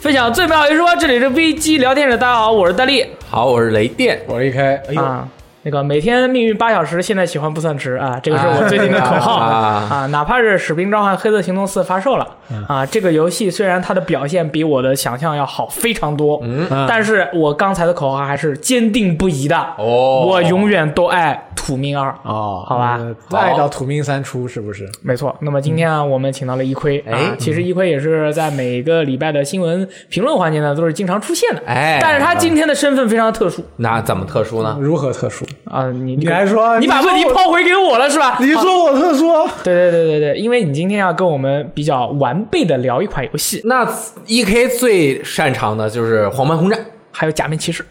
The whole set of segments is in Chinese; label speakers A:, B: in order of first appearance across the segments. A: 分享最美好一说，这里是危机聊天室，大家好，我是戴笠
B: 好，我是雷电。
C: 我是一开，哎呦，
A: 啊。那个每天命运八小时，现在喜欢不算迟啊，这个是我最近的口号
B: 啊
A: 啊。哪怕是《使命召唤：黑色行动四》发售了啊，这个游戏虽然它的表现比我的想象要好非常多，嗯，但是我刚才的口号还是坚定不移的
B: 哦
A: 我永远都爱土命二。
C: 哦，
A: 好吧
C: 呃，爱到土命三出是不是？
A: 没错，那么今天啊，我们请到了一亏啊
B: 哎，
A: 其实一亏也是在每个礼拜的新闻评论环节呢，都是经常出现的。
B: 哎
A: 但是他今天的身份非常特殊
B: 那怎么特殊呢？
C: 如何特殊？
A: 啊，你
C: 你还说
A: 你把
C: 你说
A: 问题
C: 我
A: 抛回给我了是吧？
C: 你说我特殊啊，
A: 对对对对对，因为你今天要跟我们比较完备的聊一款游戏，
B: 那 E K 最擅长的就是黄牌空战，
A: 还有假面骑士，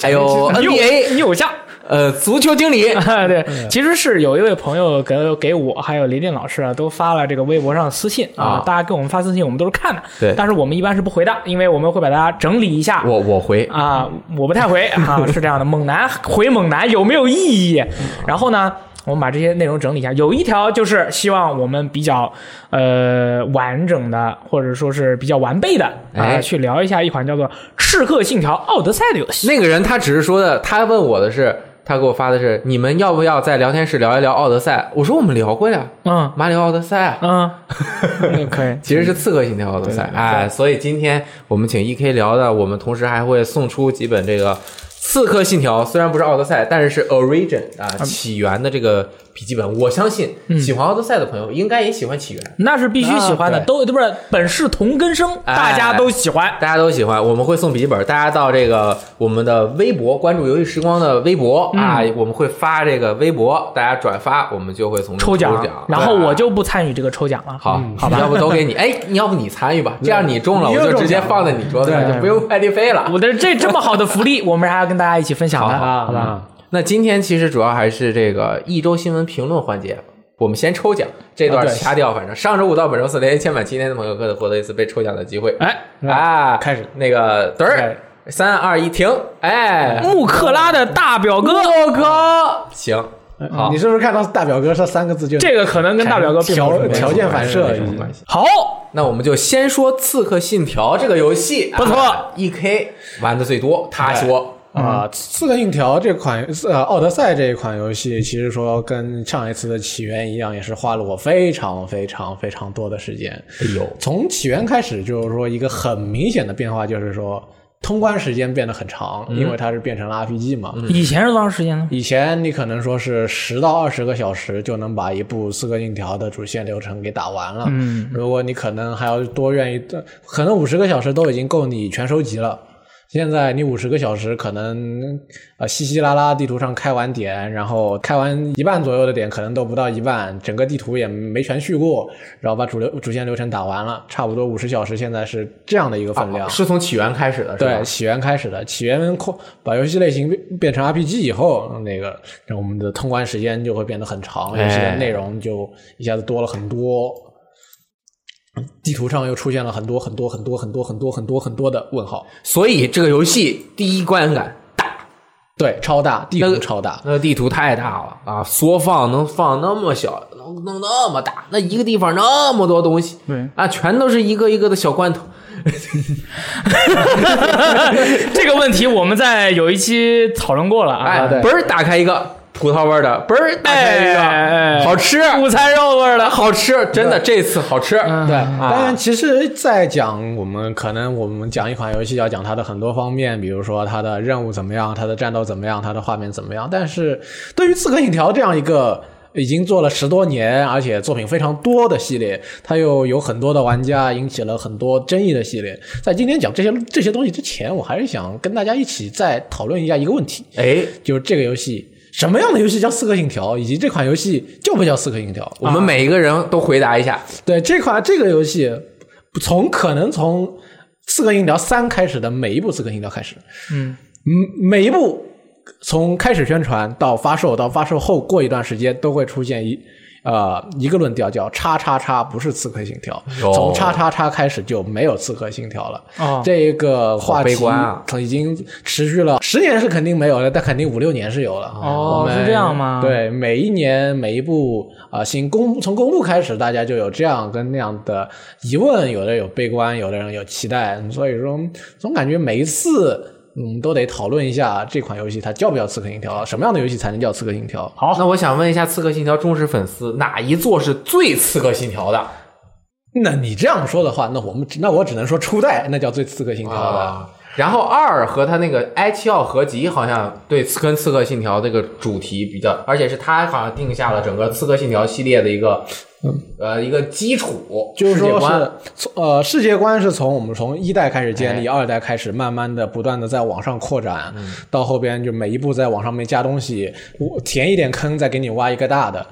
B: 还有
A: 你
B: N
A: 有
B: B A，
A: 你有像。
B: 呃，足球经理。
A: 啊，对，其实是有一位朋友给给我还有雷电老师啊，都发了这个微博上私信啊
B: 啊，
A: 大家给我们发私信，我们都是看的，
B: 对
A: 但是我们一般是不回的，因为我们会把大家整理一下，
B: 我我回
A: 啊，我不太回 啊，是这样的，猛男回猛男有没有意义？然后呢，我们把这些内容整理一下，有一条就是希望我们比较呃完整的，或者说是比较完备的啊，
B: 哎
A: 去聊一下一款叫做《刺客信条：奥德赛》的游戏。
B: 那个人，他只是说的，他问我的是，他给我发的是，你们要不要在聊天室聊一聊奥德赛？我说我们聊过呀，
A: 嗯
B: 马里奥奥德赛啊，
A: 嗯，嗯可以。
B: 其实是刺客信条奥德赛，哎，所以今天我们请 E K 聊的，我们同时还会送出几本这个。刺客信条虽然不是奥德赛，但是是 Origin 啊起源的这个笔记本，我相信喜欢奥德赛的朋友应该也喜欢起源，
A: 那是必须喜欢的，
C: 啊
A: 都不是本是同根生，
B: 哎
A: 大家都喜欢。
B: 大家都喜欢，我们会送笔记本。大家到这个我们的微博关注“游戏时光”的微博、啊，我们会发这个微博，大家转发，我们就会从中
A: 抽
B: 奖。
A: 奖，然后
B: 对啊
A: 我就不参与这个抽奖了。
B: 好，
A: 好吧
B: 要不都给你。哎，你要不你参与吧，这样你中了，
C: 你又
B: 我就
C: 中
B: 直接
C: 奖了
B: 放在你桌子上，
C: 对
B: 就不用快递费了。
A: 我的这这么好的福利，我们还要跟大家一起分享的，
B: 好好
A: 好吧？
C: 啊，
B: 那今天其实主要还是这个一周新闻评论环节，我们先抽奖这段
C: 啊对
B: 掐掉，反正上周五到本周四连续欠满七天的朋友，可得获得一次被抽奖的机
C: 嗯
B: 会。
A: 哎，
B: 啊，
C: 开始
B: 那个嘚儿，三二一，停！哎，
A: 穆克拉的大表哥，
B: 莫哥，行，好
C: 哎你，是不是看到大表哥这三个字就
A: 这个可能跟大表哥并没有什么
C: 条
A: 关系
C: 条件反射
B: 没
C: 已
B: 什么
C: 经
B: 关系。
A: 好，
B: 那我们就先说《刺客信条》这个游戏，
A: 不错
B: ，E K 玩的最多，他说
C: 啊，《刺客信条》这款呃《奥德赛》这一款游戏，其实说跟上一次的起源一样，也是花了我非常非常非常多的时间。
B: 哎呦
C: 从起源开始，就是说一个很明显的变化，就是说通关时间变得很长，因为它是变成了 RPG 嘛。
A: 以前是多长时间呢？
C: 以前你可能说是十到二十个小时就能把一部《刺客信条》的主线流程给打完了。嗯，如果你可能还要多愿意，呃可能五十个小时都已经够你全收集了。现在你五十个小时可能呃稀稀拉拉地图上开完点，然后开完一半左右的点，可能都不到一半，整个地图也没全续过，然后把主流主线流程打完了，差不多五十小时现在是这样的一个分量。
B: 啊是从起源开始的，是吧
C: 对，？起源开始的起源扩把游戏类型变变成 RPG 以后，那个那我们的通关时间就会变得很长，游戏的
B: 哎
C: 内容就一下子多了很多。地图上又出现了很多很多很多很多很多很多很多的问号，
B: 所以这个游戏第一观感大，
C: 对，超大，地
B: 那
C: 图
B: 个
C: 超大，
B: 那个地图太大了啊，缩放能放那么小，能弄那么大，那一个地方那么多东西，
A: 对
B: 啊，全都是一个一个的小罐头。
A: 这个问题我们在有一期讨论过了
B: 哎
A: 啊。，
C: 对
B: 嘣儿打开一个葡萄味儿的，嘣儿打开一个，
A: 哎哎哎
B: 好吃，
A: 午餐肉味儿的，
B: 好吃，真的这次好吃。
A: 嗯
C: 对，
B: 啊
C: 嗯当然，其实，在讲我们可能我们讲一款游戏要讲它的很多方面，比如说它的任务怎么样，它的战斗怎么样，它的画面怎么样。但是对于《刺客信条》这样一个已经做了十多年，而且作品非常多的系列，它又有很多的玩家引起了很多争议的系列，在今天讲这些这些东西之前，我还是想跟大家一起再讨论一下一个问题，
B: 哎，
C: 就是这个游戏什么样的游戏叫《刺客信条》，以及这款游戏叫不叫《刺客信条》？
B: 我们每一个人都回答一下。
C: 对这款这个游戏，从可能从《刺客信条三》开始的每一部《刺客信条》开始，
A: 嗯
C: 嗯，每一部从开始宣传到发售到发售后过一段时间，都会出现一呃一个论调叫“叉叉叉”不是《刺客信条》
B: 哦
C: 从“叉叉叉”开始就没有《刺客信条》了。
A: 哦
C: 这个话
B: 悲
C: 题
B: 观啊
C: 已经持续了十年是肯定没有了，但肯定五六年是有了。
A: 哦
C: 我们
A: 是这样吗
C: 对，每一年每一部啊、新公从公布开始，大家就有这样跟那样的疑问，有的有悲观，有的人有期待，所以说总感觉每一次。嗯，都得讨论一下这款游戏它叫不叫《刺客信条》，什么样的游戏才能叫《刺客信条》？
B: 好，那我想问一下《刺客信条》忠实粉丝，哪一座是最《刺客信条》的？
C: 那你这样说的话，那我们只那我只能说初代那叫最《刺客信条》的。
B: 啊。然后二和他那个埃奇奥合集好像对刺跟《刺客信条》这个主题比较，而且是他好像定下了整个《刺客信条》系列的一个、呃一个基础
C: 嗯就是
B: 世界
C: 说
B: 观
C: 是从呃世界观是从我们从一代开始建
B: 哎
C: 立，二代开始慢慢的不断的在往上扩展，
B: 嗯
C: 到后边就每一步在往上面加东西，我填一点坑再给你挖一个大的。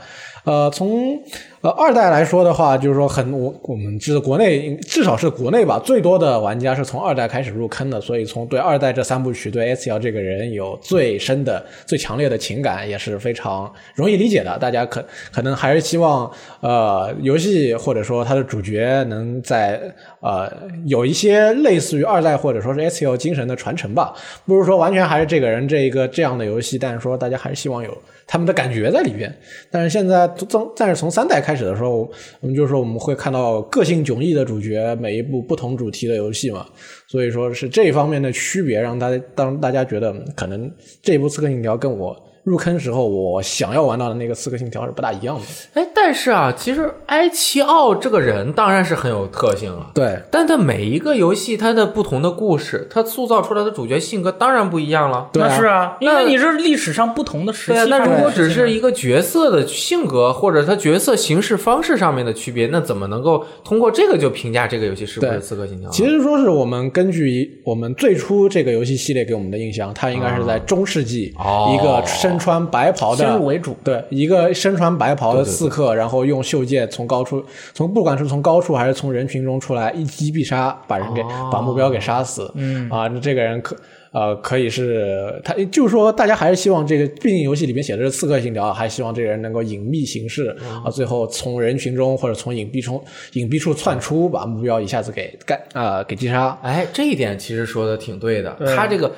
C: 呃，从呃二代来说的话，就是说很我我们知道国内至少是国内吧，最多的玩家是从二代开始入坑的，所以从对二代这三部曲对 S L 这个人有最深的、最强烈的情感，也是非常容易理解的。大家可可能还是希望呃游戏或者说它的主角能在呃有一些类似于二代或者说是 S L 精神的传承吧，不是说完全还是这个人这一个这样的游戏，但是说大家还是希望有他们的感觉在里边。但是现在从但是从三代开始的时候，我们就是说我们会看到个性迥异的主角，每一部不同主题的游戏嘛，所以说是这方面的区别，让大家当大家觉得嗯可能这一部《刺客信条》跟我入坑时候我想要玩到的那个《刺客信条》是不大一样的。
B: 哎，但是啊，其实埃奇奥这个人当然是很有特性了。
C: 对，
B: 但他每一个游戏，他的不同的故事，他塑造出来的主角性格当然不一样了。
C: 对啊
A: 那是啊，因为
B: 那
A: 你是历史上不同的时
B: 对啊
A: 期，发
B: 那
A: 生的事情啊。
B: 如果只是一个角色的性格或者他角色行事方式上面的区别，那怎么能够通过这个就评价这个游戏是不是《
C: 对
B: 刺客信
A: 啊
B: 条》？
C: 其实说是我们根据一我们最初这个游戏系列给我们的印象，它应该是在中世纪，
B: 哦
C: 一个身穿白袍的
A: 先入为主，
C: 对，一个身穿白袍的刺客，然后用袖剑从高处，从不管是从高处还是从人群中出来，一击必杀，把人给、
B: 哦
C: 把目标给杀死。嗯啊，那这个人可。呃，可以是他，就是说，大家还是希望这个，毕竟游戏里面写的是刺客信条，啊还希望这个人能够隐秘行事
B: 嗯
C: 啊，最后从人群中或者从隐蔽中隐蔽处窜出，把目标一下子给干啊、给击杀。
B: 哎，这一点其实说的挺对的。
A: 对
B: 他这个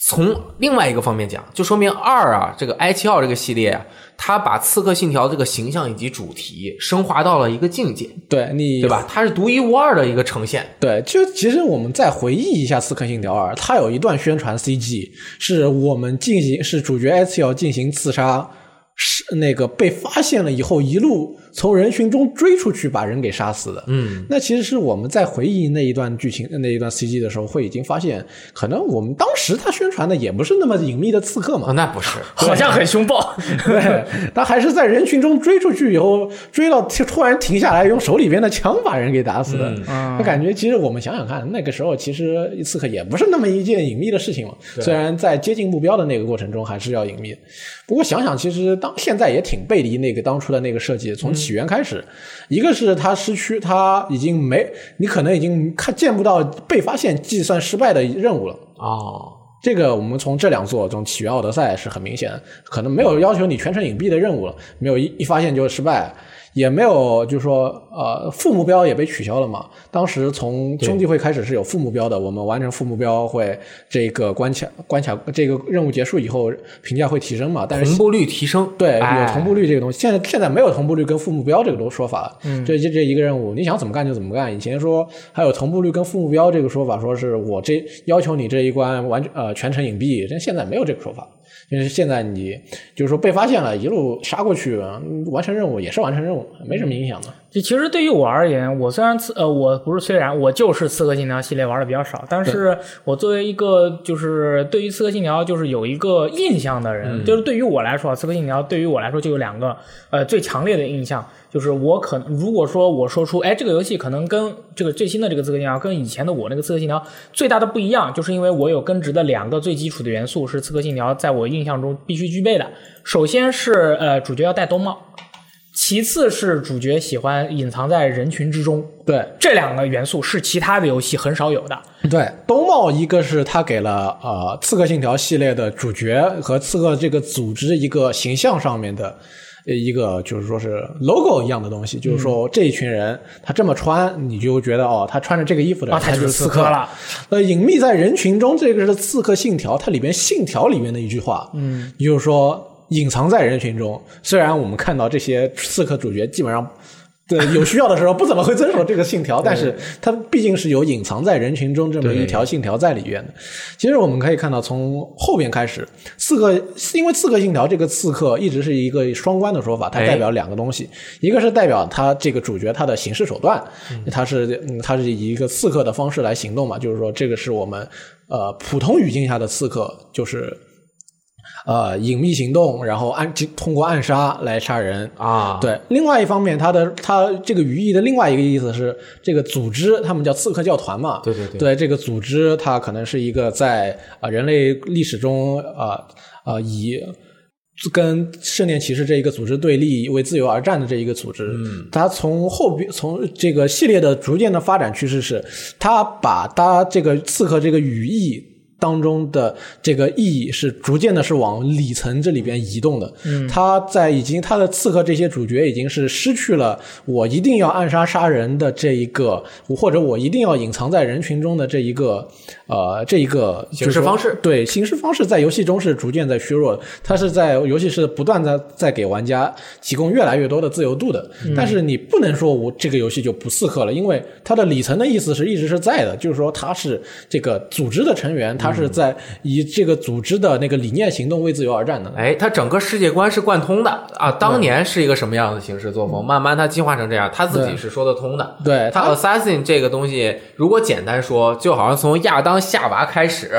B: 从另外一个方面讲，就说明二啊，这个埃奇奥这个系列啊，他把《刺客信条》这个形象以及主题升华到了一个境界，
C: 对你
B: 对吧？它是独一无二的一个呈现。
C: 对，就其实我们再回忆一下《刺客信条二》，它有一段宣传 CG 是我们进行是主角 S L 进行刺杀，是那个被发现了以后一路从人群中追出去把人给杀死的。
B: 嗯，
C: 那其实是我们在回忆那一段剧情那一段 CG 的时候，会已经发现，可能我们当时他宣传的也不是那么隐秘的刺客嘛
B: 哦，，那不是，
A: 好像很凶暴，
C: 对，他还是在人群中追出去以后，追到突然停下来，用手里边的枪把人给打死的。
A: 嗯
C: 那感觉其实我们想想看，那个时候其实刺客也不是那么一件隐秘的事情嘛。虽然在接近目标的那个过程中还是要隐秘，不过想想其实当现在也挺背离那个当初的那个设计。从起源开始，一个是他失去，他已经没你可能已经看见不到被发现计算失败的任务了。
B: 哦，
C: 这个我们从这两座中起源奥德赛是很明显，可能没有要求你全程隐蔽的任务了，没有一一发现就失败，也没有就是说呃副目标也被取消了嘛。当时从兄弟会开始是有副目标的，我们完成副目标会这个关卡关卡这个任务结束以后评价会提升嘛，但是
B: 同步率提升，
C: 对，有
B: 哎
C: 同步率这个东西，现在现在没有同步率跟副目标这个东说法了。嗯，这这这一个任务，你想怎么干就怎么干。以前说还有同步率跟副目标这个说法，说是我这要求你这一关完全呃全程隐蔽，但现在没有这个说法。因为现在你就是说被发现了，一路杀过去，嗯完成任务也是完成任务，没什么影响的。
A: 就其实对于我而言，我虽然刺呃，我不是虽然我就是刺客信条系列玩的比较少，但是我作为一个就是对于刺客信条就是有一个印象的人，就是对于我来说，啊刺客信条对于我来说就有两个呃最强烈的印象，就是我可能如果说我说出哎这个游戏可能跟这个最新的这个刺客信条跟以前的我那个刺客信条最大的不一样，就是因为我有根植的两个最基础的元素是刺客信条在我印象中必须具备的，首先是呃主角要戴兜帽。其次是主角喜欢隐藏在人群之中，
C: 对
A: 这两个元素是其他的游戏很少有的。
C: 对，兜帽一个是他给了呃《刺客信条》系列的主角和刺客这个组织一个形象上面的一个就是说是 logo 一样的东西，就
A: 嗯
C: 是说这一群人他这么穿，你就觉得哦，他穿着这个衣服的
A: 啊，
C: 人，
A: 他
C: 就
A: 就是
C: 是
A: 刺
C: 刺
A: 客
C: 客。
A: 了。
C: 呃，隐秘在人群中，这个是《刺客信条》它里边信条里面的一句话，嗯，就是说隐藏在人群中。虽然我们看到这些刺客主角基本上。对，有需要的时候不怎么会遵守这个信条，但是它毕竟是有隐藏在人群中这么一条信条在里边的。其实我们可以看到，从后边开始，刺客因为刺客信条这个刺客一直是一个双关的说法，它
B: 哎
C: 代表两个东西，一个是代表他这个主角他的行事手段，他是嗯他是以一个刺客的方式来行动嘛，就是说这个是我们呃普通语境下的刺客，就是呃隐秘行动，然后暗通过暗杀来杀人
B: 啊，
C: 对，另外一方面，它的它这个语义的另外一个意思是，这个组织他们叫刺客教团嘛，
B: 对对对
C: 这个组织它可能是一个在啊、呃人类历史中啊啊、呃以跟圣殿骑士这一个组织对立，为自由而战的这一个组织，嗯，它从后边从这个系列的逐渐的发展趋势是，它把它这个刺客这个语义当中的这个意义是逐渐的是往里层这里边移动的。嗯，他在已经他的刺客这些主角已经是失去了我一定要暗杀杀人的这一个，或者我一定要隐藏在人群中的这一个呃这一个
B: 形式方式
C: 就是说对形式方式在游戏中是逐渐在削弱的，它是在游戏是不断在在给玩家提供越来越多的自由度的。但是你不能说我这个游戏就不刺客了，因为它的里层的意思是一直是在的，就是说它是这个组织的成员，它是在以这个组织的那个理念行动为自由而战的。
B: 哎，它整个世界观是贯通的啊。当年是一个什么样的行事作风，慢慢它进化成这样，它自己
C: 对
B: 是说得通的。
C: 对
B: 它
C: 它
B: assassin 这个东西，如果简单说，就好像从亚当夏娃开始，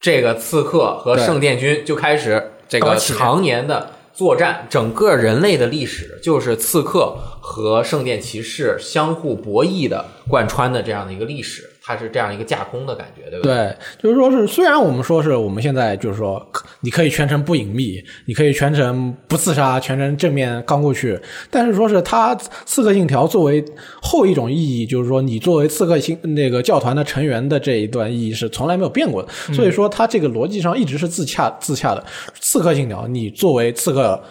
B: 这个刺客和
C: 对
B: 圣殿军就开始这
A: 搞
B: 个
A: 起
B: 常年的作战。整个人类的历史就是刺客和圣殿骑士相互博弈的贯穿的这样的一个历史，它是这样一个架空的感觉，对不对？
C: 对，就是说是，虽然我们说是我们现在就是说，可你可以全程不隐秘，你可以全程不刺杀，全程正面刚过去，但是说是它刺客信条作为后一种意义，就是说你作为刺客信那个教团的成员的这一段意义是从来没有变过的，所以说它这个逻辑上一直是自洽自洽的。刺客信条，你作为刺客。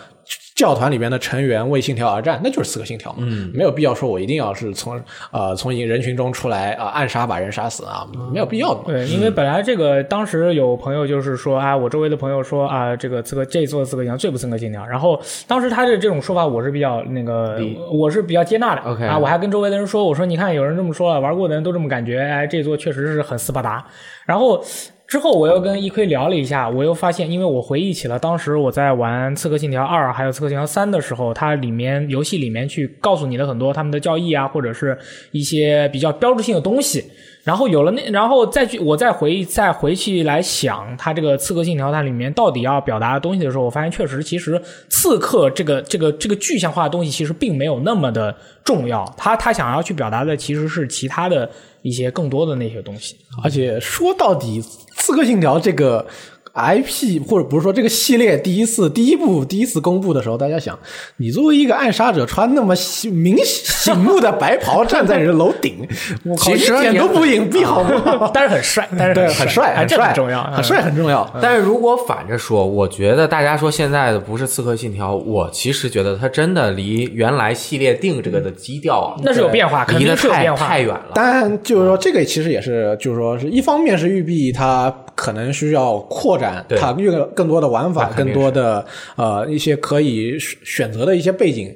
C: 教团里边的成员为信条而战，那就是刺客信条嘛，没有必要说我一定要是从呃从人群中出来啊、暗杀把人杀死啊，没有必要的嘛。
A: 对，因为本来这个当时有朋友就是说啊，我周围的朋友说啊，这个刺客这一座刺客信条最不刺客信条。然后当时他的这种说法我是比较那个
B: 理，
A: 我是比较接纳的。
B: OK
A: 啊，我还跟周围的人说，我说你看有人这么说了，玩过的人都这么感觉，哎，这座确实是很斯巴达。然后。之后我又跟一亏聊了一下，我又发现，因为我回忆起了当时我在玩《刺客信条二》还有《刺客信条三》的时候，它里面游戏里面去告诉你的很多他们的教义啊，或者是一些比较标志性的东西。然后有了那，然后再去我再回忆再回去来想它这个《刺客信条》它里面到底要表达的东西的时候，我发现确实其实刺客这个这个这个具象化的东西其实并没有那么的重要，他他想要去表达的其实是其他的一些更多的那些东西。
C: 而且说到底，《刺客信条》这个 IP 或者不是说这个系列第一次第一部第一次公布的时候，大家想，你作为一个暗杀者，穿那么醒明醒目的白袍站在人楼顶，我靠，
B: 其实
C: 一点
B: 也
C: 都不隐蔽，好 吗？
A: 但是很帅，但是
C: 对，
A: 很
C: 很帅，
A: 哎
C: 很
A: 这
C: 帅，
A: 很重要，
C: 很帅，很重要。
A: 嗯
B: 但是如果反着说，我觉得大家说现在的不是《刺客信条》，我其实觉得它真的离原来系列定这个的基调啊
A: 嗯，那是有变化，肯
B: 离得
A: 定是有
B: 太
A: 变化
B: 太。远了。
C: 但就是说，这个其实也是，就是说是一方面是育碧它可能需要扩展
B: 对
C: 它越更多的玩法
B: 那，肯定
C: 更
B: 是
C: 多的呃一些可以选选择的一些背景。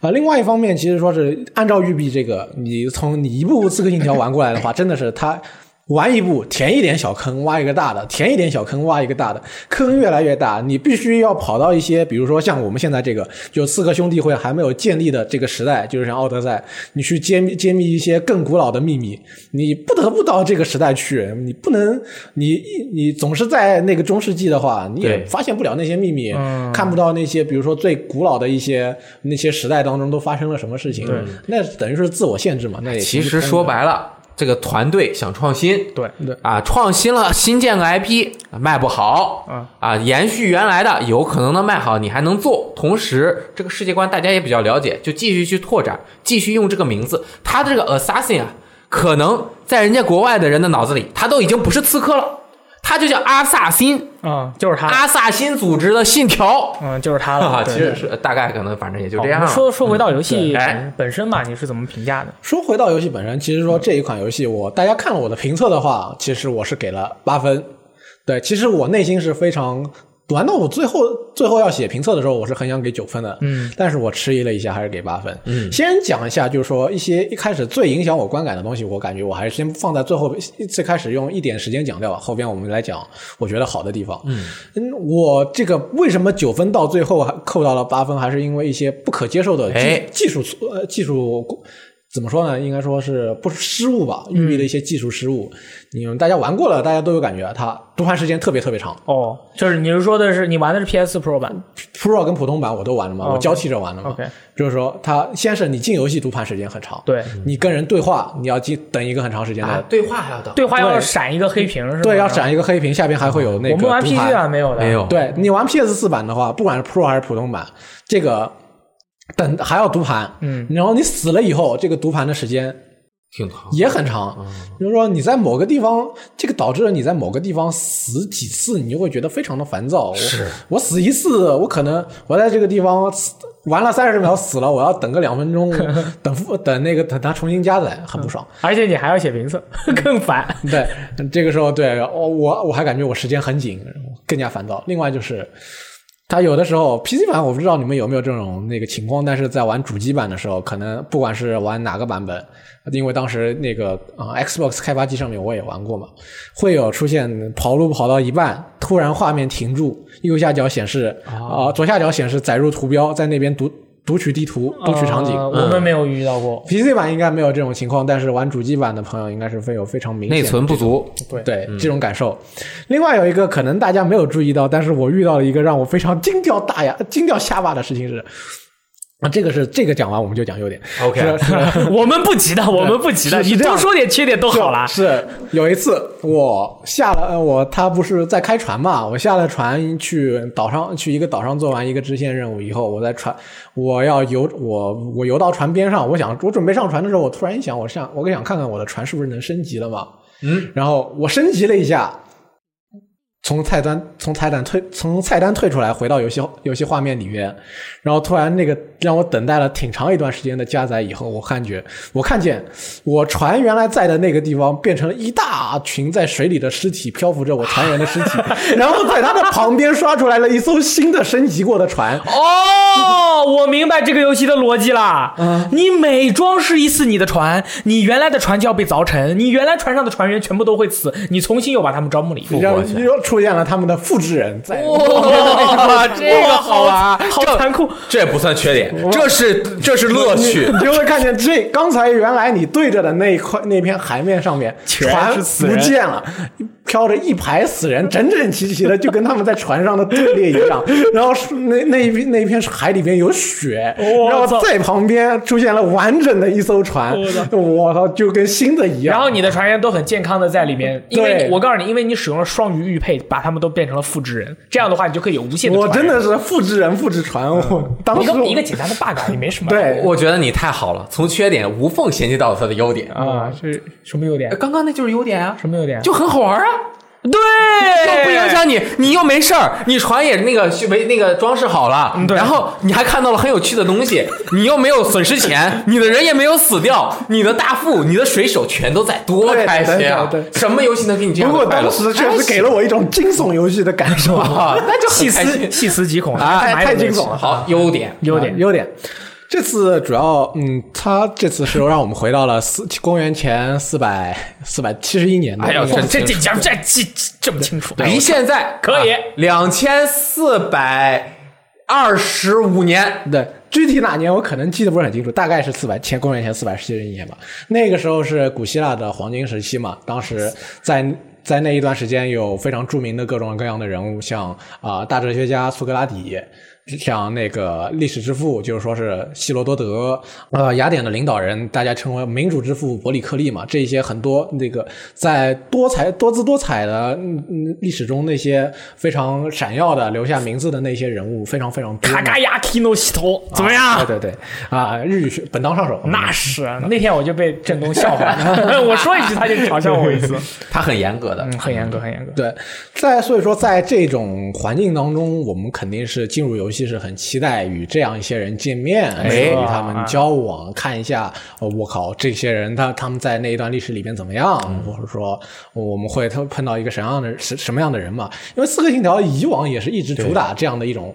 C: 啊、另外一方面，其实说是按照育碧这个，你从你一步步刺客信条玩过来的话，真的是它玩一步填一点小坑，挖一个大的，填一点小坑，挖一个大的，坑越来越大，你必须要跑到一些，比如说像我们现在这个，就刺客兄弟会还没有建立的这个时代，就是像奥德赛，你去揭秘揭秘一些更古老的秘密，你不得不到这个时代去，你不能，你一你总是在那个中世纪的话，你也
B: 对
C: 发现不了那些秘密，
B: 嗯
C: 看不到那些，比如说最古老的一些那些时代当中都发生了什么事情，那等于是自我限制嘛，那也
B: 其实说白了，这个团队想创新，
A: 嗯对
C: 对
B: 啊，创新了，新建个 IP 卖不好，
A: 嗯
B: 啊，延续原来的有可能能卖好，你还能做。同时，这个世界观大家也比较了解，就继续去拓展，继续用这个名字。他这个 assassin 啊，可能在人家国外的人的脑子里，他都已经不是刺客了。他他就叫阿萨辛，
A: 嗯，就是他，
B: 阿萨辛组织的信条。
A: 嗯，就是他
B: 哈哈，
A: 了。
B: 啊其
A: 对
B: 实是大概可能反正也就
A: 好
B: 这
A: 我
B: 样嗯
A: 们
B: 了。
A: 说说回到游戏
C: 对
A: 本本身吧，你是怎么评价的？
C: 说回到游戏本身，其实说这一款游戏我，大家看了我的评测的话，其实我是给了八分。对，其实我内心是非常，难道我最后最后要写评测的时候，我是很想给九分的，嗯，但是我迟疑了一下，还是给八分。嗯，先讲一下，就是说一些一开始最影响我观感的东西，我感觉我还是先放在最后，最开始用一点时间讲掉，后边我们来讲我觉得好的地方。嗯，我这个为什么九分到最后还扣到了八分，还是因为一些不可接受的技、
B: 哎
C: 技术错呃技术怎么说呢？应该说是不是失误吧，遇遇了一些技术失误。你们大家玩过了，大家都有感觉，它读盘时间特别特别长。
A: 哦，就是你是说的是你玩的是 PS Pro 版
C: Pro 跟普通版我都玩了嘛，
A: 哦 OK
C: 我交替着玩了嘛。
A: ？OK，
C: 就是说，它先是你进游戏读盘时间很长，
A: 对，哎
C: 你跟人对话，你要进等一个很长时间的，
B: 啊，对话还要等。
A: 对话要
C: 对
A: 闪一个黑屏是吧？
C: 对，要。闪一个黑屏，下边还会有那
A: 哦
C: 个
A: 我们玩啊
C: 读
A: PG
C: 盘
A: 版没有的，
B: 没有，
C: 对你玩 PS 四版的话，不管是 Pro 还是普通版，这个等还要读盘，
A: 嗯，
C: 然后你死了以后，这个读盘的时间
B: 挺长。
C: 也很长。就是说你在某个地方，这个导致了你在某个地方死几次，你就会觉得非常的烦躁。是我死一次，我可能我在这个地方死玩了三十秒死了，我要等个两分钟， 等复等那个等它重新加载，很不爽。
A: 而且你还要写评测， 更烦。
C: 对，这个时候对我我我还感觉我时间很紧，更加烦躁。另外就是，它有的时候 PC 版我不知道你们有没有这种那个情况，但是在玩主机版的时候，可能不管是玩哪个版本，因为当时那个啊、呃 Xbox 开发机上面我也玩过嘛，会有出现跑路跑到一半，突然画面停住，右下角显示啊、呃左下角显示载入图标，在那边读读取地图、读取场景。
A: 呃我们没有遇到过。
C: PC 版应该没有这种情况，但是玩主机版的朋友应该是会有非常明显
B: 内
C: 的
B: 存不足，
A: 对
C: 对这种感受。另外有一个可能大家没有注意到，但是我遇到了一个让我非常惊掉大牙、惊掉下巴的事情是，啊，这个是这个讲完我们就讲优点。
B: OK
C: 是是
A: 我们不急的，我们不急的，
C: 嗯
A: 你
C: 是是这
A: 多
C: 样
A: 说点缺点都 好啦。
C: 是有一次我下了呃我他不是在开船嘛，我下了船去岛上去一个岛上做完一个支线任务以后，我在船我要游我我游到船边上，我想我准备上船的时候，我突然一想，我想我想看看我的船是不是能升级了嘛。
B: 嗯，
C: 然后我升级了一下。从菜单从菜单退从菜单退出来，回到游戏游戏画面里面，然后突然那个让我等待了挺长一段时间的加载以后，我感觉我看见我船原来在的那个地方变成了一大群在水里的尸体，漂浮着我船员的尸体，然后在它的旁边刷出来了一艘新的升级过的船，
A: 哦，我明白这个游戏的逻辑啦。
C: 嗯
A: 你每装饰一次你的船，你原来的船就要被凿沉，你原来船上的船员全部都会死，你重新又把他们招募了一遍。
C: 然后
B: 过去
C: 又出现了他们的复制人在。
B: 哇，这个好玩，
A: 好
B: 这
A: 残酷！
B: 这不算缺点，这是这是乐趣
C: 你。你就会看见这刚才原来你对着的那一块那片海面上面，
A: 全
C: 船
A: 是死
C: 不
A: 人
C: 见了，飘着一排死人，整整齐齐的，就跟他们在船上的队列 一样。然后是那那一片那一片海里边有雪，
A: 我
C: 然
A: 操
C: 后在旁边出现了完整的一艘船，我操，就跟新的一样。
A: 然后你的船员都很健康的在里面，因为
C: 对
A: 我告诉你，因为你使用了双鱼玉佩，把他们都变成了复制人，这样的话你就可以有无限的
C: 我
A: 船
C: 真
A: 员。
C: 的是复制人复制船，我当
A: 一
C: 时
A: 个
C: 我
A: 一个简单的 bug，也没什么。
C: 对
B: 我觉得你太好了，从缺点无缝衔接到了它的优点。
A: 啊，是什么优点
B: 呃？刚刚那就是优点啊，
A: 什么优点？
B: 就很好玩啊。
A: 对，
B: 又不影响你，你又没事儿，你船也那个去没那个装饰好了，
A: 对
B: 然后你还看到了很有趣的东西， 你又没有损失钱，你的人也没有死掉，你的大副、你的水手全都在，多
C: 对
B: 开心啊
C: 对对！对
B: 什么游戏能给你这样
C: 不
B: 的
C: 过
B: 快乐
C: 当时确实给了我一种惊悚游戏的感 受，
B: 啊，那就
A: 细
B: 很开
A: 思
B: 心。
A: 细思极哎恐
B: 啊
A: 哪
C: 太
A: 有
C: 太
A: 那么
C: 惊悚了
A: 细
B: 好，优点
A: 优点
C: 啊优点。这次主要，嗯，他这次是让我们回到了四公元前四百四百七十一年的。
B: 哎呦
C: 应该
A: 这
B: 真
A: 这
B: 清
A: 这这这这这么清楚，哎
B: 离现在啊
A: 可以
B: 两千四百二十五年，
C: 对，具体哪年我可能记得不是很清楚，大概是四百前公元前四百七十一年吧。那个时候是古希腊的黄金时期嘛，当时在在那一段时间有非常著名的各种各样的人物，像啊、大哲学家苏格拉底。像那个历史之父，就是说是希罗多德，呃，雅典的领导人，大家称为民主之父伯里克利嘛，这些很多那个在多才多姿多彩的嗯嗯历史中那些非常闪耀的留下名字的那些人物，非常非常多嘛。
A: 卡嘎呀 Kino 洗头怎么样？
C: 啊对对对，啊，日语学本当上手，嗯
A: 那是那天我就被振东笑 话了，我说一句他就嘲笑我一次，
B: 他很严格的，
A: 嗯，很严格，很严格。
C: 对，在所以说，在这种环境当中，我们肯定是进入游戏是很期待与这样一些人见面，
B: 哎
C: 与他们交往，看一下，呃我靠，这些人他他们在那一段历史里边怎么样，或者说我们会他碰到一个什么样的什什么样的人嘛？因为《刺客信条》以往也是一直主打这样的一种。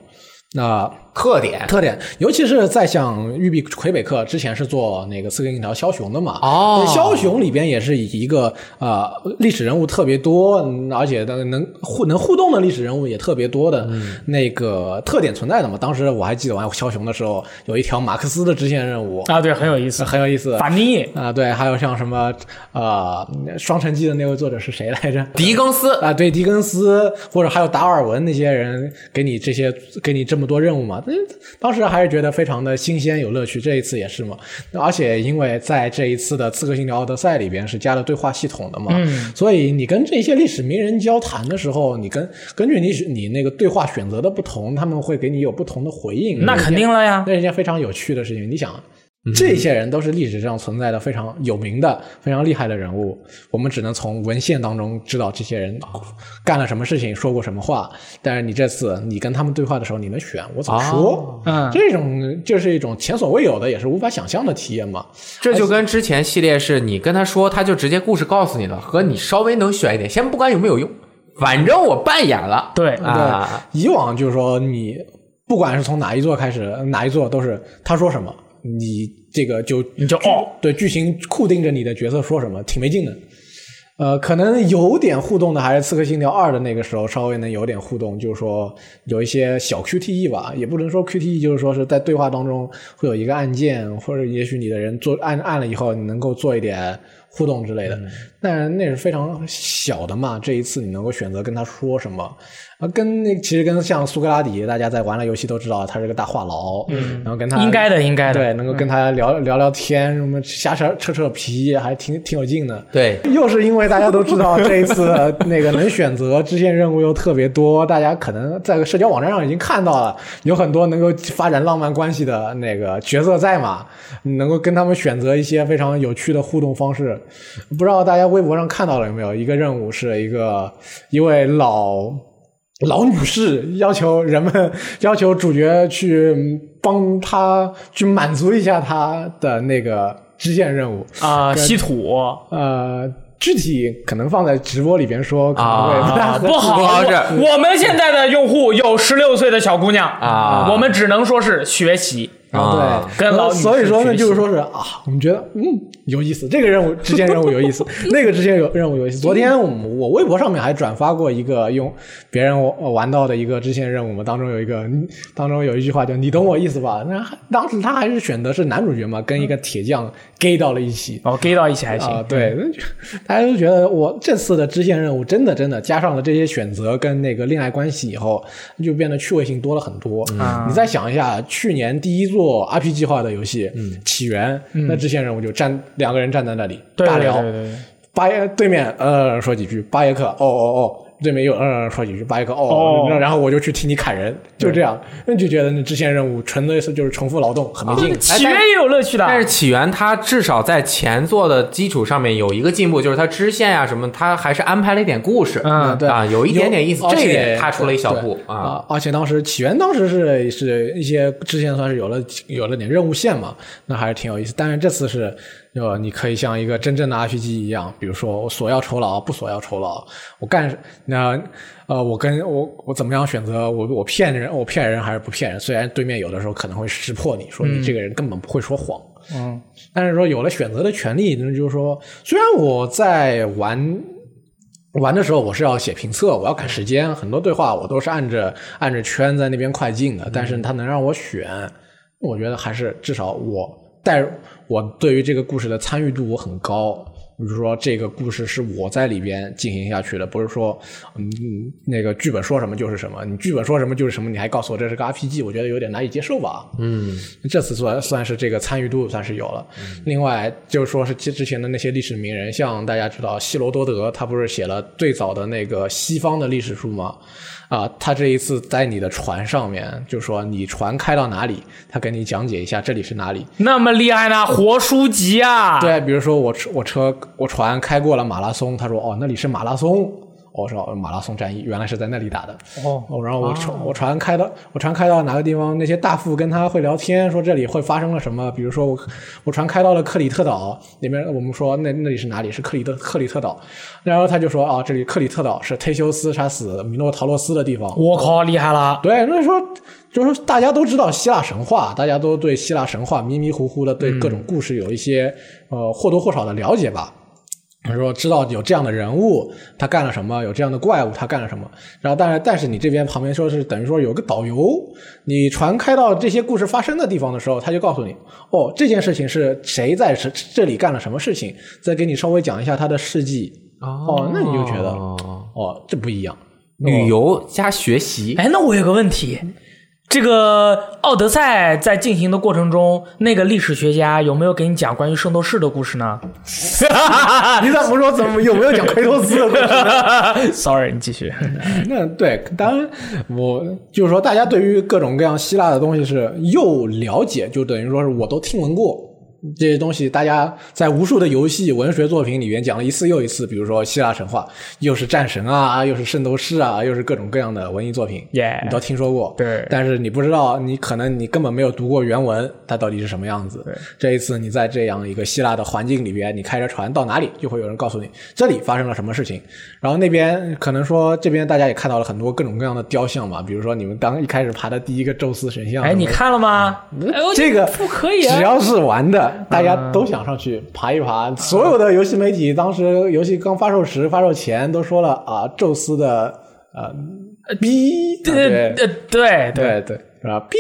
C: 那、
B: 特点
C: 特点，尤其是在像育碧魁北克之前是做那个《刺客信条：枭雄》的嘛，
B: 哦
C: 枭雄里边也是以一个呃历史人物特别多，嗯而且的能互能互动的历史人物也特别多的那个特点存在的嘛。当时我还记得玩枭雄的时候，有一条马克思的支线任务，
A: 啊，对，很有意思，
C: 很有意思。
A: 法
C: 啊、
A: 尼
C: 对，还有像什么呃《双城记》的那位作者是谁来着？
B: 狄更 斯
C: 啊，对，狄更斯或者还有达尔文那些人给你这些给你这么多任务嘛，嗯，当时还是觉得非常的新鲜有乐趣，这一次也是嘛。那而且因为在这一次的《刺客信条：奥德赛》里边是加了对话系统的嘛，
A: 嗯
C: 所以你跟这些历史名人交谈的时候，你跟根据你你那个对话选择的不同，他们会给你有不同的回应。
A: 那
C: 这
A: 肯
C: 些
A: 定了呀，
C: 那是一件非常有趣的事情。你想，这些人都是历史上存在的非常有名的、非常厉害的人物，我们只能从文献当中知道这些人干了什么事情、说过什么话。但是你这次你跟他们对话的时候，你能选我怎么说？
A: 嗯，
C: 这种就是一种前所未有的，也是无法想象的体验嘛。
B: 这就跟之前系列是你跟他说，他就直接故事告诉你了，和你稍微能选一点，先不管有没有用，反正我扮演了。
A: 对，
B: 啊，
C: 对，以往就是说你不管是从哪一座开始，呃哪一座都是他说什么，你这个就
A: 你就
C: 剧
A: 哦，
C: 对剧情固定着你的角色说什么，挺没劲的。呃，可能有点互动的还是《刺客信条二》的那个时候稍微能有点互动，就是说有一些小 QTE 吧，也不能说 QTE，就是说是在对话当中会有一个按键，或者也许你的人做按按了以后，你能够做一点互动之类的。
A: 嗯
C: 但是那是非常小的嘛，这一次你能够选择跟他说什么，啊，跟那其实跟像苏格拉底，大家在玩了游戏都知道他是个大话痨，嗯，然后跟他
A: 应该的，应该的，嗯
C: 对，能够跟他聊、聊聊天，什么瞎扯扯扯皮，还挺挺有劲的。
B: 对，
C: 又是因为大家都知道这一次那个能选择支线任务又特别多，大家可能在社交网站上已经看到了，有很多能够发展浪漫关系的那个角色在嘛，能够跟他们选择一些非常有趣的互动方式。不知道大家微博上看到了有没有？一个任务是一个一位老老女士要求人们 要求主角去嗯帮她去满足一下她的那个支线任务。
A: 啊，稀土
C: 呃，具体可能放在直播里边说，可能会不太
A: 啊，
C: 合
A: 不好，
B: 不好
A: 我
B: 使
A: 我们现在的用户有十六岁的小姑娘
B: 啊
A: 我们只能说是学习。
B: 啊
C: 对，
A: 跟老女士
C: 所以说
A: 学
C: 呢，
A: 习
C: 就是说是啊，我们觉得嗯有意思，这个任务支线任务有意思，那个支线有任务有意思。昨天我们我微博上面还转发过一个用别人我玩到的一个支线任务嘛，当中有一个嗯当中有一句话叫“你懂我意思吧”，那还当时他还是选的是男主角嘛，跟一个铁匠 gay 到了一起。
A: 哦，gay 到一起还行
C: 啊、对，那就大家都觉得我这次的支线任务真的真的加上了这些选择跟那个恋爱关系以后，就变得趣味性多了很多。
A: 嗯
C: 你再想一下，去年第一座 RPG 化的游戏《
A: 嗯
C: 起源》那支线任务就站两个人站在那里
A: 对
C: 尬
A: 对
C: 聊，
A: 对对对，
C: 巴耶对面呃说几句，巴耶克哦哦哦，对面又呃说几句，巴耶克哦，
A: 哦
C: 然后我就去替你砍人，就这样，那就觉得那支线任务纯粹是就是重复劳动，很没劲。
A: 起源也有乐趣的。
B: 但是起源它至少在前作的基础上面有一个进步，就是它支线啊什么，它还是安排了一点故事，
A: 嗯
C: 对
B: 啊，有一点点意思
C: 有，而
B: 这
C: 且
B: 一点踏出了一小
C: 对
B: 步啊。
C: 啊！而且当时起源当时是是一些之前算是有了有了点任务线嘛，那还是挺有意思。但是这次是，呃，你可以像一个真正的 RPG 一样，比如说我索要酬劳，不索要酬劳，我干那呃，我跟我我怎么样选择我我骗人，我骗人还是不骗人？虽然对面有的时候可能会识破你说
B: 嗯
C: 你这个人根本不会说谎，
A: 嗯，
C: 但是说有了选择的权利，那就是说，虽然我在玩玩的时候我是要写评测，我要赶时间，很多对话我都是按着按着圈在那边快进的，但是它能让我选，我觉得还是至少我带我对于这个故事的参与度我很高。比如说这个故事是我在里边进行下去的，不是说嗯那个剧本说什么就是什么，你剧本说什么就是什么，你还告诉我这是个 RPG，我觉得有点难以接受吧。
B: 嗯，
C: 这次算算是这个参与度算是有了。另外就是说是其之前的那些历史名人，像大家知道希罗多德，他不是写了最早的那个西方的历史书吗？啊、他这一次在你的船上面，就说你船开到哪里，他给你讲解一下这里是哪里。
A: 那么厉害呢，活书籍啊！，
C: 对，比如说我车我车我船开过了马拉松，他说哦那里是马拉松，我说哦马拉松战役原来是在那里打的。
A: 哦，
C: 哦，然后我船、我船开到我船开到哪个地方，那些大副跟他会聊天，说这里会发生了什么。比如说我我船开到了克里特岛里面，我们说那那里是哪里？是克里特克里特岛。然后他就说啊，这里克里特岛是忒修斯杀死米诺陶洛斯的地方。
A: 我靠，厉害了！
C: 对，那时候就是大家都知道希腊神话，大家都对希腊神话迷迷糊糊的，对各种故事有一些、呃或多或少的了解吧。比如说知道有这样的人物，他干了什么，有这样的怪物，他干了什么。然后，但是但是你这边旁边说是等于说有个导游，你船开到这些故事发生的地方的时候，他就告诉你，哦，这件事情是谁在这这里干了什么事情，再给你稍微讲一下他的事迹。哦，那你就觉得哦，这不一样。
B: 旅游加学习，
A: 哎，那我有个问题，这个《奥德赛》在进行的过程中，那个历史学家有没有给你讲关于圣斗士的故事 呢
C: 啊你怎么说？怎么有没有讲奎托斯的故 事？
A: ？Sorry，你继续。
C: 那对，当然我就是说，大家对于各种各样希腊的东西是又了解，就等于说是我都听闻过。这些东西，大家在无数的游戏、文学作品里面讲了一次又一次，比如说希腊神话，又是战神啊，又是圣斗士啊，又是各种各样的文艺作品
A: Yeah
C: 你都听说过。
A: 对
C: 但是你不知道，你可能你根本没有读过原文，它到底是什么样子。
A: 对
C: 这一次你在这样一个希腊的环境里边，你开着船到哪里，就会有人告诉你这里发生了什么事情。然后那边可能说这边大家也看到了很多各种各样的雕像嘛，比如说你们刚一开始爬的第一个宙斯神像，
A: 哎，你看了吗？哎呦
C: 嗯这个
A: 不可以
C: 只
A: 啊！
C: 要是玩的，大家都想上去爬一爬。所有的游戏媒体当时游戏刚发售时、发售前都说了啊，宙斯的呃逼，啊
A: 对
C: 对
A: 对对对，
C: 对对，是吧？逼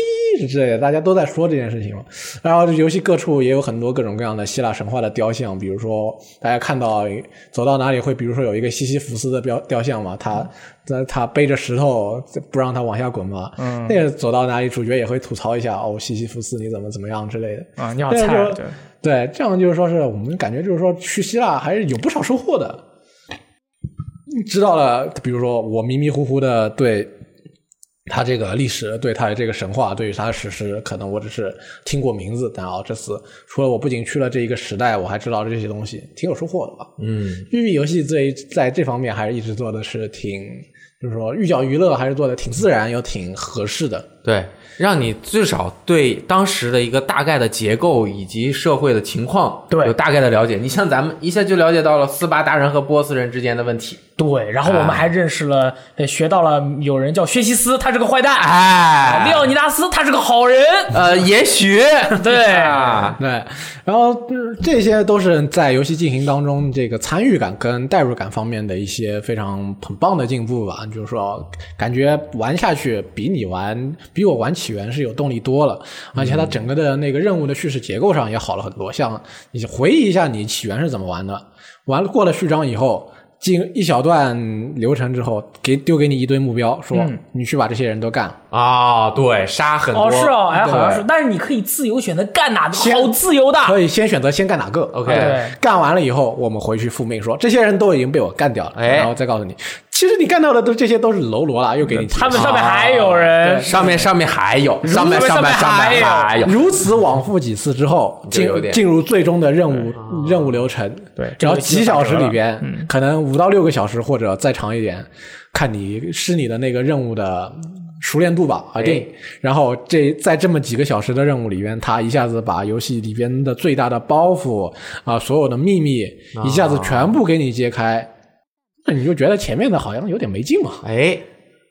C: 之类的，大家都在说这件事情嘛。然后游戏各处也有很多各种各样的希腊神话的雕像，比如说大家看到走到哪里会，比如说有一个西西弗斯的雕雕像嘛，他他他背着石头不让他往下滚嘛，嗯、那个走到哪里主角也会吐槽一下哦，西西弗斯你怎么怎么样之类的。
A: 啊，你好
C: 这
A: 菜
C: 样
A: 啊，
C: 就
A: 对。
C: 对，这样就是说是我们感觉就是说去希腊还是有不少收获的。知道了，比如说我迷迷糊糊的对他这个历史、对他这个神话、对于他的史诗，可能我只是听过名字，但啊、这次除了我不仅去了这一个时代，我还知道了这些东西，挺有收获的吧。
B: 嗯，
C: 育碧游戏这在这方面还是一直做的是挺，就是说寓教于乐，还是做的挺自然又挺合适的。
B: 对，让你至少对当时的一个大概的结构以及社会的情况
A: 对
B: 有大概的了解。你像咱们一下就了解到了斯巴达人和波斯人之间的 问题，
A: 对，然后我们
B: 啊
A: 还认识了，呃学到了有人叫薛西斯，他是个坏蛋；哎，
B: 哎，
A: 利奥尼达斯，他是个好人。
B: 呃，也许
A: 对
B: 啊，
C: 对，然后、嗯这些都是在游戏进行当中这个参与感跟代入感方面的一些非常很棒的进步吧。就是说，感觉玩下去比你玩比我玩起源是有动力多了，而且它整个的那个任务的叙事结构上也好了很多。像你回忆一下你起源是怎么玩的，玩过了序章以后。进一小段流程之后，给丢给你一堆目标，说你去把这些人都干，
B: 啊，对，杀很多，
A: 哦，是哦，哎，好像
B: 对
A: 是，但是你可以自由选择干哪个，
C: 先
A: 好自由的。
C: 可以先选择先干哪个。
B: OK
A: 对
C: 干完了以后，我们回去复命说，这些人都已经被我干掉了，
B: 哎
C: 然后再告诉你，其实你干掉的都这些都是喽啰啦，又给你提
A: 他们
C: 示
A: 上面还有人，
B: 啊上面上面还有，上面
A: 上面
B: 上面上
A: 还有
B: 面还有，
C: 如此往复几次之后，
B: 就
C: 进
B: 有点
C: 进入最终的任务任务流程，
A: 对
C: 只要几小时里
A: 这个游戏就打折了
C: 边，可能五到六个小时或者再长一点，看你是你的那个任务的熟练度吧而定。然后这在这么几个小时的任务里边，他一下子把游戏里边的最大的包袱啊、所有的秘密一下子全部给你揭开，那你就觉得前面的好像有点没劲嘛。
B: 哎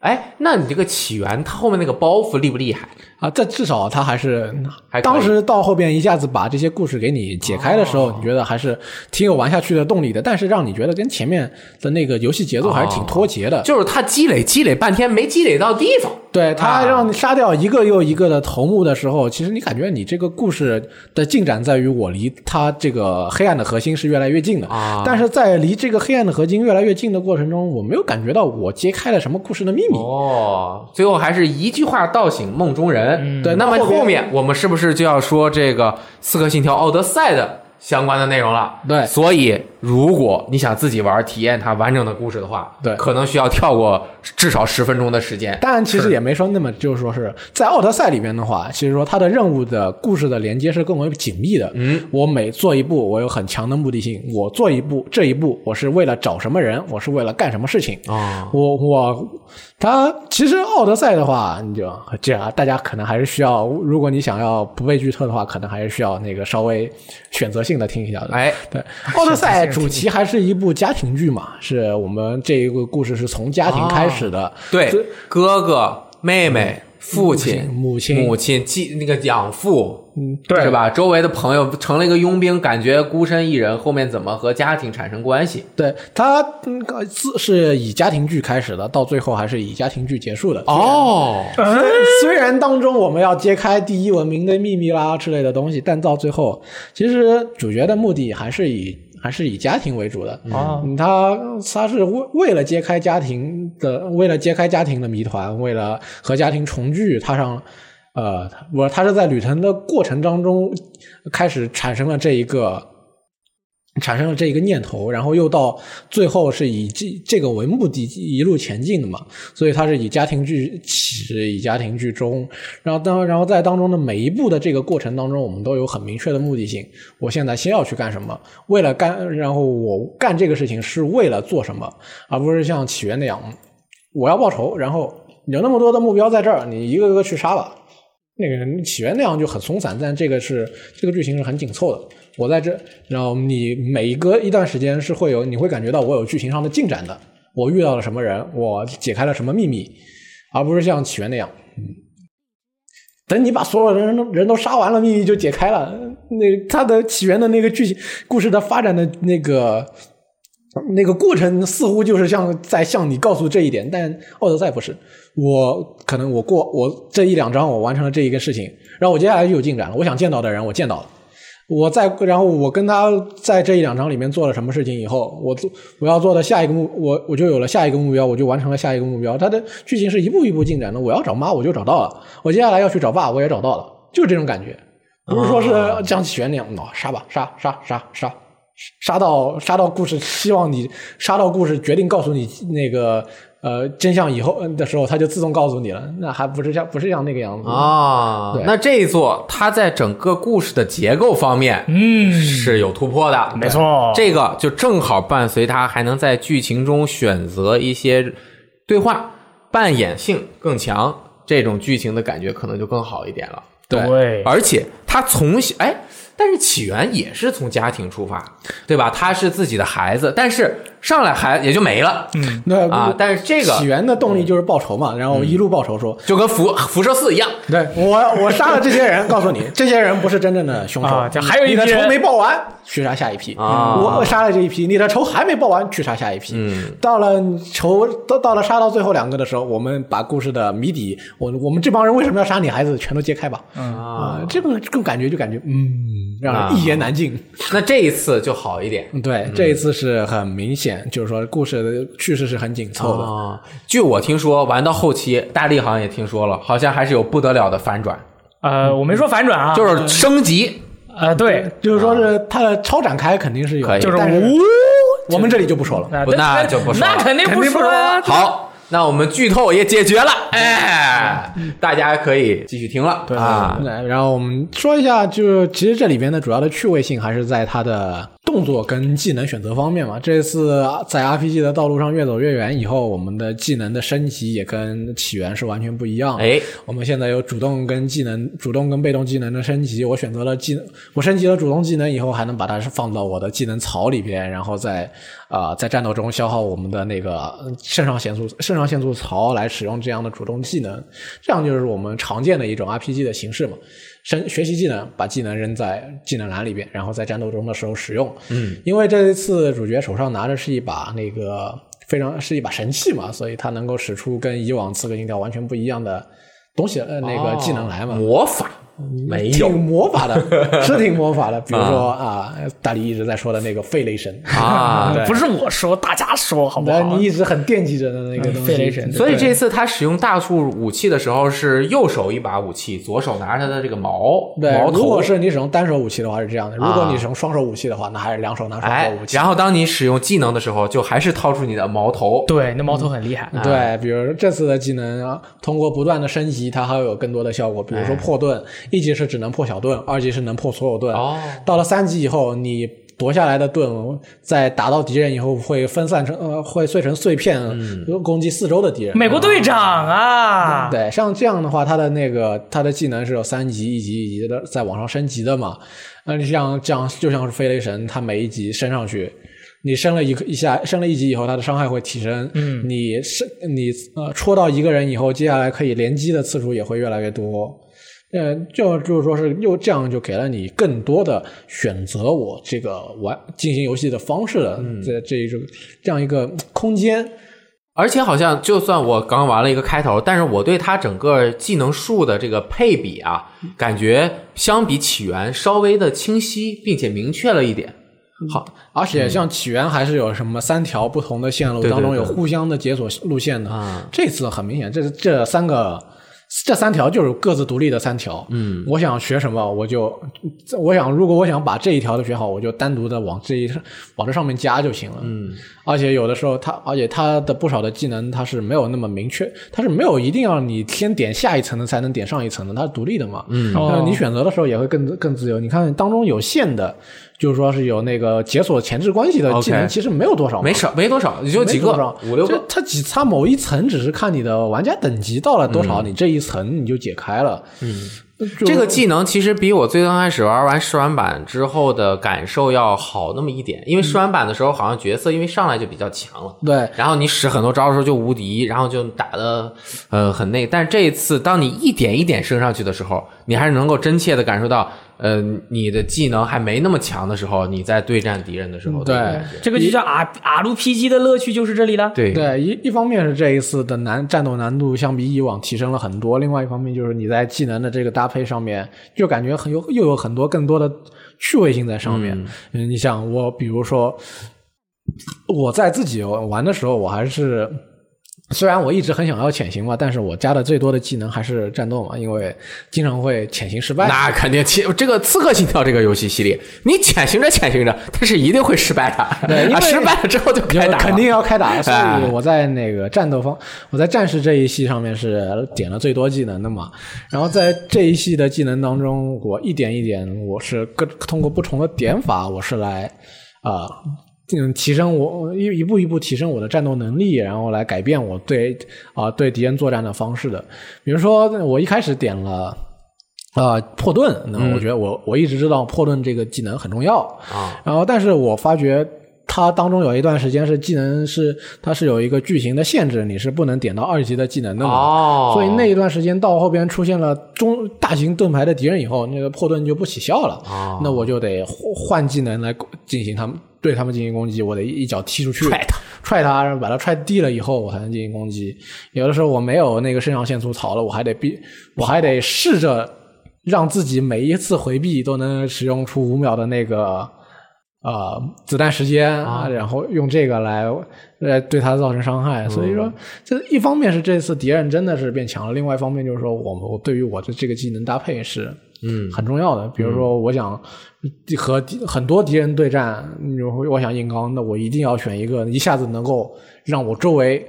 B: 哎，那你这个起源，它后面那个包袱厉不厉害？
C: 啊，这至少它还是
B: 嗯还可以
C: 当时到后边一下子把这些故事给你解开的时
B: 哦
C: 候，你觉得还是挺有玩下去的动力的，但是让你觉得跟前面的那个游戏节奏还是挺脱节的。
B: 就是它积累积累半天没积累到地方，
C: 对他
B: 啊
C: 让你杀掉一个又一个的头目的时候，其实你感觉你这个故事的进展在于我离他这个黑暗的核心是越来越近的，
B: 啊
C: 但是在离这个黑暗的核心越来越近的过程中，我没有感觉到我揭开了什么故事的秘密。
B: 哦，最后还是一句话道醒梦中人。
C: 对
B: 那么
C: 后边
B: 后面我们是不是就要说这个《刺客信条：奥德赛》的相关的内容了？
C: 对
B: 所以如果你想自己玩体验它完整的故事的话，
C: 对
B: 可能需要跳过至少十分钟的时间。
C: 当然，其实也没说那么，就是说是在奥德赛里边的话，其实说它的任务的故事的连接是更为紧密的。嗯，我每做一步，我有很强的目的性；我做一步，这一步我是为了找什么人，我是为了干什么事情。
B: 哦，
C: 我我，它其实奥德赛的话，你就这样，大家可能还是需要，如果你想要不被剧透的话，可能还是需要那个稍微选择性的听一下的。
B: 哎，
C: 对，《奥德赛》主题还是一部家庭剧嘛，是我们这一个故事是从家庭开始的。
B: 对
C: 这，
B: 哥哥、妹妹、父亲、
C: 母亲
B: 母亲、继那个养父，嗯，
A: 对
B: 是吧？周围的朋友成了一个佣兵，感觉孤身一人，后面怎么和家庭产生关系？
C: 对它嗯自是以家庭剧开始的，到最后还是以家庭剧结束的。
B: 哦，
A: 嗯
C: 虽然当中我们要揭开第一文明的秘密啦之类的东西，但到最后，其实主角的目的还是以还是以家庭为主的。
A: 哦
C: 嗯，他他是为为了揭开家庭的，为了揭开家庭的谜团，为了和家庭重聚，踏上。呃，我他是在旅程的过程当中开始产生了这一个产生了这一个念头，然后又到最后是以这这个为目的一路前进的嘛，所以它是以家庭剧始，以家庭剧终，然后当然后在当中的每一步的这个过程当中，我们都有很明确的目的性。我现在先要去干什么？为了干，然后我干这个事情是为了做什么，而不是像起源那样，我要报仇，然后有那么多的目标在这儿，你一个个去杀吧。那个起源那样就很松散，但这个是这个剧情是很紧凑的。我在这，然后你每一隔一段时间是会有，你会感觉到我有剧情上的进展的，我遇到了什么人，我解开了什么秘密，而不是像起源那样，嗯，等你把所有人都人都杀完了，秘密就解开了。那它的起源的那个剧情故事的发展的那个那个过程似乎就是像在向你告诉这一点，但奥德赛不是。我可能我过我这一两章我完成了这一个事情，然后我接下来就有进展了。我想见到的人我见到了，我在然后我跟他在这一两章里面做了什么事情以后，我做我要做的下一个目我我就有了下一个目标，我就完成了下一个目标。它的剧情是一步一步进展的。我要找妈我就找到了，我接下来要去找爸我也找到了，就是这种感觉，不是说是
B: 啊
C: 像起源那样，哦，杀吧杀杀杀杀杀到杀到故事，希望你杀到故事决定告诉你那个呃真相以后的时候，它就自动告诉你了，那还不是像不是像那个样子
B: 啊
C: 对，
B: 那这一座它在整个故事的结构方面，嗯，是有突破的，
A: 没错
B: 这个就正好伴随它还能在剧情中选择一些对话，扮演性更强，这种剧情的感觉可能就更好一点了。
A: 对
B: 而且他从小哎，但是起源也是从家庭出发，对吧？他是自己的孩子，但是上来孩也就没了，嗯
C: 那
B: 啊，但是这
C: 起
B: 个嗯
C: 源的动力就是报仇嘛，然后一路报仇说，
B: 就跟辐辐射四一样，
C: 对我我杀了这些人，告诉你，这些人不是真正的凶手，
A: 啊就还有一批
C: 你的
A: 人
C: 仇没报完，去杀下一批，
B: 啊
C: 我杀了这一批，你的仇还没报完，去杀下一批，
A: 嗯
C: 到了仇到到了杀到最后两个的时候，我们把故事的谜底，我我们这帮人为什么要杀你孩子，全都揭开吧，
A: 嗯
C: 啊，这个这种感觉就感觉嗯，让
B: 啊
C: 人一言难尽。
B: 那这一次就好一
A: 嗯
B: 点。
C: 对，这一次是很明显，就是说故事的叙事是很紧凑的。
B: 啊，据我听说，玩到后期，大力好像也听说了，好像还是有不得了的反转，
A: 呃，我没说反转啊，
B: 就是升级。
A: 呃，对，
C: 就是说是它的超展开肯定是有
B: 可
C: 的，
B: 以
A: 就是
C: 但
A: 呜，
C: 我们这里就不说了。
A: 啊
B: 不那就不说了
A: 那肯定不说了。
B: 好，那我们剧透也解决了，哎，大家可以继续听了啊。
C: 嗯对，然后我们说一下，就是其实这里边的主要的趣味性还是在它的动作跟技能选择方面嘛。这次在 RPG 的道路上越走越远以后，我们的技能的升级也跟起源是完全不一样的。
B: 哎，
C: 我们现在有主动跟技能、主动跟被动技能的升级。我选择了技，我升级了主动技能以后，还能把它是放到我的技呃能槽里边，然后在啊、呃在战斗中消耗我们的那个肾上腺素、肾正常线速槽来使用这样的主动技能，这样就是我们常见的一种 RPG 的形式嘛。升学习技能，把技能扔在技能栏里边，然后在战斗中的时候使用。嗯，因为这一次主角手上拿着是一把那个非常是一把神器嘛，所以它能够使出跟以往刺客信条完全不一样的东西，呃，那个技能来嘛。
B: 魔法没有
C: 挺魔法的，是挺魔法的。比如说啊，大力一直在说的那个费雷神，
B: 啊。
C: 对
A: 不是我说，大家说好不
C: 那
A: 好
C: 你？一直很惦记着的那个东西。
A: 哦费雷神
B: 所以这次他使用大树武器的时候，是右手一把武器，左手拿着他的这个矛
C: 对
B: 矛，
C: 如
B: 头
C: 果。是你使用单手武器的话是这样的，如果你使用双手武器的话，那还是两手拿双
B: 哎
C: 哦手武，器。
B: 然后当你使用技能的时候，就还是掏出你的矛头。
A: 对，那矛头很厉害。
C: 对，比如这次的技能啊，通过不断的升级，它还会有更多的效果。比如说破盾，一级是只能破小盾，二级是能破所有盾。
B: 哦
C: 到了三级以后，你夺下来的盾在打到敌人以后会分散成呃会碎成碎片，攻击四周的敌人。
A: 美国队长啊，
C: 对，像这样的话，它的那个它的技能是有三级、一级、一级的在往上升级的嘛。那你像这样，就像是飞雷神，它每一级升上去，你升了一个一下，升了一级以后，它的伤害会提升。嗯，你升你呃戳到一个人以后，接下来可以连击的次数也会越来越多。呃，就就是说是又这样就给了你更多的选择，我这个玩进行游戏的方式的这这一种这样一个空间。
B: 而且好像就算我刚玩了一个开头，但是我对他整个技能树的这个配比啊，感觉相比起源稍微的清晰，并且明确了一点。
C: 嗯
B: 好，
C: 而且像起源还是有什么三条不同的线路
B: 对对
C: 当中
B: 对
C: 有互相的解锁路线的。
B: 啊
C: 这次很明显，这这三个这三条就是各自独立的三条。嗯，我想学什么，我就我想如果我想把这一条的学好，我就单独的往这一往这上面加就行了。嗯，而且有的时候它，而且它的不少的技能它是没有那么明确，它是没有一定要你先点下一层的才能点上一层的，它是独立的嘛。嗯。
A: 哦
C: 那你选择的时候也会更更自由。你看当中有限的，就是说是有那个解锁前置关系的
B: OK
C: 技能，其实没有多少嘛，
B: 没少没多少，也就几
C: 没多少
B: 个，五六
C: 就
B: 个。
C: 它几它某一层只是看你的玩家等级到了多少，你这一层你就解开了。嗯，
B: 嗯这个技能其实比我最刚开始玩完试玩版之后的感受要好那么一点，因为
C: 嗯
B: 试玩版的时候好像角色因为上来就比较强了。
C: 对。
B: 然后你使很多招的时候就无敌，然后就打的呃很那。但是这一次，当你一点一点升上去的时候，你还是能够真切的感受到，呃，你的技能还没那么强的时候，你在对战敌人的时候的
C: 嗯对
B: 感觉，
A: 这个就叫 R R P G 的乐趣就是这里了。
B: 对
C: 对，一一方面是这一次的难战斗难度相比以往提升了很多，另外一方面就是你在技能的这个搭配上面，就感觉很有又有很多更多的趣味性在上面。嗯，你想我比如说我在自己玩的时候，我还是。虽然我一直很想要潜行嘛，但是我加的最多的技能还是战斗嘛，因为经常会潜行失败。
B: 那肯定，其这个《刺客信条》这个游戏系列，你潜行着潜行着，它是一定会失败的。
C: 对因 为
B: 啊，失败了之后就
C: 就
B: 开打了，
C: 肯定要开打，所
B: 哎
C: 以我在那个战斗方，我在战士这一系上面是点了最多技能的嘛。然后在这一系的技能当中，我一点一点，我是各通过不同的点法，我是来啊。嗯，提升我一一步一步提升我的战斗能力，然后来改变我对啊、对敌人作战的方式的。比如说，我一开始点了呃破盾，那我觉得我、我一直知道破盾这个技能很重要
B: 啊。
C: 然后，但是我发觉它当中有一段时间是技能是它是有一个剧情的限制，你是不能点到二级的技能的嘛。
B: 哦，
C: 所以那一段时间到后边出现了中大型盾牌的敌人以后，那个破盾就不起效了。
B: 哦
C: 那我就得换换技能来进行他们对他们进行攻击，我得一脚踢出去，
B: 踹他，
C: 踹他，然后把他踹地了以后，我才能进行攻击。有的时候我没有那个肾上腺素槽了，我还得必，我还得试着让自己每一次回避都能使用出五秒的那个。呃，子弹时间，啊、然后用这个来来对他造成伤害，所以说这一方面是这次敌人真的是变强了，另外一方面就是说我们我对于我的这个技能搭配是嗯很重要的。比如说我想和敌很多敌人对战，你说我想硬刚，那我一定要选一个一下子能够让我周围。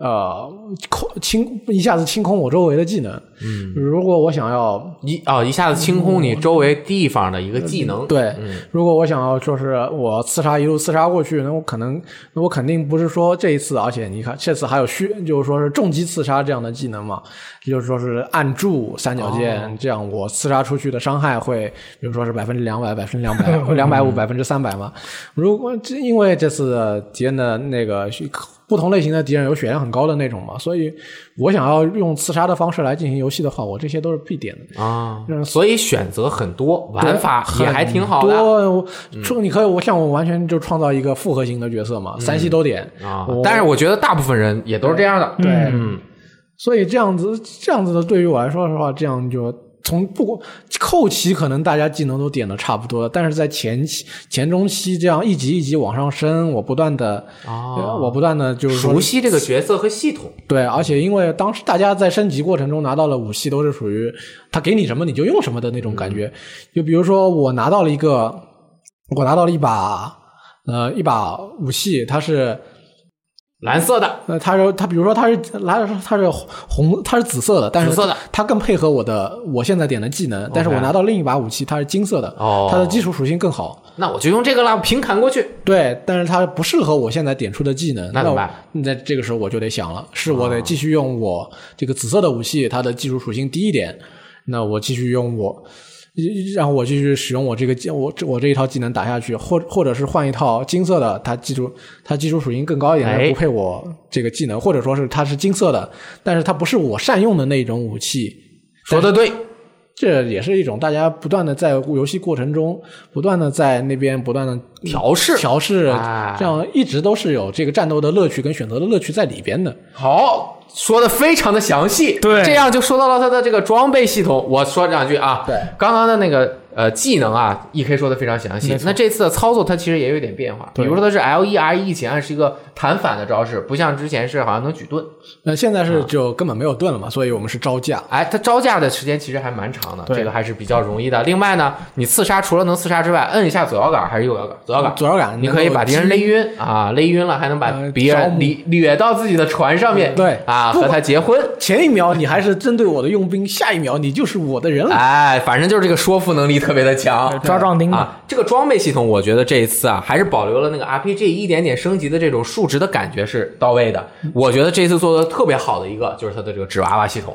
C: 呃，空清一下子清空我周围的技能。嗯，如果我想要
B: 一哦一下子清空
C: 嗯
B: 你周围地方的一个技能，
C: 对，如果我想要就是我刺杀一路刺杀过去，那我可能那我肯定不是说这一次，而且你看这次还有虚，就是说是重击刺杀这样的技能嘛，就是说是按住三角键，这样我刺杀出去的伤害会，比如说是百分之两百、百 分之两百、两百五、百分之三百嘛。如果这因为这次敌人的那个虚不同类型的敌人有血量很高的那种嘛，所以我想要用刺杀的方式来进行游戏的话，我这些都是必点的。
B: 啊，
C: 嗯
B: 所以选择很多，玩法也还挺好的
C: 多，我创你可以，我像我完全就创造一个复合型的角色
B: 嗯
C: 嘛，三系都点，
B: 啊
C: 我。
B: 但是我觉得大部分人也都是这样的，
C: 对，
B: 嗯，
C: 所以这样子这样子的对于我来说的话，这样就从不过后期可能大家技能都点的差不多了，但是在前期前中期这样一级一级往上升，我不断的、呃
B: 哦，
C: 我不断的就是说
B: 熟悉这个角色和系统，
C: 对，而且因为当时大家在升级过程中拿到了武器，都是属于他给你什么你就用什么的那种感觉。
B: 嗯
C: 就比如说我拿到了一个，我拿到了一把呃一把武器，它是
B: 蓝色的，
C: 呃它是它比如说它是拿它是红它是紫色的，但是
B: 紫色的
C: 它更配合我的我现在点的技能，但是我拿到另一把武器它是金色的，
B: 哦
C: 它的基础属性更好。
B: 那我就用这个啦，平砍过去。
C: 对，但是它不适合我现在点出的技能，
B: 那
C: 那
B: 怎么
C: 我
B: 办
C: 那在这个时候我就得想了，是我得继续用我这个紫色的武器，它的技术属性低一点，那我继续用我，然后我继续使用我这个技，我这我这一套技能打下去，或或者是换一套金色的，它技术它技术属性更高一点，
B: 哎
C: 它不配我这个技能，或者说是它是金色的，但是它不是我善用的那种武器，
B: 说的对，
C: 这也是一种大家不断的在游戏过程中，不断的在那边不断的
B: 调试
C: 调试
B: 哎，
C: 这样一直都是有这个战斗的乐趣跟选择的乐趣在里边的。
B: 好，说的非常的详细。
A: 对
B: 这样就说到了它的这个装备系统。我说两句啊，
C: 对
B: 刚刚的那个呃技能啊，E K 说的非常详细
A: 没。错
B: 那这次的操作它其实也有一点变化，比
C: 对
B: 如说它是 L E R E 前按是一个弹反的招式，不像之前是好像能举盾。
C: 那现在
A: 啊
C: 是就根本没有盾了嘛，所以我们是招架。
B: 哎，它招架的时间其实还蛮长的，
A: 对
B: 这个还是比较容易的。另外呢，你刺杀除了能刺杀之外，摁一下左摇杆还是右摇杆？左摇杆。
C: 左摇杆，
B: 你可以把敌人勒晕啊，勒晕了还能把
C: 呃
B: 别
C: 招
B: 人
C: 募
B: 掠掠到自己的船上面，
C: 对
B: 啊，
C: 不
B: 和他结婚，
C: 前一秒你还是针对我的佣兵，下一秒你就是我的人 了。
B: 哎，反正就是这个说服能力特别的强。
A: 抓壮丁嘛，
B: 啊，这个装备系统，我觉得这一次啊，还是保留了那个 RPG 一点点升级的这种数值的感觉是到位的。
C: 嗯
B: 我觉得这次做的特别好的一个就是它的这个纸娃娃系统，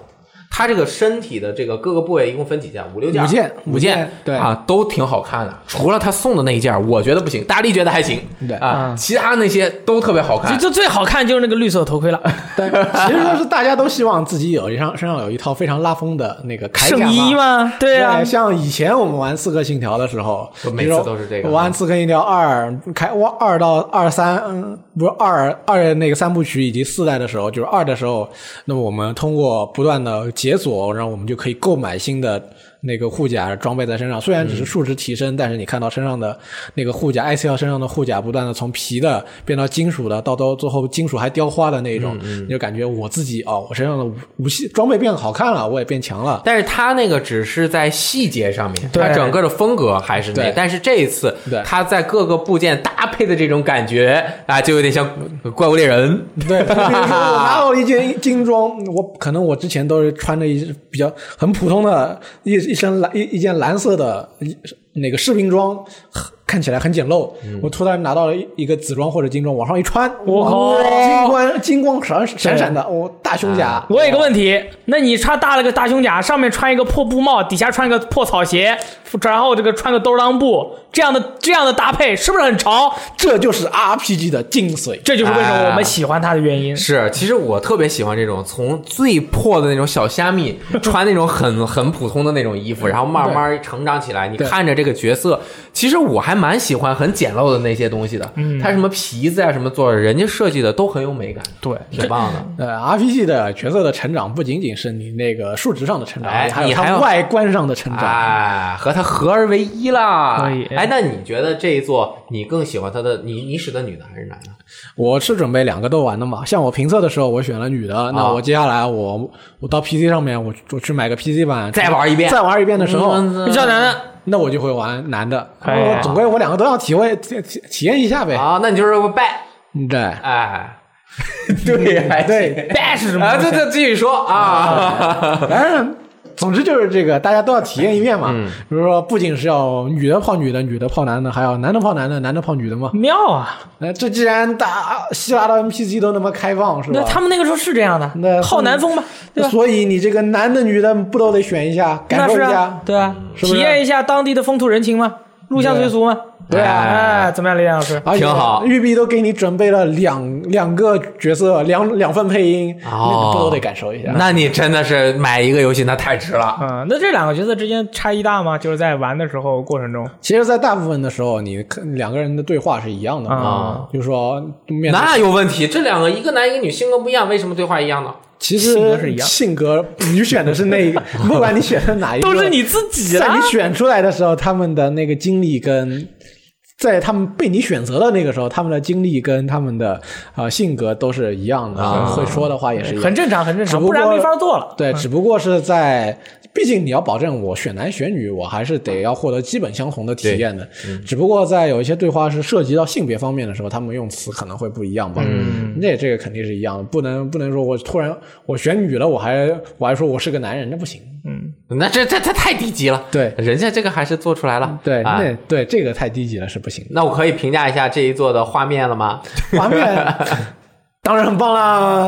B: 它这个身体的这个各个部位一共分几件？五六件？
C: 五件
B: 五
C: 五
B: 件
C: 件，对
B: 啊，都挺好看的。除了他送的那一件，我觉得不行，大力觉得还行，
C: 对
B: 啊，
A: 嗯
B: 其他那些都特别好看
A: 就。就最好看就是那个绿色头盔了，
C: 但其实说是大家都希望自己有一上身上有一套非常拉风的那个铠甲
A: 圣衣嘛，对啊，
C: 像以前我们玩《刺客信条》的时候
B: 就，每次都是这个
C: 比如玩《刺客信条二》开我二到二三，嗯，不是二二那个三部曲以及四代的时候，就是二的时候，那么我们通过不断的解锁，然后我们就可以购买新的那个护甲装备在身上。虽然只
A: 嗯
C: 是数值提升，但是你看到身上的那个护甲，艾斯奥身上的护甲不断的从皮的变到金属的，到到最后金属还雕花的那一种，
A: 嗯
C: 你就感觉我自己哦，我身上的武武器装备变好看了，我也变强了。
B: 但是它那个只是在细节上面，
A: 对
B: 它整个的风格还是那
C: 对，
B: 但是这一次
C: 对
B: 它在各个部件搭配的这种感觉啊，就有点像怪物猎人。
C: 对，比如说我拿到了一件精装，我可能我之前都是穿着一比较很普通的一一身蓝一一件蓝色的一那个士兵装，看起来很简陋。我突然拿到了一一个紫装或者金装，往上一穿，
A: 我靠
C: 哇金光金光闪闪闪的，我大胸甲。
A: 我有个问题，那你穿大了个大胸甲，上面穿一个破布帽，底下穿个破草鞋，然后这个穿个兜裆布，这样的这样的搭配是不是很潮？
C: 这就是 RPG 的精髓，
A: 这就是为什么我们喜欢它的原因。
B: 是，其实我特别喜欢这种从最破的那种小虾米穿那种很很普通的那种衣服，然后慢慢成长起来。你
C: 对
B: 看着这个角色，其实我还蛮喜欢很简陋的那些东西的。嗯，它什么皮子啊什么做的，人家设计的都很有美感，
A: 对
B: 挺棒的。
C: 呃，RPG 的角色的成长不仅仅是你那个数值上的成长，
B: 哎
C: 还
B: 你
C: 有
B: 还要
C: 它外观上的成长。
B: 哎，和它合而为一啦。
A: 可以
B: 哎，那你觉得这一座你更喜欢它的？你你使的女的还是男的？
C: 我是准备两个都玩的嘛，像我评测的时候我选了女
B: 啊
C: 的，那我接下来我我到 PC 上面我我去买个 PC 版
B: 再玩一遍
C: 再玩一遍的时候，
B: 嗯哎
A: 比较难的，
C: 那我就会玩男的，
A: 可以啊
C: 我总归我两个都要体会体体体验一下呗，
B: 啊，那你就是个拜。
C: 嗯对
B: 哎，对，还
C: 对，
A: 拜是什么
B: 啊，
A: 东西？
B: 这这继续说啊。
C: 反正总之就是这个大家都要体验一遍嘛，
B: 嗯
C: 比如说不仅是要女的泡女的，女的泡男的，还要男的泡男的，男的泡女的嘛，
A: 妙啊！
C: 那这既然大希腊的 NPC 都那么开放是吧？
A: 那他们那个时候是这样的，
C: 那
A: 好男风嘛，对吧？
C: 所以你这个男的女的不都得选一下，感
A: 那
C: 受一
A: 是
C: 下？
A: 啊，对啊，
C: 是不
A: 体
C: 是
A: 验一下当地的风土人情嘛，入乡随俗嘛。对啊，哎，怎么样，李亮老师？
C: 而且
B: 挺好
C: 育碧都给你准备了两两个角色，两两份配音，
B: 哦
C: 那不都得感受一下？
B: 那你真的是买一个游戏，那太值了。
A: 嗯，那这两个角色之间差异大吗？就是在玩的时候过程中，
C: 其实，在大部分的时候，你看两个人的对话是一样的
A: 啊
C: 嘛，就是说面对
B: 那有问题，这两个一个男一个女性格不一样，为什么对话一样呢？
C: 其实
A: 性格是一样
C: 性格你选的是 那一个，不管你选的哪一个，
A: 都是你自己
C: 在
A: 啦
C: 你。选出来的时候，他们的那个经历跟在他们被你选择的那个时候，他们的经历跟他们的呃性格都是一样的，
B: 啊
C: 会说的话也是一样
A: 很。正常，很正
C: 只
A: 常，
C: 不
A: 不
C: 过
A: 然没法做了。
C: 对，只不过是在，毕竟你要保证我选男选女，我还是得要获得基本相同的体验的。只不过在有一些对话是涉及到性别方面的时候，他们用词可能会不一样吧。嗯，那这个肯定是一样的，不能不能说我突然我选女了，我还我还说我是个男人，那不行。
A: 嗯
B: 那这这这太低级了。
C: 对
B: 人家这个还是做出来了。
C: 对，
B: 啊、
C: 那对这个太低级了，是不行的。
B: 那我可以评价一下这一座的画面了吗？
C: 画面当然很棒啦，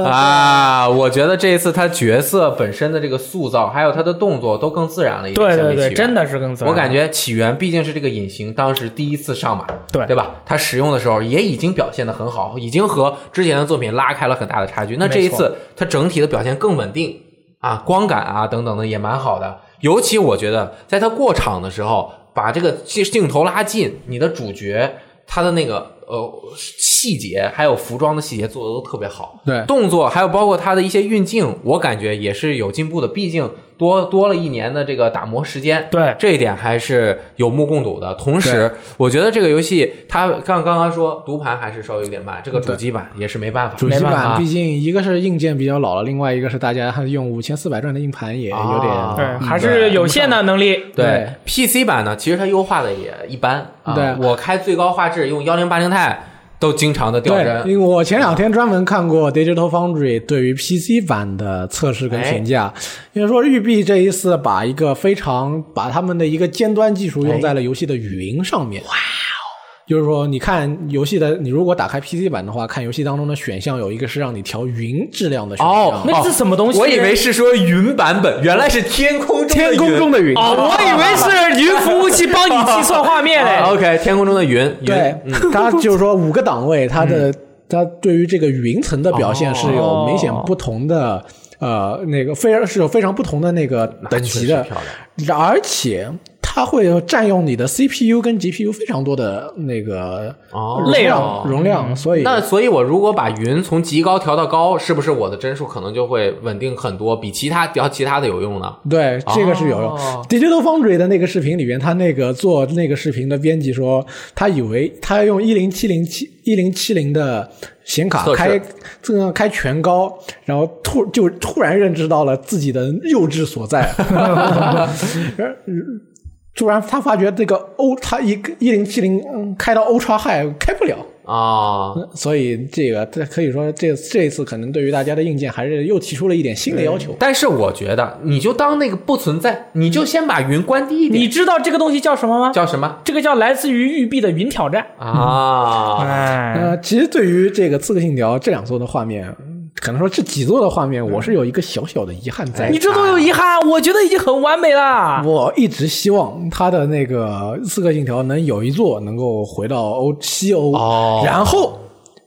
B: 啊，我觉得这一次他角色本身的这个塑造，还有他的动作都更自然了一点。
A: 对
B: 相
A: 对
B: 比起
A: 对，
B: 源
A: 真的是更自然。
B: 我感觉起源毕竟是这个隐形当时第一次上马，
A: 对
B: 对吧？他使用的时候也已经表现的很好，已经和之前的作品拉开了很大的差距。那这一次他整体的表现更稳定啊，光感啊等等的也蛮好的。尤其我觉得在他过场的时候，把这个镜镜头拉近，你的主角他的那个呃细节，还有服装的细节做的都特别好。
C: 对
B: 动作，还有包括他的一些运镜，我感觉也是有进步的。毕竟多多了一年的这个打磨时间，
A: 对
B: 这一点还是有目共睹的。同时，我觉得这个游戏它刚刚刚说读盘还是稍微有点慢，这个主机版也是没办法，
C: 主机
A: 没办
B: 法啊
C: 版毕竟一个是硬件比较老了，另外一个是大家用五千四百转的硬盘也有点，
B: 啊
A: 对，
B: 嗯
A: 还是有限的能力。
B: 对 PC 版呢，其实它优化的也一般啊。
C: 对
B: 我开最高画质用幺零八零 Ti 都经常的掉
C: 对，
B: 帧。
C: 因为我前两天专门看过 Digital Foundry 对于 PC 版的测试跟评价，因为说育碧这一次把一个非常把他们的一个尖端技术用在了游戏的云上面。哇哦！就是说，你看游戏的，你如果打开 PC 版的话，看游戏当中的选项有一个是让你调云质量的选项。
B: 哦，
A: 那是什么东西
B: 我以为是说云版本，原来是天空中的云
C: 天空中的云，
A: 哦，我以为是云服务器帮你计算画面嘞。
B: 啊 OK，天空中的云，云
C: 对，嗯它就是说五个档位，它的它对于这个云层的表现是有明显不同的，呃，那个非常是有非常不同的那个等级的
B: 确实漂，
C: 而且它会占用你的 CPU 跟 GPU 非常多的那个
B: 哦
C: 容
A: 内
C: 量
B: 容
C: 容量，所以
B: 那所以，我如果把云从极高调到高，是不是我的帧数可能就会稳定很多，比其他调其他的有用呢？
C: 对，这个是有用。
B: 哦
C: Digital Foundry 的那个视频里边，他那个做那个视频的编辑说，他以为他用一零七零七一零七零的显卡
B: 测试
C: 开这个开全高，然后突就突然认知到了自己的幼稚所在， 然后突然他发觉这个 O 他一一零七零开到 Ultra High 开不了。
B: 啊、
A: 嗯
C: 所以这个，这可以说这这一次可能对于大家的硬件还是又提出了一点新的要求。
B: 但是我觉得，你就当那个不存在，你就先把云关低一点，
A: 你知道这个东西叫什么吗？
B: 叫什么
A: 这个叫来自于育碧的云挑战。
B: 啊？
A: 哎，
C: 呃，其实对于这个《刺客信条》这两座的画面，嗯可能说这几座的画面，我是有一个小小的遗憾在。
A: 你这都有遗憾，我觉得已经很完美了。
C: 我一直希望它的那个《刺客信条》能有一座能够回到欧西欧，
B: 哦
C: 然后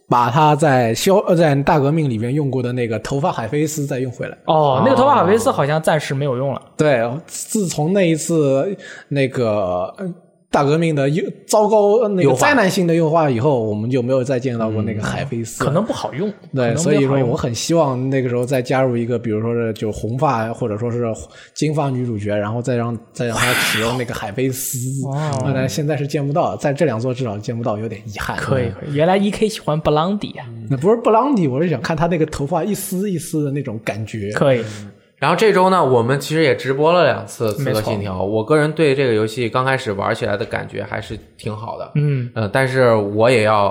C: 把它在消呃在大革命里面用过的那个头发海飞丝再用回来。
A: 哦，那个头
C: 啊
A: 发海维斯好像暂时没有用了。
C: 对，自从那一次那个呃大革命的优糟糕呃那
B: 优
C: 个
B: 化
C: 灾难性的优化以后，我们就没有再见到过那个海飞丝了，
A: 可能不好用，可
C: 对，
A: 能
C: 所以
A: 不好
C: 说
A: 用
C: 我很希望那个时候再加入一个，比如说是就红发或者说是金发女主角，然后再让再让她使用那个海 飞丝
A: 哦，
C: 当然现在是见不到，在这两座至少见不到，有点遗憾。
A: 可以，可以。原来 E K 喜欢布朗迪啊，
C: 那不是布朗迪，我是想看她那个头发一丝一丝的那种感觉。
A: 可以。
B: 然后这周呢，我们其实也直播了两次《刺
A: 没
B: 客
A: 错
B: 信条》，我个人对这个游戏刚开始玩起来的感觉还是挺好的，
A: 嗯，
B: 呃，但是我也要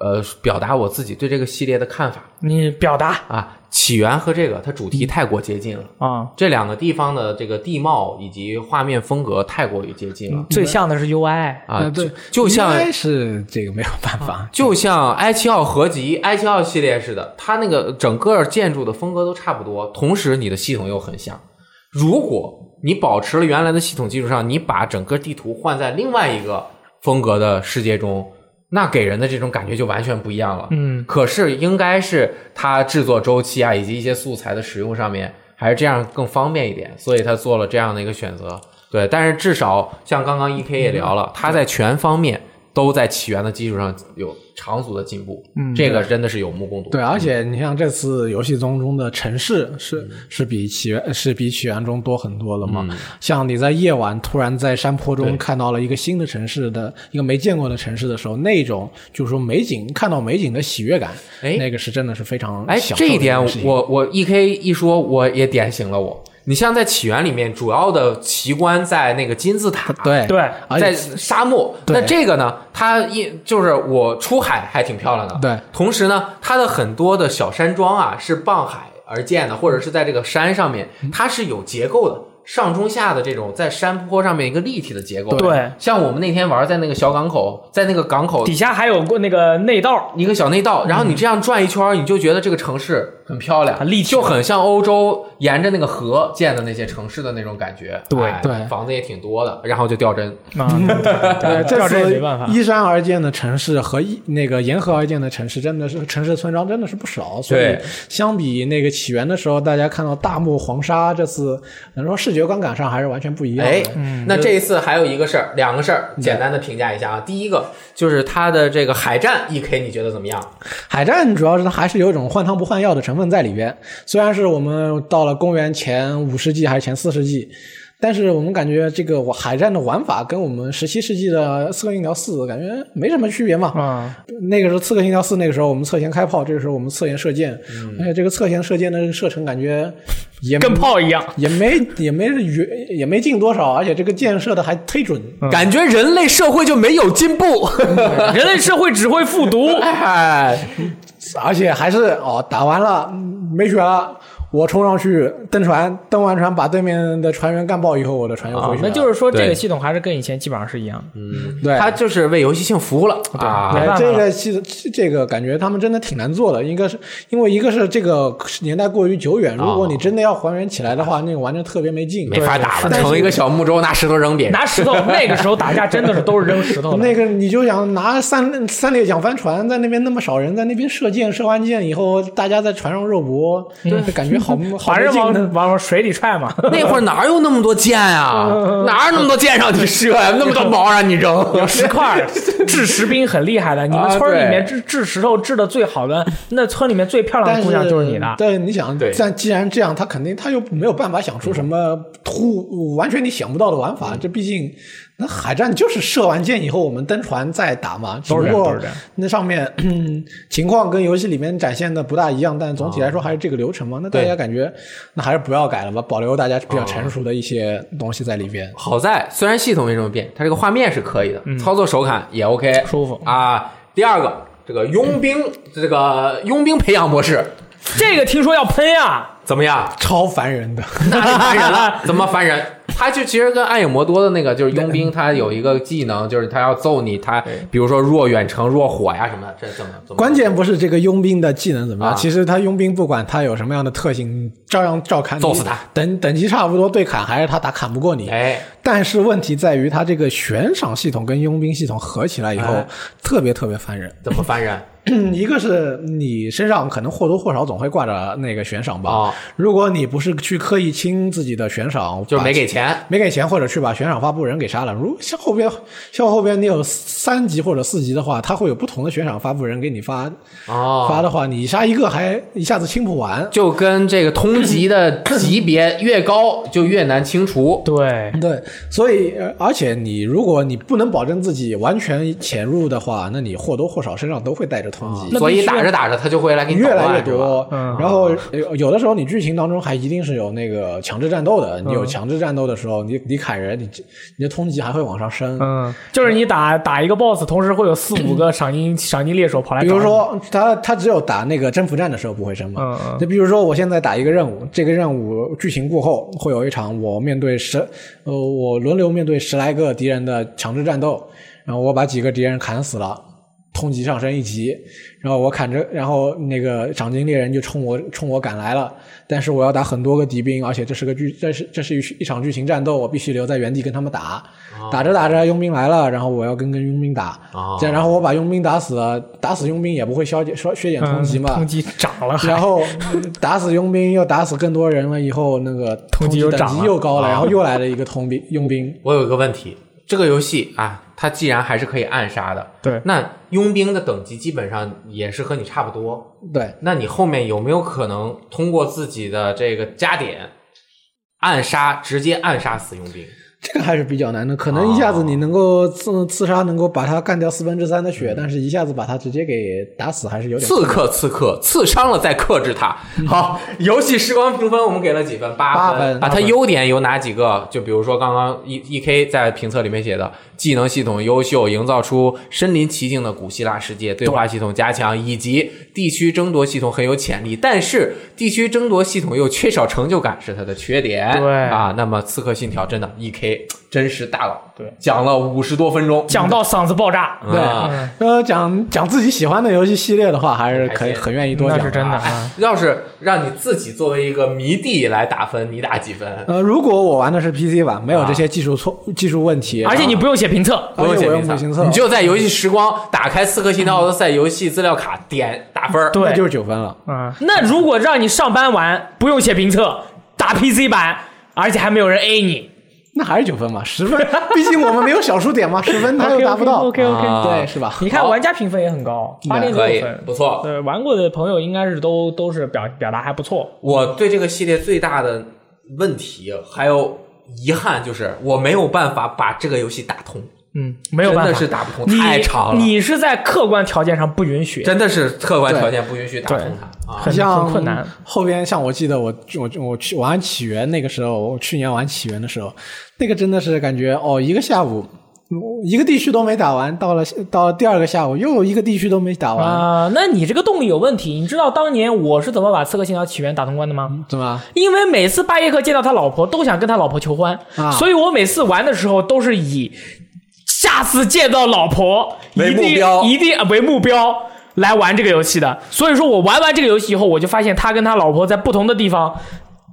B: 呃表达我自己对这个系列的看法
A: 你表达
B: 啊。起源和这个它主
A: 嗯
B: 题太过接近了。
A: 啊，
B: 这两个地方的这个地貌以及画面风格太过于接近
C: 嗯
B: 了、
A: 最像的是 U I。
B: 啊，
C: 呃对
B: 就，就像
C: 应该是这个没有办
A: 啊
C: 法。
B: 就像 i 七奥合集、i 七奥系列似的，它那个整个建筑的风格都差不多，同时你的系统又很像。如果你保持了原来的系统基础上，你把整个地图换在另外一个风格的世界中，那给人的这种感觉就完全不一样了。
A: 嗯，
B: 可是应该是它制作周期啊，以及一些素材的使用上面，还是这样更方便一点，所以他做了这样的一个选择。对，但是至少像刚刚 E K
C: 嗯
B: 也聊了，他在全方面都在起源的基础上有长足的进步，
A: 嗯
B: 这个真的是有目共睹。
C: 对，啊而且你像这次游戏中中的城市
B: 嗯
C: 是是比起源是比起源中多很多了嘛？像你在夜晚突然在山坡
B: 对
C: 中看到了一个新的城市的一个没见过的城市的时候，那种就是说美景看到美景的喜悦感，
B: 哎
C: 那个是真的是非常
B: 哎，
C: 享受
B: 这
C: 的
B: 一点
C: 件事情
B: 我我 E K 一说，我也点醒了我。你像在起源里面，主要的奇观在那个金字塔，
C: 对
A: 对
C: 而
B: 在
C: 且
B: 沙漠。
C: 对
B: 那这个呢，它一就是我出海还挺漂亮的，
C: 对。
B: 同时呢，它的很多的小山庄啊是傍海而建的，或者是在这个山上面，
A: 嗯
B: 它是有结构的。上中下的这种在山坡上面一个立体的结构，
A: 对，
B: 像我们那天玩在那个小港口，在那个港口
A: 底下还有过那个内道，
B: 一个小内道，然后你这样转一圈儿，你就觉得这个城市很漂亮，
A: 嗯很立体
B: 就很像欧洲沿着那个河建的那些城市的那种感觉。
A: 对
B: 哎
C: 对
B: 房子也挺多的，然后就掉帧。
A: 啊，对，
C: 呃这
A: 这
C: 次
A: 这没办法。
C: 依山而建的城市和一那个沿河而建的城市，真的是城市村庄真的是不少。所以
B: 对
C: 相比那个起源的时候，大家看到大漠黄沙，这次能说视觉观感上还是完全不一样的。
B: 哎，那这一次还有一个事儿，两个事儿，简单的评价一下啊。第一个就是它的这个海战 E K，你觉得怎么样？
C: 海战主要是它还是有一种换汤不换药的成分在里边。虽然是我们到了公元前五世纪还是前四世纪，但是我们感觉这个海战的玩法跟我们十七世纪的《刺客信条四》感觉没什么区别嘛。
A: 啊，
C: 那个时候《刺客信条四》，那个时候我们侧舷开炮，这个时候我们侧舷射箭，而且这个侧舷射箭的射程感觉也
A: 跟嗯炮一样，
C: 也没也没远也没近多少，而且这个箭射的还忒准。
B: 感觉人类社会就没有进步。
A: 人类社会只会复读。 啊
B: 哎，
C: 而且还是哦，打完了嗯没血了，我冲上去登船，登完船把对面的船员干爆以后，我的船又回去
A: 啊
C: 了。
A: 那就是说，这
B: 对
A: 个系统还是跟以前基本上是一样的。
C: 对，
B: 它就是为游戏性服务了啊
A: 对。
C: 嗯哎
A: 办，法
C: 这
A: 了
C: 个其实这个感觉他们真的挺难做的，应该是因为一个是这个年代过于久远，
A: 啊
C: 如果你真的要还原起来的话，那个玩着特别没劲，
B: 没法打了，
C: 但是
B: 成一个小木舟，拿石头扔别人。
A: 拿石头，那个时候打架真的是都是扔石头的。
C: 那个你就想拿三三列桨帆船在那边那么少人在那边射箭，射完箭以后大家在船上肉搏，对，感觉好好
A: 反
C: 没
A: 正
C: 劲
A: 往
C: 呢。
A: 往水里踹嘛，
B: 那会儿哪有那么多箭啊？哪有那么多箭让你射呀？那么多毛让你扔？
A: 有 石块儿， 啊制石兵很厉害的。你们村儿里面制制石头制的最好的，那村里面最漂亮
C: 但
A: 的
C: 是
A: 姑娘就是你的。
C: 对，你想
B: 对，
C: 但既然这样，他肯定他又没有办法想出什么突完全你想不到的玩
B: 嗯
C: 法。这毕竟，那海战就是射完箭以后我们登船再打嘛，只
A: 都
C: 不
A: 是这样
C: 过
A: 都是这样
C: 那上面嗯情况跟游戏里面展现的不大一样，但总体来说还是这个流程嘛。那大
B: 哦对
C: 家感觉那还是不要改了吧，保留大家比较
B: 啊
C: 成熟的一些东西在里边。
B: 好在虽然系统没什么变，它这个画面是可以的，操作手感也 OK，
A: 舒服
B: 啊。第二个，这个佣兵，这个佣兵培养模式
A: 这个听说要喷呀，
B: 怎么样？
C: 超烦人的。
B: 那太烦人了，怎么烦人？他就其实跟暗影魔多的那个就是佣兵，他有一个技能，就是他要揍你，他比如说弱远程、弱火呀什么的，这怎么怎么？
C: 关键不是这个佣兵的技能怎么样，
B: 啊
C: 其实他佣兵不管他有什么样的特性，照样照砍你，
B: 揍死他
C: 等等级差不多对砍，还是他打砍不过你。
B: 哎，
C: 但是问题在于，他这个悬赏系统跟佣兵系统合起来以后，
B: 哎
C: 特别特别烦人。
B: 怎么烦人？
C: 一个是你身上可能或多或少总会挂着那个悬赏吧，
B: 哦
C: 如果你不是去刻意清自己的悬赏，
B: 就是
C: 把
B: 没给钱。
C: 没给钱，或者去把悬赏发布人给杀了。如像后边，像后边你有三级或者四级的话，他会有不同的悬赏发布人给你发。
B: 哦
C: 发的话，你杀一个还一下子清不完。
B: 就跟这个通缉的级别越高，就越难清除。
A: 对，
C: 对，所以呃而且你如果你不能保证自己完全潜入的话，那你或多或少身上都会带着通缉。
A: 那
B: 啊所
A: 必
B: 以
A: 须
B: 打着打着，他就会来给你捣
C: 越
B: 乱
C: 来越
B: 是吧
C: 多，
A: 嗯
C: 然后呃有有的时候你剧情当中还一定是有那个强制战斗的，你
B: 嗯
C: 有强制战斗的时候，你你砍人，你你的通缉还会往上升，
A: 嗯，就是你打打一个 boss，同时会有四五个赏金赏金猎手跑来。
C: 比如，说，他他只有打那个征服战的时候不会升嘛
A: 嗯嗯。
C: 就比如说，我现在打一个任务，这个任务剧情过后会有一场我面对十，呃，我轮流面对十来个敌人的强制战斗，然后我把几个敌人砍死了。通缉上身一级，然后我砍着，然后那个赏金猎人就冲我冲我赶来了，但是我要打很多个敌兵，而且这是个剧，这是这是一一场剧情战斗，我必须留在原地跟他们打，打着打着佣兵来了，然后我要跟跟佣兵打，
B: 哦
C: 这样然后我把佣兵打死了，打死佣兵也不会消减削削减
A: 嗯
C: 通缉嘛，
A: 通缉涨了，
C: 然后打死佣兵又打死更多人了，以后那个
A: 通缉又
C: 等
A: 涨
C: 级
A: 了啊
C: 又高了，然后又来了一个通兵佣兵，
B: 我有一个问题，这个游戏啊，它既然还是可以暗杀的，
A: 对
B: 那佣兵的等级基本上也是和你差不多，
C: 对，
B: 那你后面有没有可能通过自己的这个加点暗杀，直接暗杀死佣兵？
C: 这个还是比较难的，可能一下子你能够刺刺杀，能够把他干掉四分之三的
A: 啊
C: 血，但是一下子把他直接给打死，还是有点
B: 刺客，刺客，刺伤了再克制他。好，游戏时光评分我们给了几分？八
C: 八分
B: 把它
C: 八分
B: 优点有哪几个？就比如说刚刚 E E K 在评测里面写的，技能系统优秀，营造出身临其境的古希腊世界，对话系统加强，以及地区争夺系统很有潜力，但是地区争夺系统又缺少成就感是它的缺点。
A: 对
B: 啊，那么《刺客信条》真的 E K 真实大佬，
A: 对
B: 讲了五十多分钟，啊
A: 讲到嗓子爆炸，
B: 对
A: 嗯
C: 呃，讲讲自己喜欢的游戏系列的话，还是可以
B: 还行
C: 很愿意多
A: 那
C: 讲。
A: 是真的啊。
B: 哎要是让你自己作为一个迷弟来打分，你打几分？
C: 呃，如果我玩的是 PC 版，没有这些技术错、技术问题，
A: 啊
C: 啊
A: 而且你不用写评测，
B: 不用写
C: 而且
B: 评
C: 我用
B: 测，
C: 五行测
B: 你就在游戏时光打开《刺客信条：奥德赛》游戏资料卡，点打分儿。
A: 对
C: 那就是九分了。
A: 嗯，那如果让你上班玩，不用写评测，打 PC 版，而且还没有人 A 你，
C: 那还是九分 嘛，十分，毕竟我们没有小数点嘛，十分他又达不到，
A: OK OK，
B: 啊
C: 对，是吧？
A: 你看
B: 好
A: 玩家评分也很高，八点九
B: 可以
A: 分，。
B: 不错。
A: 嗯对，玩过的朋友应该是都都是表表达还不错。
B: 我对这个系列最大的问题还有遗憾就是，我没有办法把这个游戏打通，
A: 嗯，没有办法，
B: 真的是打不通，
A: 你
B: 太长了，
A: 你是在客观条件上不允许，
B: 真的是客观条件不允许打通它啊。
A: 很
C: 像
A: 很困难。
C: 后边像我记得我我我去玩起源那个时候，我去年玩起源的时候，那个真的是感觉哦，一个下午。嗯一个地区都没打完，到了到了第二个下午又一个地区都没打完，
A: 啊、那你这个动力有问题。你知道当年我是怎么把《刺客信条：起源》打通关的吗？
C: 怎么？
A: 因为每次巴耶克见到他老婆都想跟他老婆求欢，
C: 啊
A: 所以我每次玩的时候都是以下次见到老婆
B: 为
A: 一定
B: 目标
A: 一定呃为目标来玩这个游戏的。所以说我玩完这个游戏以后，我就发现他跟他老婆在不同的地方。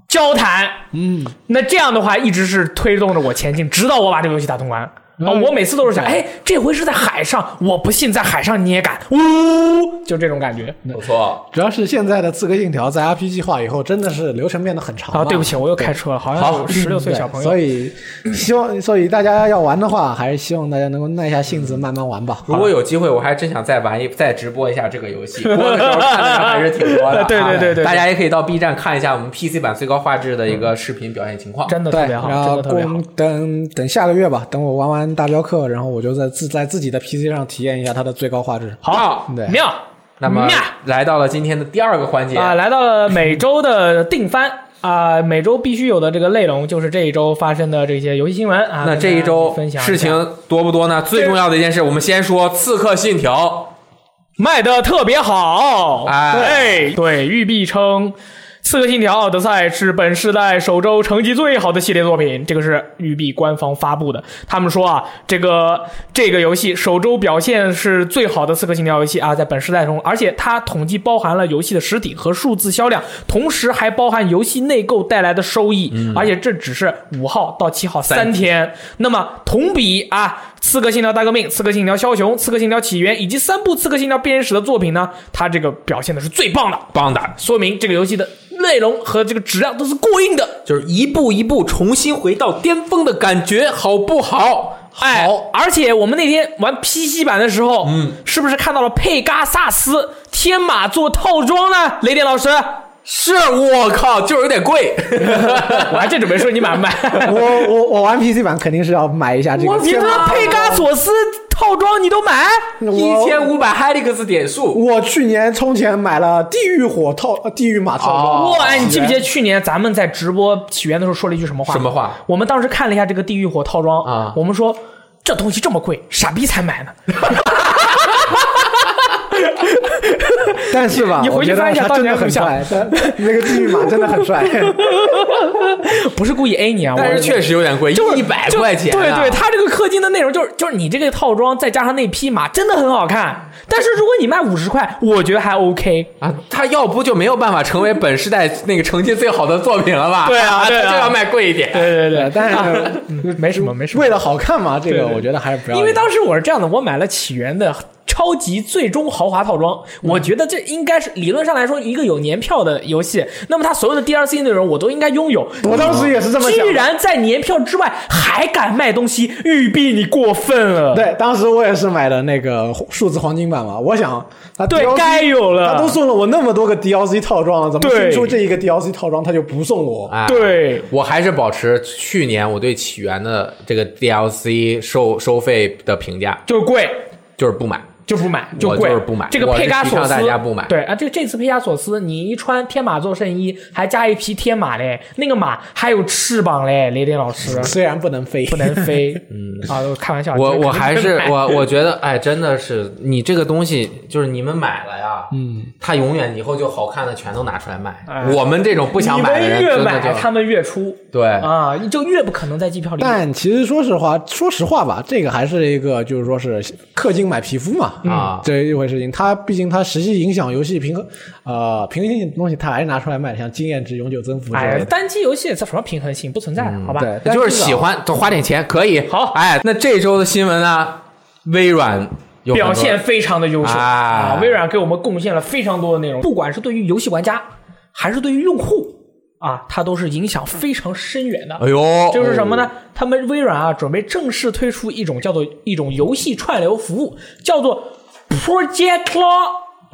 A: 交谈，嗯，那这样的话一直是推动着我前进，直到我把这个游戏打通关。啊，
C: 嗯
A: 我每次都是想，哎，这回是在海上，我不信在海上你也敢，
C: 嗯
A: 呜，就这种感觉。
B: 啊不错，
C: 主要是现在的《刺客信条》在 RPG 化以后，真的是流程变得很长
A: 啊，
C: 了
A: 对不起，我又开车了，好像有十六岁小朋友，
C: 嗯对所。以希望，所以大家要玩的话，还是希望大家能够耐下性子慢慢玩吧。
B: 如果有机会，我还真想再玩一再直播一下这个游戏。播的时候看的人还是挺多的啊
A: 对对对对
B: 大家也可以到 B 站看一下我们 PC 版最高画质的一个视频表现情况。
A: 真的特
C: 对，
A: 别好，
C: 然
A: 真
C: 后
A: 的特别好。
C: 过等等下个月吧，等我玩完大镖客，然后我就在自在自己的 PC 上体验一下它的最高画质。
A: 好
C: 对
A: 妙。
B: 那么
A: 妙
B: 来到了今天的第二个环节，
A: 啊，来到了每周的定番啊，每周必须有的这个内容就是这一周发生的这些游戏新闻啊。
B: 那
A: 跟
B: 这一
A: 大
B: 周
A: 家分享一下
B: 事情多不多呢？最重要的一件事，我们先说《刺客信条
A: 卖的特别好，
B: 哎
A: 对对，育碧称。《刺客信条：奥德赛》是本世代首周成绩最好的系列作品，这个是育碧官方发布的。他们说啊，这个这个游戏首周表现是最好的《刺客信条》游戏啊，在本世代中，而且它统计包含了游戏的实体和数字销量，同时还包含游戏内购带来的收益，而且这只是五号到七号三
B: 三
A: 天。那么同比啊，《刺客信条：大革命》、《刺客信条：枭雄》、《刺客信条：起源》以及三部《刺客信条：编年史》的作品呢，它这个表现的是最棒的，》，
B: 棒的，
A: 说明这个游戏的内容和这个质量都是过硬的。
B: 就是一步一步重新回到巅峰的感觉，好不好？
A: 哎
B: 好，，
A: 而且我们那天玩 PC 版的时候，嗯，是不是看到了佩嘎萨斯天马座套装呢？雷电老 师，
B: 是我靠，就是有 点贵。
A: 我还正准备说你买不买，
C: 我我我玩 PC 版肯定是要买一下这个。
A: 我 你
C: 天
A: 这
C: 哪
A: 佩嘎索斯套装你都买？
B: 一
C: 我
B: 千五百 Helix 点数，
C: 我去年充钱买了地狱火套、呃地狱马套装。
B: 哦
A: 哇！哎，你记不记得去年咱们在直播起源的时候说了一句什么话？
B: 什么话？
A: 我们当时看了一下这个地狱火套装
B: 啊
A: 我们说这东西这么贵，傻逼才买呢。
C: 但是吧，
A: 你回去
C: 我觉得
A: 翻一下
C: 他真
A: 当年
C: 的
A: 录
C: 很
A: 像
C: 帅，但 那个金鱼马真的 很帅。
A: 不是故意 A 你啊，我
B: 但是确实有点贵，
A: 就是
B: 一百
A: 就
B: 块钱、啊。
A: 对对，它这个氪金的内容就是就是你这个套装再加上那匹马，真的很好看。但是如果你卖五十块，我觉得还 OK。
B: 啊，他要不就没有办法成为本时代那个成绩最好的作品了吧？
A: 对啊对啊
B: 他就要卖贵一点。
A: 对对对，
C: 但是
A: 啊没什么没什么
C: 为。了好看嘛，这
A: 对
C: 个
A: 对
C: 我觉得还是不要。
A: 因为当时我是这样的，我买了起源的超级最终豪华套装，我觉得这应该是理论上来说一个有年票的游戏，那么它所有的 DLC 内容我都应该拥有。
C: 我当时也是这么想
A: 居
C: 的。
A: 然在年票之外还敢卖东西，玉碧你过分了。
C: 对，当时我也是买的那个数字黄金版嘛，我想他
A: 对
C: DLC
A: 该有了
C: 他都送了我那么多个 DLC 套装了，怎么
A: 对
C: 新出这一个 DLC 套装他就不送我？
B: 哎，
A: 对
B: 我还是保持去年我对起源的这个 DLC 收收费的评价，
A: 就是贵。
B: 就是不买。
A: 就不买，就
B: 我
A: 贵，
B: 就是不买
A: 这个
B: 我是
A: 佩加
B: 提
A: 索
B: 倡
A: 斯，
B: 大家不买
A: 对啊，这这次佩加索斯，你一穿天马座圣衣，还加一匹天马嘞，那个马还有翅膀嘞，雷电老 师
C: 虽然不能飞，
A: 不能飞。嗯啊，我开玩笑，
B: 我
A: 这
B: 我
A: 个肯
B: 还
A: 定
B: 是
A: 买
B: 我我觉得，哎，真的是你这个东西，就是你们买了呀，嗯，它永远以后就好看的全都拿出来卖。
A: 哎
B: 我们这种不想
A: 你
B: 买的
A: 们
B: 人，
A: 越
B: 真的
A: 买
B: 就
A: 他们越出
B: 对，
A: 啊，就越不可能在机票里买。
C: 但其实说实话，说实话吧，这个还是一个就是说是氪金买皮肤嘛
A: 嗯
B: 啊
C: 这一回事情。它毕竟它实际影响游戏平衡，呃，平衡性的东西它还是拿出来卖的，像经验值、永久增幅之
A: 哎
C: 类
A: 呀，
C: 的。
A: 单机游戏它什么平衡性不存在
B: 嗯
A: 的，好吧？
C: 对，但
B: 就是
C: 这个
B: 喜欢就花点钱可以。
A: 好
B: 哎，那这周的新闻呢？微软有很多
A: 表现非常的优秀
B: 哎
A: 啊！微软给我们贡献了非常多的内容，不管是对于游戏玩家，还是对于用户啊，它都是影响非常深远的。
B: 哎呦，
A: 就是什么呢？他们微软啊，准备正式推出一种叫做一种游戏串流服务，叫做 Project Law，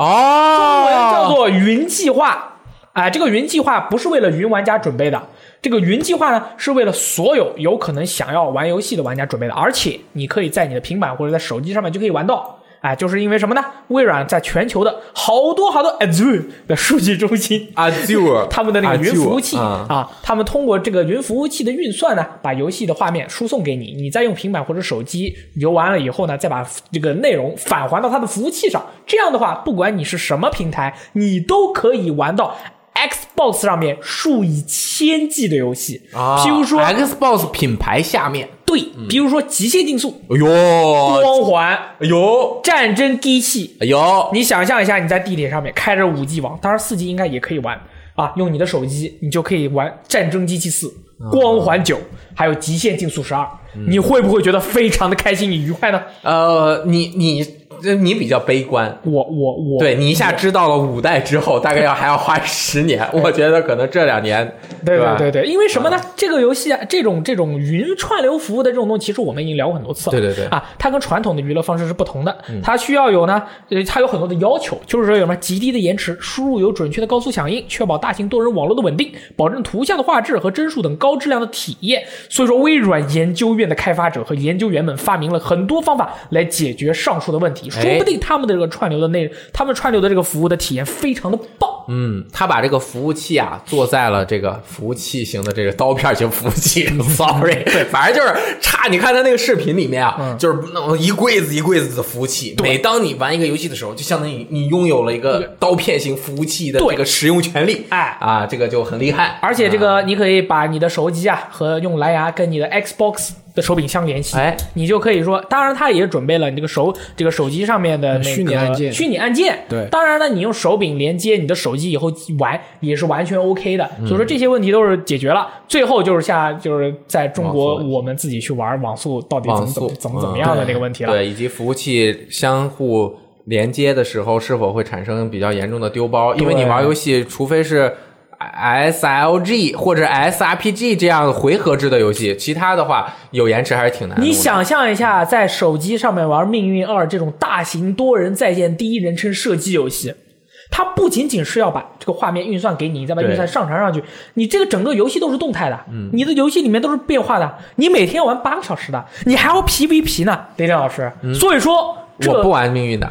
A: 中文叫
B: 哦？
A: 做云计划。哎，这个云计划不是为了云玩家准备的，这个云计划呢是为了所有有可能想要玩游戏的玩家准备的，而且你可以在你的平板或者在手机上面就可以玩到。哎，就是因为什么呢？微软在全球的好多好多 Azure 的数据中心
B: 啊，Azure，
A: 他们的那个云服务器
B: Azure，
A: 啊
B: 啊
A: 他们通过这个云服务器的运算呢，把游戏的画面输送给你，你再用平板或者手机游完了以后呢，再把这个内容返还到它的服务器上。这样的话，不管你是什么平台，你都可以玩到 Xbox 上面数以千计的游戏，
B: 啊
A: 譬如说
B: Xbox 品牌下面，
A: 对，比如说《极限竞速》
B: 哎呦，
A: 光环、
B: 哎呦，
A: 战争机器
B: 哎呦，
A: 你想象一下，你在地铁上面开着五 G 网，当然四 G 应该也可以玩啊，用你的手机，你就可以玩《战争机器四》《光环九》，还有《极限竞速十二》，你会不会觉得非常的开心与愉快呢？
B: 呃，你你呃你比较悲观。
A: 我我我，
B: 对你一下知道了五代之后，大概要还要花十年，我觉得可能这两年，
A: 对
B: 吧？嗯
A: 对对，因为什么呢？这个游戏啊，这种这种云串流服务的这种东西，其实我们已经聊过很多次了。
B: 对对对嗯
A: 啊，它跟传统的娱乐方式是不同的，它需要有呢，呃，它有很多的要求，就是说有什么极低的延迟，输入有准确的高速响应，确保大型多人网络的稳定，保证图像的画质和帧数等高质量的体验。所以说，微软研究院的开发者和研究员们发明了很多方法来解决上述的问
B: 哎
A: 题，说不定他们的这个串流的内，他们串流的这个服务的体验非常的棒。
B: 嗯，他把这个服务器啊做在了这个服务器型的这个刀片型服务器 ，sorry，反正就是差。你看他那个视频里面啊，就是那种一柜子一柜子的服务器，每当你玩一个游戏的时候，就相当于你拥有了一个刀片型服务器的
A: 对
B: 这个使用权利，
A: 哎
B: 啊，这个就很厉害。
A: 而且这个
B: 嗯
A: 你可以把你的手机啊和用蓝牙跟你的 Xbox 的手柄相联系，
B: 哎，
A: 你就可以说，当然它也准备了你这个手这个手机上面的那个
C: 虚拟按键
A: 虚拟按键，
C: 对
A: 当然呢，你用手柄连接你的手机以后玩也是完全 OK 的，
B: 嗯
A: 所以说这些问题都是解决了。最后就是下就是在中国
B: 网速
A: 我们自己去玩网速到底怎么怎么
B: 网速嗯
A: 怎么怎么样的那个问题了，
B: 对，以及服务器相互连接的时候是否会产生比较严重的丢包，因为你玩游戏，除非是 SLG 或者 SRPG 这样回合制的游戏，其他的话有延迟还是挺难弄的。
A: 你想象一
B: 嗯
A: 下，在手机上面玩《命运二》这种大型多人在线第一人称射击游戏，它不仅仅是要把这个画面运算给你，再把
B: 对嗯
A: 运算上传上去，你这个整个游戏都是动态的，你的游戏里面都是变化的，你每天玩八个小时的，你还要 PVP 呢，雷电老师。所以说，这
B: 嗯我不玩命运的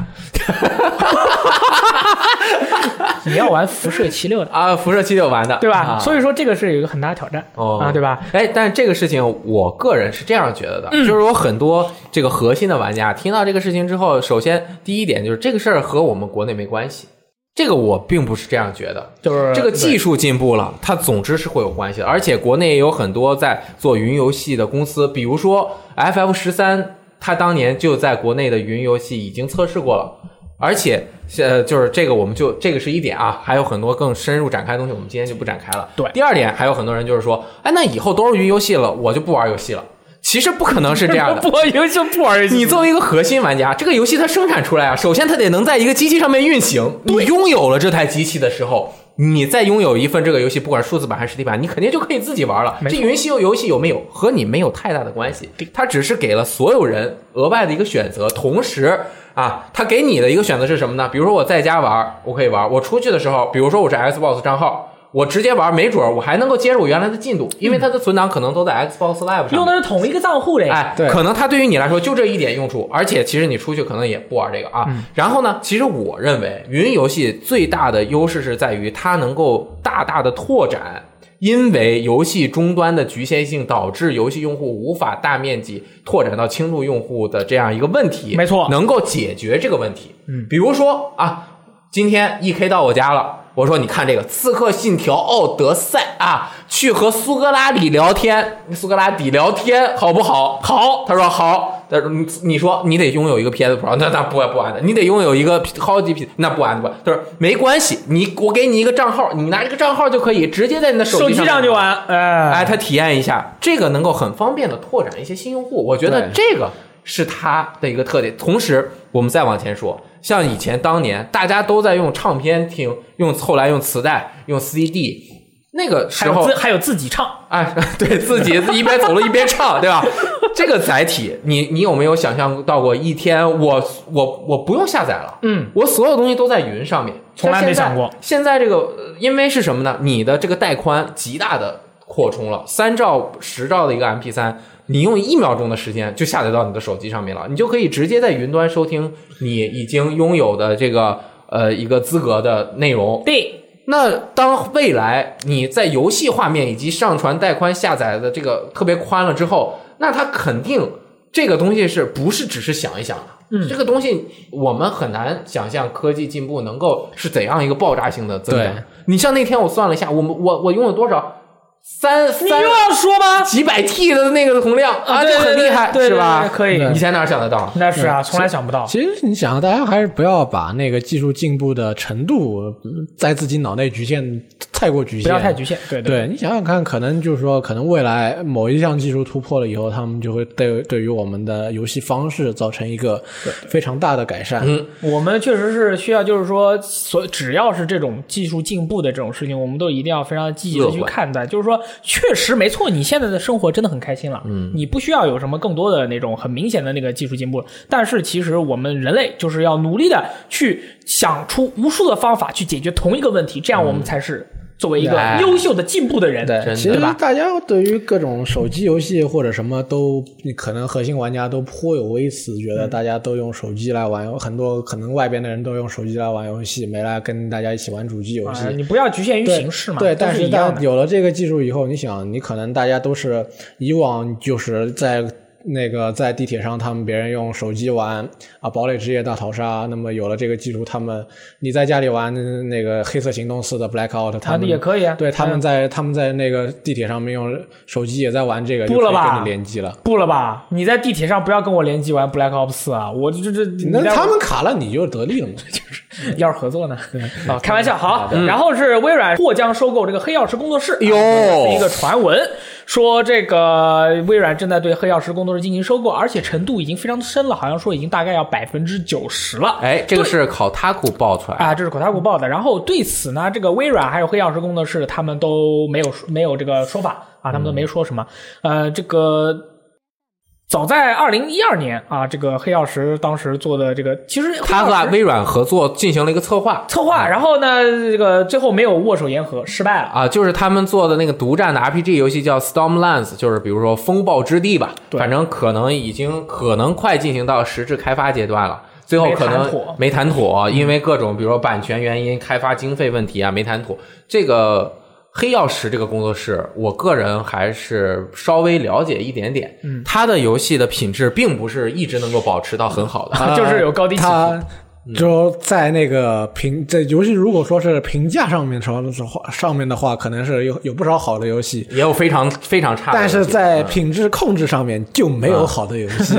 A: 你要玩辐射七六的，
B: 啊，辐射七六玩的，
A: 对吧？
B: 啊
A: 所以说这个是有一个很大的挑战、
B: 哦
A: 啊，对吧？？嗯
B: 哎，但是这个事情，我个人是这样觉得的，就是有很多这个核心的玩家听到这个事情之后，首先第一点就是这个事儿和我们国内没关系。这个我并不是这样觉得，
A: 就是
B: 这个技术进步了，它总之是会有关系的。而且国内也有很多在做云游戏的公司，比如说 FF 十三，它当年就在国内的云游戏已经测试过了。而且，呃，就是这个，我们就这个是一点啊，还有很多更深入展开的东西，我们今天就不展开了。
A: 对
B: 第二点，还有很多人就是说，哎，那以后都是云游戏了，我就不玩游戏了。其实不可能是这样的，
A: 不玩游戏不玩游戏，
B: 你作为一个核心玩家，这个游戏它生产出来啊，首先它得能在一个机器上面运行。你拥有了这台机器的时候，你再拥有一份这个游戏，不管数字版还是实体版，你肯定就可以自己玩了。
A: 没
B: 这
A: 错
B: 云游游戏有没有和你没有太大的关系，它只是给了所有人额外的一个选择，同时。啊，它给你的一个选择是什么呢？比如说我在家玩，我可以玩；我出去的时候，比如说我是 Xbox 账号，我直接玩，没准儿我还能够接着我原来的进度，
A: 嗯
B: 因为它的存档可能都在 Xbox Live 上面。
A: 用的是同一个账户嘞。
B: 哎，
C: 对
B: 可能它对于你来说就这一点用处，而且其实你出去可能也不玩这个啊。然后呢，其实我认为云游戏最大的优势是在于它能够大大的拓展。因为游戏终端的局限性导致游戏用户无法大面积拓展到轻度用户的这样一个问题，
A: 没错
B: 能够解决这个问题。
A: 嗯，
B: 比如说啊，今天 E K 到我家了，我说你看这个《刺客信条：奥德赛》啊，去和苏格拉底聊天，苏格拉底聊天好不好？好，他说好。他说你你说你得拥有一个 PS Pro，那那 不不玩的，你得拥有一个超级 P，那不玩的不玩。他说没关系，你我给你一个账号，你拿这个账号就可以直接在你的手
A: 手
B: 机上
A: 机上就
B: 玩。
A: 玩，哎
B: 哎，他体验一下，这个能够很方便的拓展一些新用户，我觉得
C: 对
B: 这个是它的一个特点。同时，我们再往前说，像以前当年大家都在用唱片听，用后来用磁带、用 CD，那个
A: 还
B: 时
A: 有
B: 候
A: 自还有自己唱，
B: 哎， 对自己一边走路一边唱，对吧？这个载体，你你有没有想象到过一天我我我不用下载了，
A: 嗯，
B: 我所有东西都在云上面，
A: 从来没想过
B: 现在。现在这个，呃因为是什么呢？你的这个带宽极大的扩充了，三兆、十兆的一个 MP 三，你用一秒钟的时间就下载到你的手机上面了，你就可以直接在云端收听你已经拥有的这个呃一个资格的内容。
A: 对，
B: 那当未来你在游戏画面以及上传带宽下载的这个特别宽了之后，那它肯定这个东西是不是只是想一想的？嗯，这个东西我们很难想象科技进步能够是怎样一个爆炸性的增长
C: 对。
B: 你像那天我算了一下，我们我我拥有多少三
A: 你又
B: 三
A: 要说吗？
B: 几百 T 的那个容量啊，
A: 对
B: 就很厉害，
A: 对对
B: 是吧
A: 对？可以
C: 对
B: 以前哪想得到？
A: 那是啊，从来想不到。
C: 其实你想，大家还是不要把那个技术进步的程度嗯在自己脑内局限太过局限，
A: 不要太局限，对
C: 对你想想看，可能就是说，可能未来某一项技术突破了以后，他们就会对对于我们的游戏方式造成一个非常大的改善。嗯，
A: 我们确实是需要，就是说，所只要是这种技术进步的这种事情，我们都一定要非常积极的去
B: 乐观
A: 看待。就是说，确实没错，你现在的生活真的很开心了，嗯，你不需要有什么更多的那种很明显的那个技术进步了。但是其实我们人类就是要努力的去想出无数的方法去解决同一个问题，这样我们才是作为一个
B: 哎
A: 优秀的进步的人。
C: 对，其
B: 对
C: 实
B: 吧
C: 大家对于各种手机游戏或者什么都，你可能核心玩家都颇有微词，觉得大家都用手机来玩，很多可能外边的人都用手机来玩游戏，没来跟大家一起玩主机游戏。
A: 啊，你不要局限于
C: 对
A: 形式嘛，
C: 对，
A: 都
C: 但
A: 是一样
C: 但
A: 的。
C: 有了这个技术以后，你想，你可能大家都是以往就是在那个在地铁上，他们别人用手机玩啊《堡垒之夜》《大逃杀》，那么有了这个技术，他们你在家里玩那个《黑色行动四》的 Blackout，他
A: 啊，
C: 们
A: 也可以啊，
C: 对，他们
A: 嗯
C: 在他们在那个地铁上面用手机也在玩这个，
A: 不
C: 就可
A: 了
C: 以
A: 吧
C: 跟你联机了。
A: 不了吧？你在地铁上不要跟我联机玩 Black Ops 4啊！我这这这，你
C: 那
A: 在
C: 他们卡了，你就得利了嘛？
A: 要是合作呢？啊，开玩笑，好。
C: 嗯
A: 然后是微软或将收购这个黑曜石工作室，啊
B: 哟
A: 是一个传闻，说这个微软正在对黑曜石工作室进行收购，而且程度已经非常深了，好像说已经大概要百分之九十了。
B: 哎，这个是考塔库爆出来的
A: 啊，这是口塔古报的。然后对此呢，这个微软还有黑曜石工作室，他们都没有说没有这个说法啊，他们都没说什么。呃，这个早在二零一二年啊，这个黑曜石当时做的这个，其实黑
B: 他
A: 曜
B: 和
A: 石
B: 微软合作进行了一个策划，
A: 策划，然后呢，这个最后没有握手言和，失败了。
B: 啊，就是他们做的那个独占的 RPG 游戏叫 Stormlands，就是比如说风暴之地吧，
A: 对
B: 反正可能已经可能快进行到实质开发阶段了。最后可
A: 没谈
B: 能
A: 妥嗯
B: 没谈妥，因为各种比如说版权原因、开发经费问题啊，没谈妥。这个黑曜石这个工作室，我个人还是稍微了解一点点。
A: 啊
B: 嗯，它的游戏的品质并不是一直能够保持到很好的。
A: 就是有高低起伏
C: 啊他
B: 嗯
C: 就在那个评在游戏如果说是评价上面上上面的话，可能是有有不少好的游戏，
B: 也有非常非常差的游
C: 但
B: 戏，
C: 是在
B: 嗯啊
C: 品质控制上面就没有好的游 戏。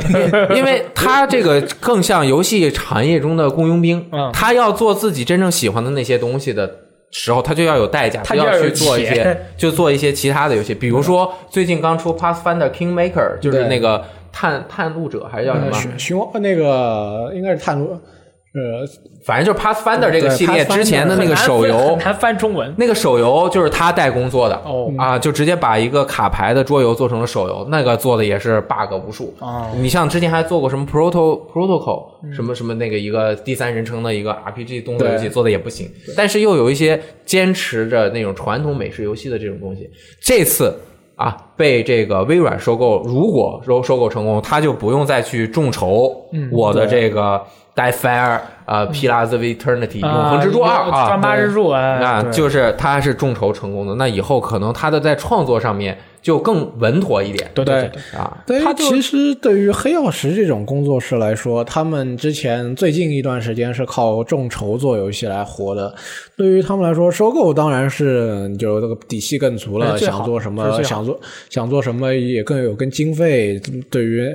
B: 因为他这个更像游戏产业中的雇佣兵
A: 嗯，
B: 他要做自己真正喜欢的那些东西的时候，他就要有代价，
A: 他
B: 不
A: 就要有
B: 去做一些
A: 钱，
B: 就做一些其他的游戏，比如说最近刚出 Pathfinder Kingmaker，就是
C: 对
B: 那个探探路者还是叫
A: 嗯
B: 什
C: 呃，
B: 么？
C: 寻寻那个应该是探路，呃，
B: 反正就是 Pathfinder 这个
C: 对
B: 系列
C: Pathfinder
B: 之前的那
A: 很
B: 个
A: 难翻
B: 手
A: 很
B: 游，
A: 难翻中文。
B: 那个手游就是他代工做的
A: 哦
B: 啊，就直接把一个卡牌的桌游做成了手游，那个做的也是 bug 无数。
A: 哦嗯
B: 你像之前还做过什么 Proto Protocol 什么什么那个一个第三人称的一个 RPG 动作游戏
C: 对
B: 做的也不行，但是又有一些坚持着那种传统美式游戏的这种东西，这次。啊，被这个微软收购，如果收收购成功，他就不用再去众筹
A: 嗯
B: 我的这个 Die Fire 呃 Pillars of Eternity 永恒之柱二啊，
A: 专八之柱啊，
B: 那
A: 对
B: 就是他是众筹成功的，那以后可能他的在创作上面就更稳妥一点
A: 对对对，
B: 啊。
C: 对于
A: 他就
C: 其实对于黑曜石这种工作室来说，他们之前最近一段时间是靠众筹做游戏来活的。对于他们来说，收购当然是就这个底气更足
A: 哎
C: 了，
A: 最好
C: 想做什
A: 是最
C: 么
A: 好
C: 想做想做什么也更有跟经费。对于，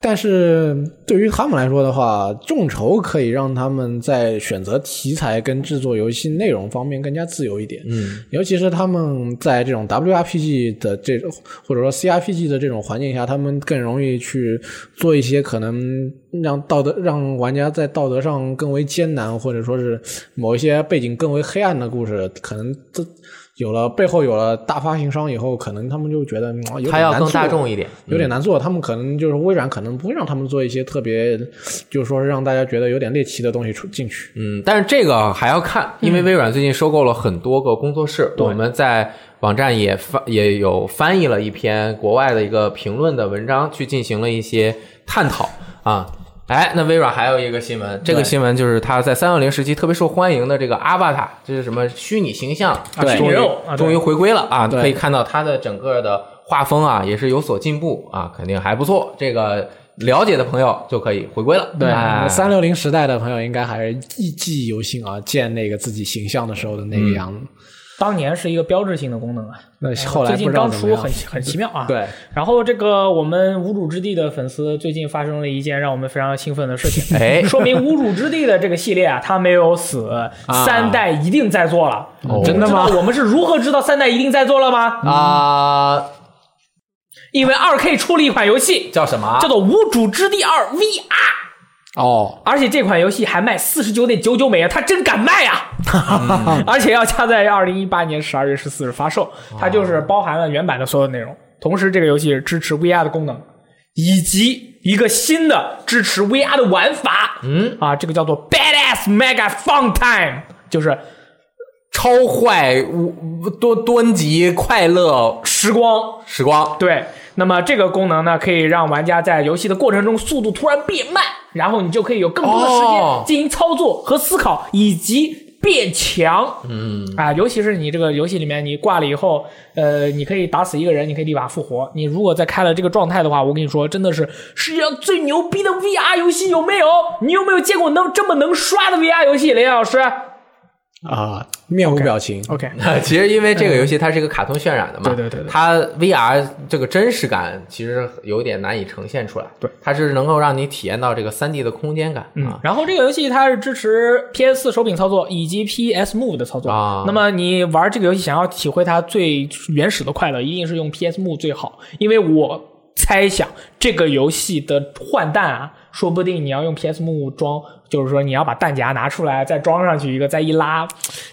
C: 但是对于他们来说的话，众筹可以让他们在选择题材跟制作游戏内容方面更加自由一点。
B: 嗯，
C: 尤其是他们在这种 WRPG 的这种或者说 CRPG 的这种环境下，他们更容易去做一些可能让道德让玩家在道德上更为艰难，或者说是某一些背景更为黑暗的故事，可能这。有了背后有了大发行商以后，可能他们就觉得嗯有点
B: 他要
C: 难
B: 更大
C: 做
B: 众一嗯点，
C: 有点难做。他们可能就是微软，可能不会让他们做一些特别，就是说是让大家觉得有点猎奇的东西出进去。
B: 嗯，但是这个还要看，因
A: 嗯
B: 为微软最近收购了很多个工作室，我们在网站也翻也有翻译了一篇国外的一个评论的文章，去进行了一些探讨啊。哎，那微软还有一个新闻，这个新闻就是它在三六零时期特别受欢迎的这个阿巴塔，这是什么虚拟形象，
A: 对
B: 终
A: 虚拟
B: 于
A: 肉啊对
B: 终于回归了啊！
C: 对
B: 可以看到它的整个的画风啊，也是有所进步啊，肯定还不错。这个了解的朋友就可以回归了。
C: 对
B: 哎，
C: 呃三六零时代的朋友应该还是记记忆犹新啊，见那个自己形象的时候的那个样子。
A: 当年是一个标志性的功能啊。
C: 那后来
A: 嗯最近
C: 不知道
A: 刚
C: 怎么
A: 出
C: 样
A: 很。很奇妙啊。
C: 对，
A: 然后这个我们无主之地的粉丝最近发生了一件让我们非常兴奋的事情，
B: 哎
A: 说明无主之地的这个系列啊，它没有死，三代一定在做了。
B: 哦
A: 啊真的吗？我们是如何知道三代一定在做了吗？
B: 啊、
A: 因为二 K 出了一款游戏，
B: 叫什么啊？
A: 叫做《无主之地二 VR》，
C: 哦，
A: 而且这款游戏还卖四十九点九九美元，它真敢卖啊！而且要加在二零一八年十二月十四日发售，它就是包含了原版的所有内容，同时这个游戏是支持 VR 的功能，以及一个新的支持 VR 的玩法。嗯，啊，这个叫做 Badass Mega Fun Time，就是
B: 超坏无多端级快乐
A: 时光
B: 时光。
A: 对，那么这个功能呢，可以让玩家在游戏的过程中速度突然变慢，然后你就可以有更多的时
B: 哦
A: 间进行操作和思考，以及变强。嗯啊，尤其是你这个游戏里面，你挂了以后，呃，你可以打死一个人，你可以立马复活。你如果再开了这个状态的话，我跟你说，真的是世界上最牛逼的 VR 游戏有没有？你有没有见过能这么能刷的 VR 游戏，雷老师
C: 啊，面无表情。
A: ？OK，哦
B: 其实因为这个游戏它是一个卡通渲染的嘛，
A: 对对对对
B: 它 VR 这个真实感其实有点难以呈现出来，
A: 对，
B: 它是能够让你体验到这个三 D 的空间感啊。
A: 嗯然后这个游戏它是支持 PS 4手柄操作以及 PS Move 的操作。
B: 啊
A: 那么你玩这个游戏想要体会它最原始的快乐，一定是用 PS Move 最好，因为我猜想这个游戏的换弹啊，说不定你要用 PS Move 装。就是说，你要把弹夹拿出来，再装上去一个，再一拉，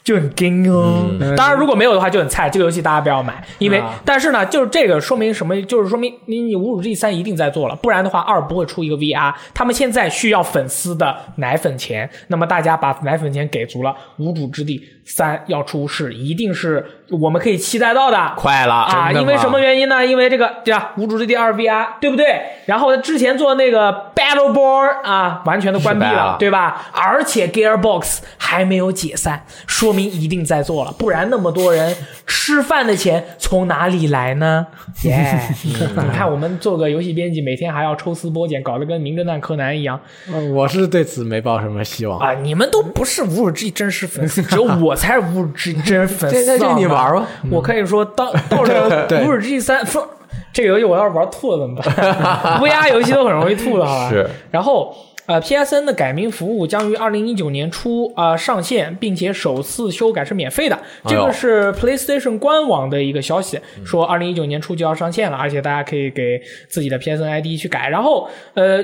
A: 就很硬哦。
B: 嗯
A: 当然，如果没有的话，就很菜。这个游戏大家不要买，因为、
B: 啊
A: 但是呢，就是这个说明什么？就是说明你你无主之地三一定在做了，不然的话二不会出一个 VR。他们现在需要粉丝的奶粉钱，那么大家把奶粉钱给足了，无主之地三要出是一定是我们可以期待到的。
B: 快了
A: 啊，因为什么？原因呢？因为这个对吧？无主之地二 VR，对不对？然后他之前做那个 Battle Gearboard 啊，完全的关闭
B: 失败了
A: 对吧？而且 Gearbox 还没有解散，说明一定在做了，不然那么多人吃饭的钱从哪里来呢？ 耶、你看我们做个游戏编辑，每天还要抽丝剥茧，搞得跟名侦探柯南一样
C: 嗯我是对此没抱什么希望。
A: 啊！你们都不是无辱之地真实粉丝， 只有我才是无辱之地真实粉丝。
B: 这那就你
A: 好吗嗯
B: 玩吧，
A: 我可以说到到时 候
C: 对
A: 无辱之地三， 说这个游戏我要是玩吐了怎么办？VR 游戏都很容易吐的，好吧？
B: 是。
A: 然后呃，PSN 的改名服务将于二零一九年初啊、呃上线，并且首次修改是免费的。这
B: 哎
A: 个
B: 呦嗯
A: 是 PlayStation 官网的一个消息，说二零一九年初就要上线了，而且大家可以给自己的 PSN ID 去改。然后呃。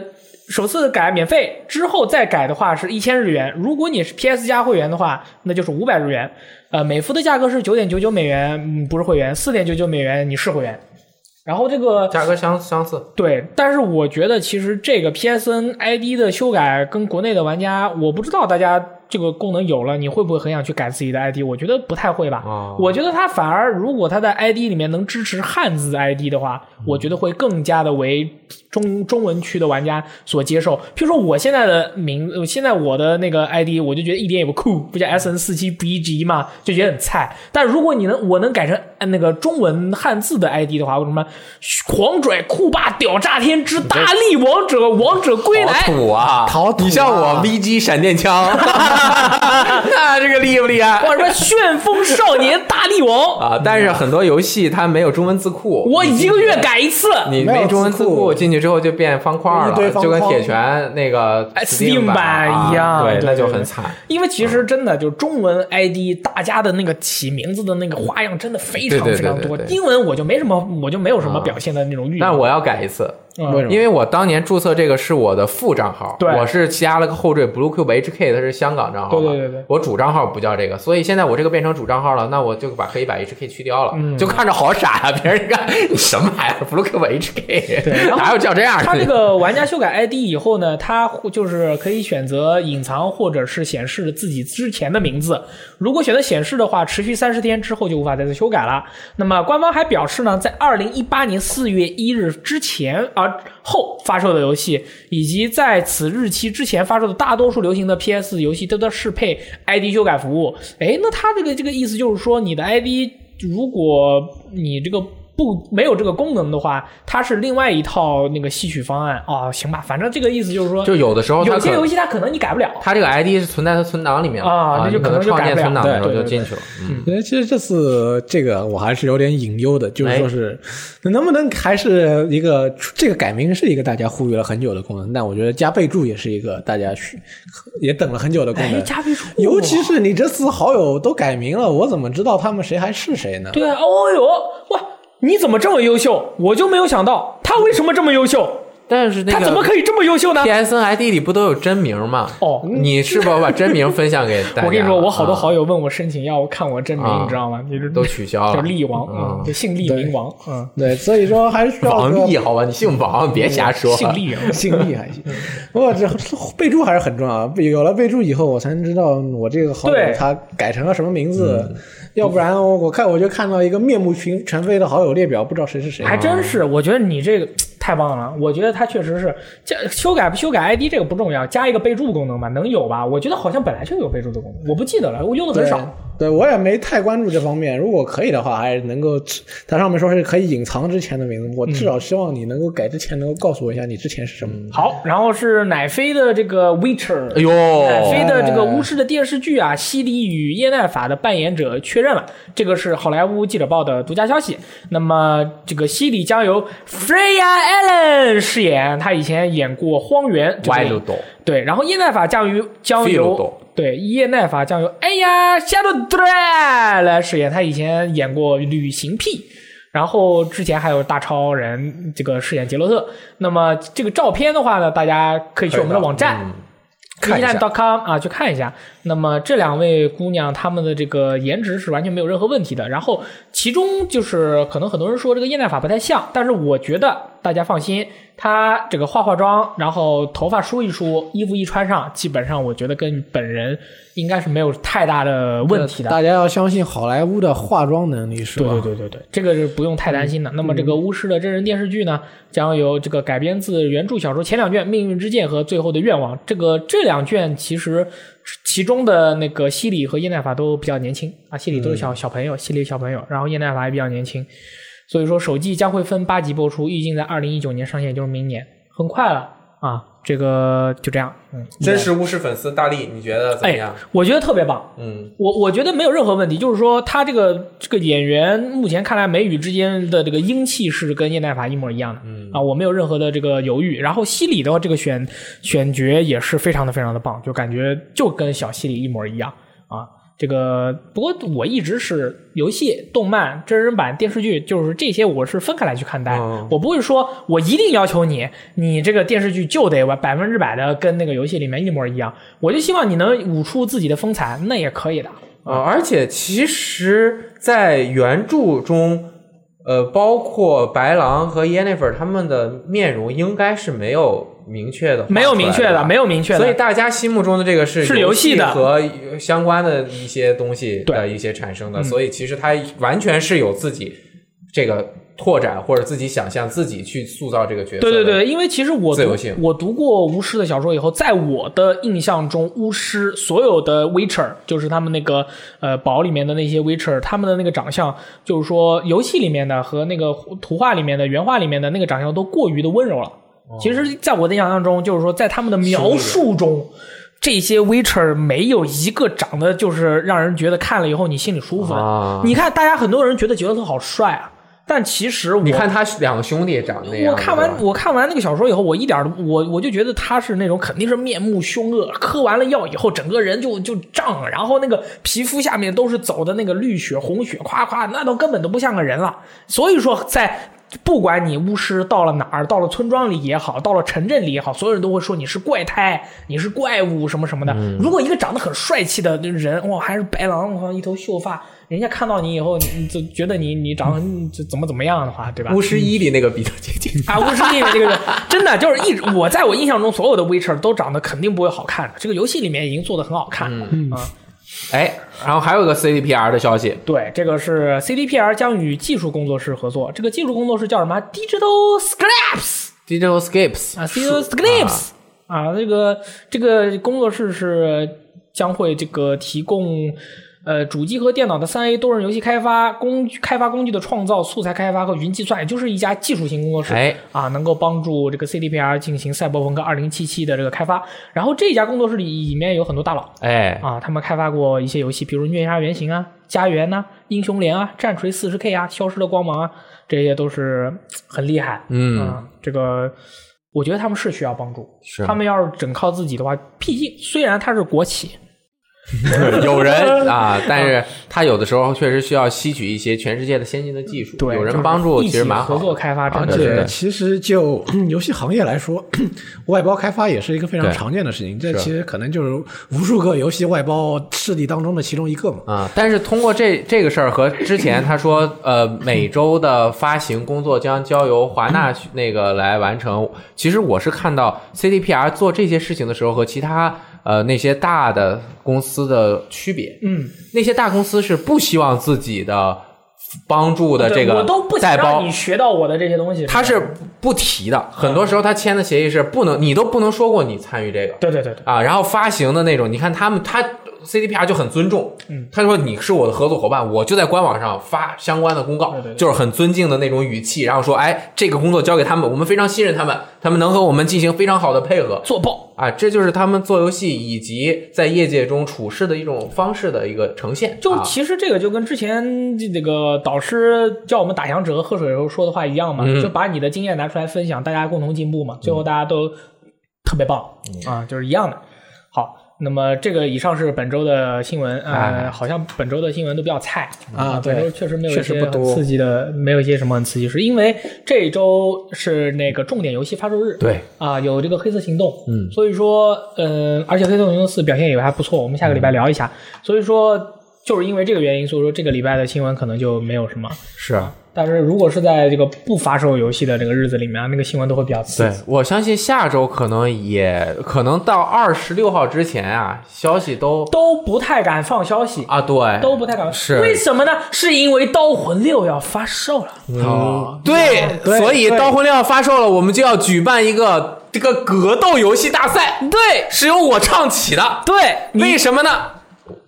A: 首次改免费，之后再改的话是一千日元。如果你是 PS 加会员的话，那就是五百日元。呃，每服的价格是九点九九美元，嗯，不是会员，四点九九美元你是会员。然后这个
B: 价格相相似，
A: 对，但是我觉得其实这个 PSN ID 的修改跟国内的玩家，我不知道大家这个功能有了，你会不会很想去改自己的 ID？我觉得不太会吧。
B: 哦
A: 我觉得它反而如果它在 ID 里面能支持汉字 ID 的话，我觉得会更加的为中中文区的玩家所接受。譬如说我现在的名，呃现在我的那个 ID，我就觉得一点也不酷，不叫 S N 四七 B G 嘛，就觉得很菜。但如果你能，我能改成呃那个中文汉字的 ID 的话，我什么狂拽酷霸屌炸天之大力王者王者归来
B: 好，土啊！
C: 好土啊
B: 你像我 VG 闪电枪，那这个厉不厉害
A: 或者说旋风少年大力王，
B: 啊？但是很多游戏它没有中文字库，
A: 我一个月改一次。
B: 你
C: 啊没
B: 没
C: 有
B: 中文
C: 字
B: 字
C: 库
B: 库进去之后就变方块
C: 一堆
B: 了，
C: 方
B: 就跟
C: 框
B: 铁拳那个
A: 哎 Steam
B: 版
A: 版一样
B: 啊对
A: 对，
B: 那就
A: 对对
B: 很惨。
A: 因为其实真的就是中文 ID，大家的那个起名字的那个花样真的非常
B: 对对对
A: 非常多
B: 对。对
A: 英文我就没什么，我就没有什么表现的那种欲
B: 但
A: 望。嗯
B: 我要改一次，
C: 为什么？
B: 因为我当年注册这个是我的副账号，
A: 对
B: 我是加了个后缀 Blue Cube HK，它是香港账号嘛，
A: 对对对对
B: 我主账号不叫这个，所以现在我这个变成主账号了，那我就把可以把 HK 去掉了，
A: 嗯
B: 就看着好傻呀、别人一看你什么玩意儿 Blue Cube HK，哪有叫这样的？
A: 它这个玩家修改 ID 以后呢，它会就是可以选择隐藏或者是显示自己之前的名字。如果选择显示的话，持续三十天之后就无法再次修改了。那么官方还表示呢，在二零一八年四月一日之前啊、后发售的游戏，以及在此日期之前发售的大多数流行的 PS 游戏都在适配 ID 修改服务。哎，那它这个这个意思就是说，你的 ID 如果你这个不没有这个功能的话，它是另外一套那个吸取方案啊、行吧，反正这个意思就是说，
B: 就有的时候它
A: 有些游
B: 可
A: 戏它可能你改不了。
B: 它这个 ID 是存在它存档里面
A: 啊那
B: 你
A: 就
B: 可
A: 可能就
B: 创
A: 改
B: 建
A: 不了
B: 存档的时候
A: 对
B: 就
A: 对对
B: 进去了，嗯。
C: 因为其实这次这个我还是有点隐忧的，就是
A: 哎
C: 说是能不能还是一个这个改名是一个大家呼吁了很久的功能，但我觉得加备注也是一个大家去也等了很久的功
A: 哎，
C: 能，
A: 加倍数，
C: 尤其是你这次好友都改名了，我怎么知道他们谁还是谁呢？
A: 对啊，哦呦哇，你怎么这么优秀？我就没有想到他为什么这么优秀，
B: 但是那个
A: 他怎么可以这么优秀呢？
B: PSN ID 里不都有真名吗？
A: 哦
B: 你是否把真名分享给大家？
A: 我跟你说，我好多
B: 啊
A: 好友问我申请要看我真名，
B: 啊
A: 你知道吗？你这
B: 都取消
A: 叫
B: 了。
A: 力王，
B: 啊
A: 嗯，就姓力
C: 对
A: 名王，嗯，
C: 对，所以说还是需要
B: 王
C: 个
A: 啊
B: 力，好吧，你姓王，别瞎说。
A: 姓力啊。
C: 姓厉还 行。不过这备注还是很重要，有了备注以后，我才能知道我这个好友
A: 对嗯
C: 他改成了什么名字，要不然我看我就看到一个面目全全非的好友列表，不知道谁是谁。啊
A: 还真是，我觉得你这个太棒了。我觉得它确实是加修改不修改 ID 这个不重要，加一个备注功能吧，能有吧？我觉得好像本来就有备注的功能，我不记得了，我用的
C: 对
A: 很少。
C: 对我也没太关注这方面。如果可以的话，还是能够，它上面说是可以隐藏之前的名字，我至少
A: 嗯
C: 希望你能够改之前能够告诉我一下你之前是什么。
A: 好，然后是奶飞的这个 Witcher，
B: 哎呦，哎
A: 奶飞的这个巫师的电视剧啊，《西里与耶奈法》的扮演者确认了，这个是好莱坞记者报的独家消息。那么，这个西里将由 Freya Allen 饰演，他以前演过《荒原》这部
B: 歪
A: 电
B: 路
A: 影，
B: 懂，
A: 对，然后叶奈法将由将
B: 费鲁
A: 由
B: 斗
A: 对叶奈法将由哎呀夏洛特来饰演，他以前演过《旅行癖》，然后之前还有大超人这个饰演杰洛特。那么这个照片的话呢，大家可以去我
B: 哎
A: 们的网
B: 嗯
A: 站。
C: 看一下
A: com 啊，去看一下。那么这两位姑娘她们的这个颜值是完全没有任何问题的。然后其中就是可能很多人说这个叶奈法不太像，但是我觉得大家放心，他这个化化妆，然后头发梳一梳，衣服一穿上，基本上我觉得跟本人应该是没有太大的问题的。
C: 大家要相信好莱坞的化妆能力是吧？
A: 对对对对对，这个是不用太担心的。那么这个巫师的真人电视剧呢，将由这个改编自原著小说前两卷《命运之剑》和《最后的愿望》。这个这两卷其实其中的那个西里和叶奈法都比较年轻啊，西里都是小小朋友，西里小朋友，然后叶奈法也比较年轻。所以说，首季将会分八集播出，预计在二零一九年上线，也就是明年，很快了啊。这个就这样，嗯，哎
B: 真实巫师粉丝大力，你觉得怎么样？
A: 我觉得特别棒，
B: 嗯，
A: 我我觉得没有任何问题，就是说他这个这个演员目前看来眉宇之间的这个英气是跟叶奈法一模一样的，嗯啊，我没有任何的这个犹豫。然后西里的这个选选角也是非常的非常的棒，就感觉就跟小西里一模一样啊。这个不过我一直是游戏、动漫、真人版、电视剧，就是这些我是分开来去看待，
B: 嗯
A: 我不会说我一定要求你，你这个电视剧就得完百分之百的跟那个游戏里面一模一样，我就希望你能舞出自己的风采，那也可以的。
B: 呃，而且其实，在原著中，呃，包括白狼和 Yennefer 他们的面容应该是没有明确的，
A: 没有明确的，没
B: 有。
A: 有明确的，
B: 啊所以大家心目中的这个是
A: 是游
B: 游
A: 戏的
B: 和相关的一些东西的
A: 对嗯
B: 一些产生的，所以其实它完全是有自己这个拓展或者自己想象、自己去塑造这个角色。
A: 对对，对，因为其实我
B: 自由
A: 读
B: 性
A: 我读过巫师的小说以后，在我的印象中，巫师所有的 Witcher 就是他们那个呃堡里面的那些 Witcher，他们的那个长相，就是说游戏里面的和那个图画里面的原画里面的那个长相都过于的温柔了。
B: 哦
A: 其实，在我的想象中，就是说，在他们的描述中，这些 Witcher 没有一个长得就是让人觉得看了以后你心里舒服的。
B: 啊
A: 你看，大家很多人觉得杰洛特好帅啊，但其实我
B: 你看他两个兄弟长那样，
A: 我看
B: 是吧
A: 完我看完那个小说以后，我一点儿都我我就觉得他是那种肯定是面目凶恶，嗑完了药以后整个人就就胀，然后那个皮肤下面都是走的那个绿血红血，夸夸，那都根本都不像个人了。所以说在。不管你巫师到了哪儿，到了村庄里也好，到了城镇里也好，所有人都会说你是怪胎，你是怪物什么什么的。
B: 嗯
A: 如果一个长得很帅气的人，哇，还是白狼，哇，一头秀发，人家看到你以后，你就觉得你你长得你就怎么怎么样的话，对吧？
B: 巫师一里那个比较接近。
A: 啊，巫师里面这个人真的就是一直我在我印象中所有的 Witcher 都长得肯定不会好看的，这个游戏里面已经做的很好看了。嗯
B: 哎，然后还有个 CDPR 的消息，
A: 对，这个是 CDPR 将与技术工作室合作，这个技术工作室叫什么？Digital Scraps
B: Digital Scapes
A: 啊，Digital Scraps 啊，这个这个工作室是将会这个提供。呃，主机和电脑的三 A 多人游戏开发工具、开发工具的创造、素材开发和云计算，也就是一家技术型工作室。
B: 哎，
A: 啊，能够帮助这个 CDPR 进行赛博朋克2077的这个开发。然后这家工作室里里面有很多大佬
B: 哎，
A: 啊，他们开发过一些游戏，比如《虐杀原型》啊、《家园》呐、英雄联》啊、《战锤 40K》啊、《消失的光芒》啊，这些都是很厉害。
B: 嗯，
A: 啊，这个我觉得他们是需要帮助。
B: 是啊
A: 他们要是整靠自己的话，毕竟虽然它是国企，
B: 有人啊，但是他有的时候确实需要吸取一些全世界的先进的技术，
A: 对，
B: 有
A: 就是
B: 人帮助
A: 一
B: 其
A: 起
B: 实蛮好
A: 合作
B: 的。
A: 开发，真
B: 啊
A: 的
B: 对
A: 是
B: 对对
C: 其实就 游戏行业来说， 外包开发也是一个非常
B: 对
C: 常见的事情。这其实可能就是无数个游戏外包势力当中的其中一个嘛。
B: 啊、但是通过这这个事儿和之前他说，呃，每周的发行工作将交由华纳去那个来完成。其实我是看到 CDPR 做这些事情的时候和其他呃那些大的公司的区别，
A: 嗯，
B: 那些大公司是不希望自己的帮助的这
A: 对我
B: 个
A: 都不想
B: 代包
A: 让你学到我的这些东西。
B: 他是不提的，很多时候他签的协议是不能，你都不能说过你参与这个
A: 对对对对，
B: 啊。然后发行的那种，你看他们他 CDPR 就很尊重，
A: 嗯
B: 他说你是我的合作伙伴，我就在官网上发相关的公告
A: 对对，对
B: 就是很尊敬的那种语气，然后说，哎，这个工作交给他们，我们非常信任他们，他们能和我们进行非常好的配合
A: 做爆。
B: 啊，这就是他们做游戏以及在业界中处事的一种方式的一个呈现。
A: 就
B: 啊
A: 其实这个就跟之前这个导师叫我们打响指和喝水的时候说的话一样嘛，
C: 嗯
A: 就把你的经验拿出来分享，大家共同进步嘛，最后大家都特别棒、
C: 嗯
A: 啊，就是一样的。好，那么这个以上是本周的新闻，呃，
B: 哎
A: 好像本周的新闻都比较菜
C: 啊
A: 本周
C: 对
A: 确实没有一
C: 确实
A: 些
C: 不
A: 很
C: 多
A: 刺激的，没有一些什么很刺激，是因为这一周是那个重点游戏发售日，
B: 对
A: 啊，有这个黑色行动，嗯，呃所以说，嗯、而且黑色行动四表现也还不错，我们下个礼拜聊一下。所以说，就是因为这个原因，所以说这个礼拜的新闻可能就没有什么。
B: 是啊，
A: 但是如果是在这个不发售游戏的这个日子里面，那个新闻都会比较刺
B: 对
A: 激。
B: 我相信下周可能也可能到二十六号之前啊，消息都
A: 都不太敢放消息，
B: 啊对
A: 都不太敢。
B: 是
A: 为什么呢？是因为《刀魂六》要发售了。
C: 嗯
B: 哦，对，
C: 对
B: 所以《
C: 对
B: 刀魂六》要发售了，我们就要举办一个这个格斗游戏大赛，
A: 对
B: 是由我唱起的。
A: 对，
B: 为什么呢？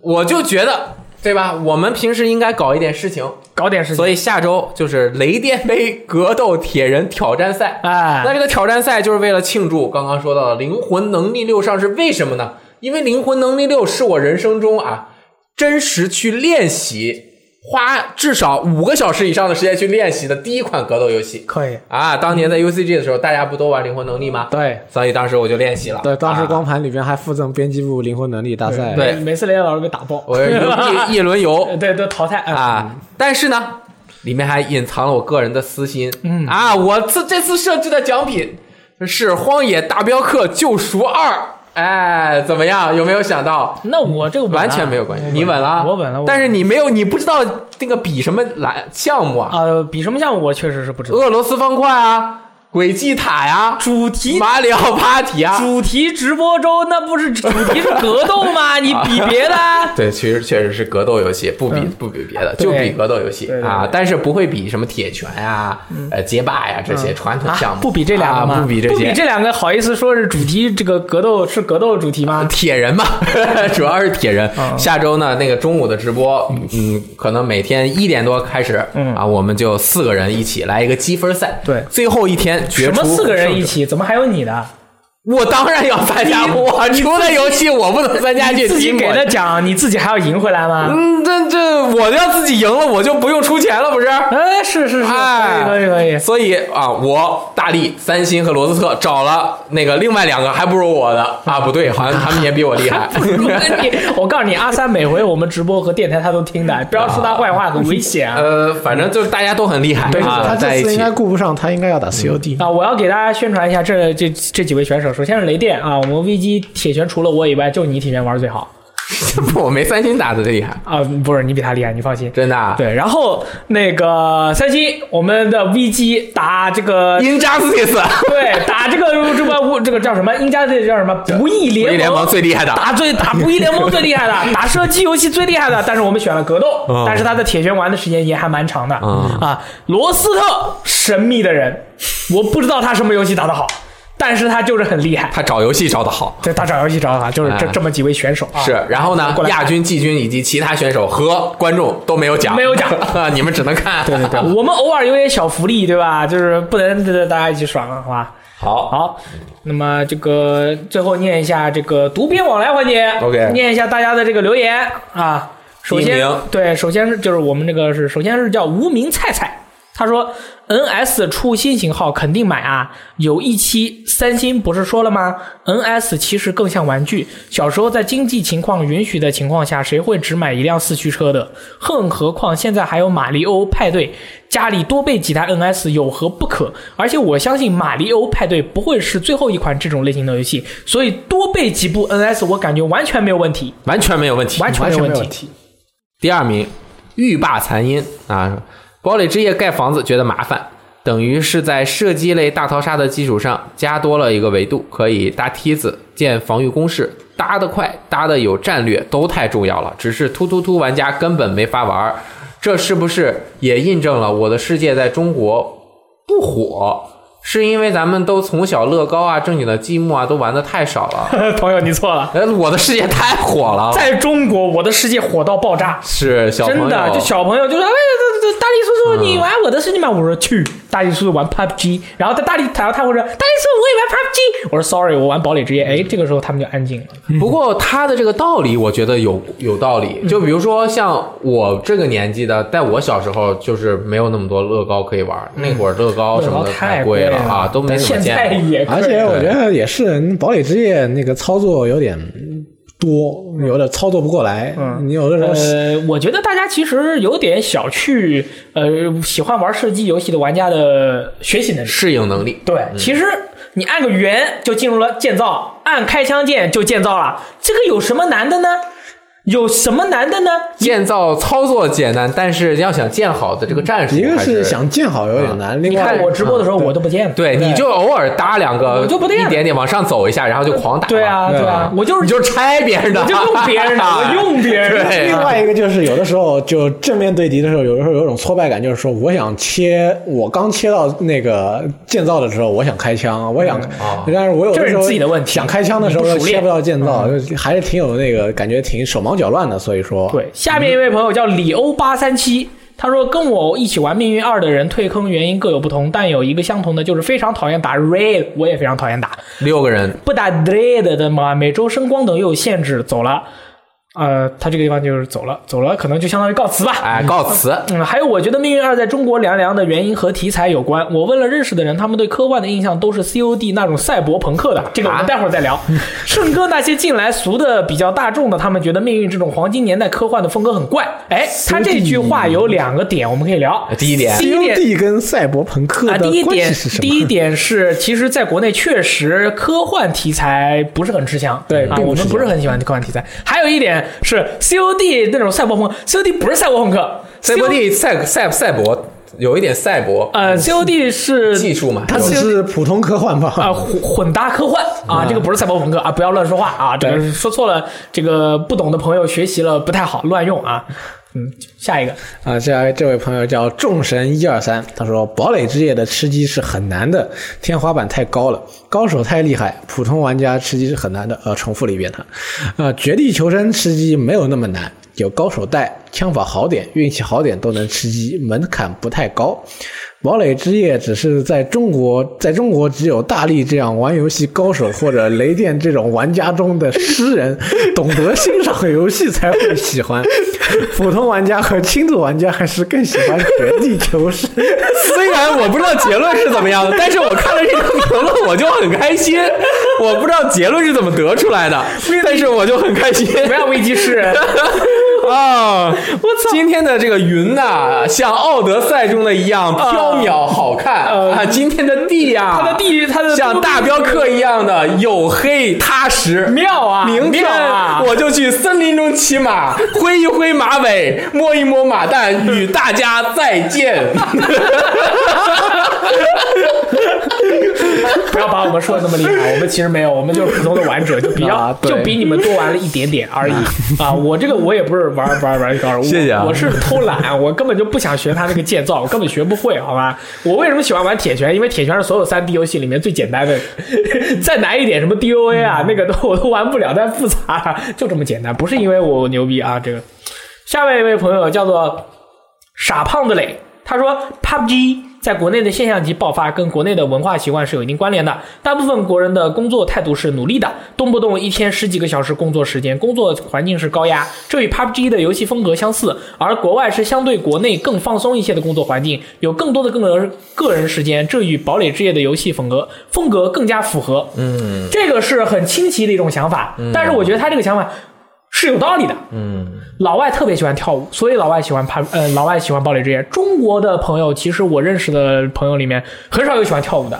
B: 我就觉得，对吧？我们平时应该搞一点事情，
A: 搞点 事情。
B: 所以下周就是雷电杯格斗铁人挑战赛。
A: 哎
B: 那这个挑战赛就是为了庆祝刚刚说到的《灵魂能力六》上市，为什么呢？因为《灵魂能力六》是我人生中啊真实去练习，花至少五个小时以上的时间去练习的第一款格斗游戏。
A: 可以，
B: 啊，当
C: 嗯
B: 年在 UCG 的时候，大家不都玩《灵魂能力》吗？
C: 对
B: 所以当时我就练习了。
C: 对，当时
B: 啊
C: 光盘里边还附赠编辑部灵魂能力大赛，
B: 对
A: 每次雷老师被打爆，
B: 我有一一轮游，
A: 对，都淘汰啊。
B: 啊，但是呢，里面还隐藏了我个人的私心。嗯啊，我这这次设置的奖品是《荒野大镖客：救赎二》。哎，怎么样？有没有想到？
A: 那我这个稳啊
B: 完全没有关系，你稳了，
A: 我稳了。我
B: 但是你没有，你不知道那个比什么栏项目啊？
A: 呃，比什么项目我确实是不知道。
B: 俄罗斯方块啊，轨迹塔呀、
A: 主题
B: 马里奥 Party 啊。
A: 主题直播周，那不是主题是格斗 吗？你比别的啊
B: 对，其实确实是格斗游戏，不比、不比别的，就比格斗游戏
A: 嗯对对
B: 啊
A: 对，嗯
B: 但是不会比什么铁拳呀、呃街霸呀这些传统项目，
A: 啊不比这两个吗？
B: 啊不比这
A: 不
B: 些，
A: 比这两个好意思说是主题这个格斗是格斗主题吗？
B: 啊铁人嘛， 主要是铁人。
A: 嗯
B: 下周呢，那个中午的直播，嗯，可能每天一点多开始，
A: 嗯
B: 啊，我们就四个人一起来一个积分赛，
A: 对
B: 最后一天
A: 什
B: 决出
A: 么四个人一
B: 胜者。
A: 起？怎么还有你的？
B: 我当然要参加，我除了游戏我不能参加
A: 你
B: 这
A: 自己
B: 题目
A: 给的奖，你自己还要赢回来吗？
B: 嗯，这这我要自己赢了，我就不用出钱了，不是？
A: 哎，是是是，
B: 哎
A: 可以可以可以。
B: 所以啊，我大力、三星和罗斯特找了那个另外两个还不如我的啊，不 对，好像他们也比我厉害。
A: 你我告诉你，阿三每回我们直播和电台他都听的，不要说他坏话，很危险啊！
B: 呃，反正就是大家都很厉害
A: 对
B: 啊，
C: 他
B: 在
C: 这
B: 一
C: 次应
B: 起。嗯
C: 该顾不上，他应该要打 COD。
A: 啊，我要给大家宣传一下这这这几位选手。首先是雷电啊，我们 VG 铁拳除了我以外，就你铁拳玩最好
B: 我没三星打的厉害，
A: 啊，不是你比他厉害，你放心。
B: 真的啊。
A: 对，然后那个三星，我们的 VG 打这个
B: Injustice，
A: 对打这个这个这个叫什么？应该这叫什么？不义
B: 不义
A: 联
B: 联
A: 盟
B: 盟最厉害的。
A: 打最打不义联盟最厉害 的，打射击游戏最厉害的，但是我们选了格斗，
B: 嗯
A: 但是他的铁拳玩的时间也还蛮长的、
B: 嗯
A: 啊。罗斯特神秘的人，我不知道他什么游戏打得好，但是他就是很厉害。
B: 他找游戏找的好。
A: 这大找游戏找得好，啊就是这
B: 哎
A: 这么几位选手啊。
B: 是，然后呢
A: 过，来看
B: 亚军、季军以及其他选手和观众都没有奖，
A: 没有奖
B: 你们只能看。对对
A: 对，我们偶尔有点小福利，对吧？就是不能这大家一起爽啊了，好吧？
B: 好，
A: 好，那么这个最后念一下这个读编往来环节
B: OK
A: 念一下大家的这个留言啊。首
B: 第一
A: 先
B: 名，
A: 对，首先是就是我们这个是，首先是叫无名菜菜，他说 NS 出新型号肯定买啊，有一期三星不是说了吗？NS 其实更像玩具，小时候在经济情况允许的情况下，谁会只买一辆四驱车的？更何况现在还有马里欧派对，家里多备几台 NS 有何不可？而且我相信马里欧派对不会是最后一款这种类型的游戏，所以多备几部 NS，我感觉完全没有问题，
B: 完全没有问题。
A: 完全没有
C: 完全没有
A: 问
C: 问
A: 题。
B: 第二名，欲罢残音啊！堡垒之夜盖房子觉得麻烦，等于是在射击类大逃杀的基础上加多了一个维度，可以搭梯子、建防御工事，搭得快、搭得有战略都太重要了。只是突突突玩家根本没法玩儿，这是不是也印证了我的世界在中国不火？是因为咱们都从小乐高啊、正经的积木啊都玩的太少了，
A: 朋友，你错了。
B: 呃，我的世界太火了，
A: 在中国，我的世界火到爆炸，
B: 是小朋友
A: 真的，就小朋友就说：“哎，这这大力叔叔，你玩我的世界吗？”我说：“去，大力叔叔玩 PUBG。”然后他大力，然后他会说：“大力叔，我也玩 PUBG。”我说：“Sorry，我玩堡垒之夜。”哎，这个时候他们就安静了。
B: 不过他的这个道理，我觉得有有道
A: 嗯
B: 理。就比如说像我这个年纪的，在我小时候就是没有那么多乐高可以玩，那会儿乐高什么的
A: 嗯太
B: 贵
A: 了
B: 啊，都没怎
A: 现
B: 么见
A: 在
B: 过。
A: 也贵
C: 而且我觉得也是，《堡垒之夜》那个操作有点多，有点操作不过来。
B: 嗯
C: 你有的时候
A: 呃，我觉得大家其实有点小去呃喜欢玩射击游戏的玩家的学习能力。
B: 适应能力，
A: 对，其实你按个圆就进入了建造，按开枪键就建造了，这个有什么难的呢？有什么难的呢？
B: 建造操作简单，但是要想建好的这个战术，
C: 一个
B: 还
C: 是
B: 是啊
C: 想建好有点难，另
A: 你
C: 外
A: 看我直播的时候，我都不见了。
B: 对，啊你就偶尔搭两个，
A: 我就不练
B: 一点点往上走一下，然后就狂打。
A: 对，啊，对啊，我就是
B: 你就拆别人的，
A: 我就用别 人的，我用别人 的。
B: 对
C: 另外一个就是，有的时候就正面对敌的时候，有的时候有一种挫败感，就是说，我想切，我刚切到那个建造的时候，我想开枪，我想，
B: 哦
C: 但是我有
A: 嗯这
C: 的
A: 是
C: 时候
A: 自己的问题
C: 想开枪的时候
A: 你不嗯
C: 又
A: 熟
C: 切
A: 练
C: 不到建造，就还是挺有那个感觉，挺手忙脚乱的。所以说，
A: 对，下面一位朋友叫李欧八三七，他说跟我一起玩《命运二》的人退坑原因各有不同，但有一个相同的就是非常讨厌打 raid，我也非常讨厌打。
B: 六个人，
A: 不打 raid 的嘛，每周声光等又有限制，走了。呃，他这个地方就是走了，走了，可能就相当于告辞吧。
B: 哎，告辞。
A: 嗯，还有我觉得《命运二》在中国凉凉的原因和题材有关。我问了认识的人，他们对科幻的印象都是 COD 那种赛博朋克的，这个我
B: 啊
A: 们待会儿再 聊。顺哥那些进来俗的比较大众的，他们觉得《命运》这种黄金年代科幻的风格很怪。哎，他这句话有两个点，我们可以聊。
B: 呃第一点
A: 第一点
C: COD 跟赛博朋克
A: 啊，
C: 的
A: 第一
C: 关
A: 点
C: 系是，什
A: 第
C: 么？
A: 一点是，其实在国内确实科幻题材不是很吃香，
C: 对
A: 啊，
C: 并不
A: 我们
C: 吃
A: 不是
C: 香
A: 很喜欢科幻题材。还有一点是，COD 那种赛博朋克，COD 不是赛博朋克，
B: 赛博蒂赛赛赛博有一点赛博
A: 呃，COD 是
B: 技术嘛，
C: 它
B: 有
C: 只是普通科幻吧？
A: 啊，混混搭科幻
B: 嗯
A: 啊，这个不是赛博朋克啊，不要乱说话啊，这个说错了，这个不懂的朋友学习了不太好，乱用啊。嗯，下一个，
C: 啊，这这位朋友叫众神一二三，他说《堡垒之夜》的吃鸡是很难的，天花板太高了，高手太厉害，普通玩家吃鸡是很难的。呃，重复了一遍他，呃，《绝地求生》吃鸡没有那么难，有高手带，枪法好点，运气好点都能吃鸡，门槛不太高。堡垒之夜只是在中国，在中国只有大力这样玩游戏高手或者雷电这种玩家中的诗人，懂得欣赏游戏才会喜欢。 普通玩家和轻度玩家还是更喜欢绝地求生。
B: 虽然我不知道结论是怎么样的，但是我看了这个评论我就很开心。我不知道结论是怎么得出来的，但是我就很开 心。
A: 不要危机示 人，
B: 啊！ 我操！今天的这个云呐、像《奥德赛》中的一样飘渺好看、啊！今天的地呀、
A: 他的地，他的
B: 像大镖客一样的黝黑踏实。
A: 妙啊，
B: 明天
A: 妙啊，
B: 我就去森林中骑马，挥一挥马尾，摸一摸马蛋，与大家再见。
A: 不要把我们说的那么厉害，我们其实没有，我们就是普通的玩者，就比较、
C: 啊对
A: 就比你们多玩了一点点而已啊。我这个我也不是玩玩玩高手，我
B: 谢谢啊
A: 我是偷懒，我根本就不想学他那个建造，我根本学不会，好吧？我为什么喜欢玩铁拳？因为铁拳是所有三 D 游戏里面最简单的， 再难一点什么 DOA 啊，那个都我都玩不了，但复杂啊就这么简单，不是因为我牛逼啊，这个。下面一位朋友叫做傻胖子磊，他说 PUBG 在国内的现象级爆发跟国内的文化习惯是有一定关联的。大部分国人的工作态度是努力的，动不动一天十几个小时工作时间，工作环境是高压，这与 PUBG 的游戏风格相似。而国外是相对国内更放松一些的工作环境，有更多的个人个人时间，这与堡垒之夜的游戏风格风格更加符合。嗯，这个是很清奇的一种想法，但是我觉得他这个想法。是有道理的，
B: 嗯
A: 老外特别喜欢跳舞，所以老外喜欢攀，呃，老外喜欢堡垒之夜。中国的朋友，其实我认识的朋友里面，很少有喜欢跳舞的，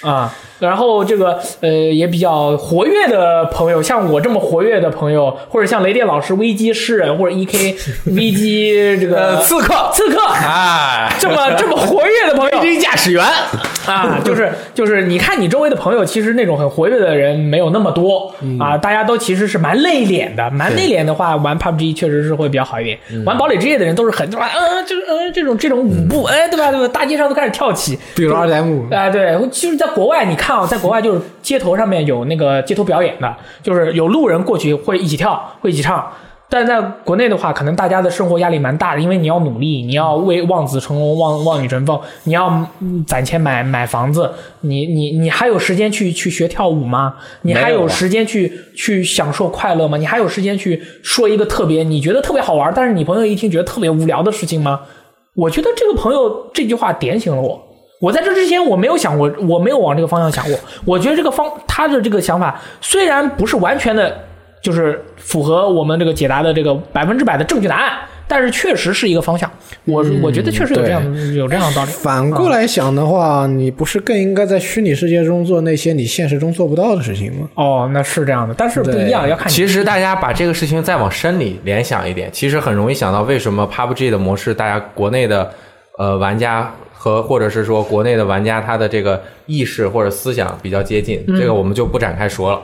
A: 啊、然后这个呃也比较活跃的朋友，像我这么活跃的朋友，或者像雷电老师、危机诗人或者 E K 危机这
B: 呃，
A: 个
B: 刺客，
A: 刺客
B: 哎，
A: 这么这么活跃的朋友，
B: 飞机驾驶员，
A: 啊，就是就是，你看你周围的朋友，其实那种很活跃的人没有那么多、啊，大家都其实是蛮内敛的，蛮内敛的话，玩 PUBG 确实是会比较好一点。玩堡垒之夜的人都是很啊，呃就是呃这种这种舞步，哎，对吧？对吧？大街上都开始跳起，
C: 比如二代目，
A: 啊、对，就是在国外，你看啊，在国外就是街头上面有那个街头表演的，就是有路人过去会一起跳，会一起唱。但在国内的话，可能大家的生活压力蛮大的，因为你要努力，你要为望子成龙、望望女成凤，你要嗯攒钱买买房子，你你你还有时间去去学跳舞吗？你还
B: 没有
A: 有
B: 啊
A: 时间去去享受快乐吗？你还有时间去说一个特别你觉得特别好玩，但是你朋友一听觉得特别无聊的事情吗？我觉得这个朋友这句话点醒了我。我在这之前我没有想过，我没有往这个方向想过。我觉得这个方他的这个想法虽然不是完全的，就是符合我们这个解答的这个百分之百的正确答案，但是确实是一个方向。我
B: 嗯
A: 我觉得确实有这样有这样的道理。
C: 反过来想的话，你不是更应该在虚拟世界中做那些你现实中做不到的事情吗？
A: 哦，那是这样的，但是不一样，要看你
B: 其实大家把这个事情再往深里联想一点，其实很容易想到为什么 PUBG 的模式，大家国内的呃玩家和或者是说国内的玩家他的这个意识或者思想比较接近，
A: 嗯
B: 这个我们就不展开说了。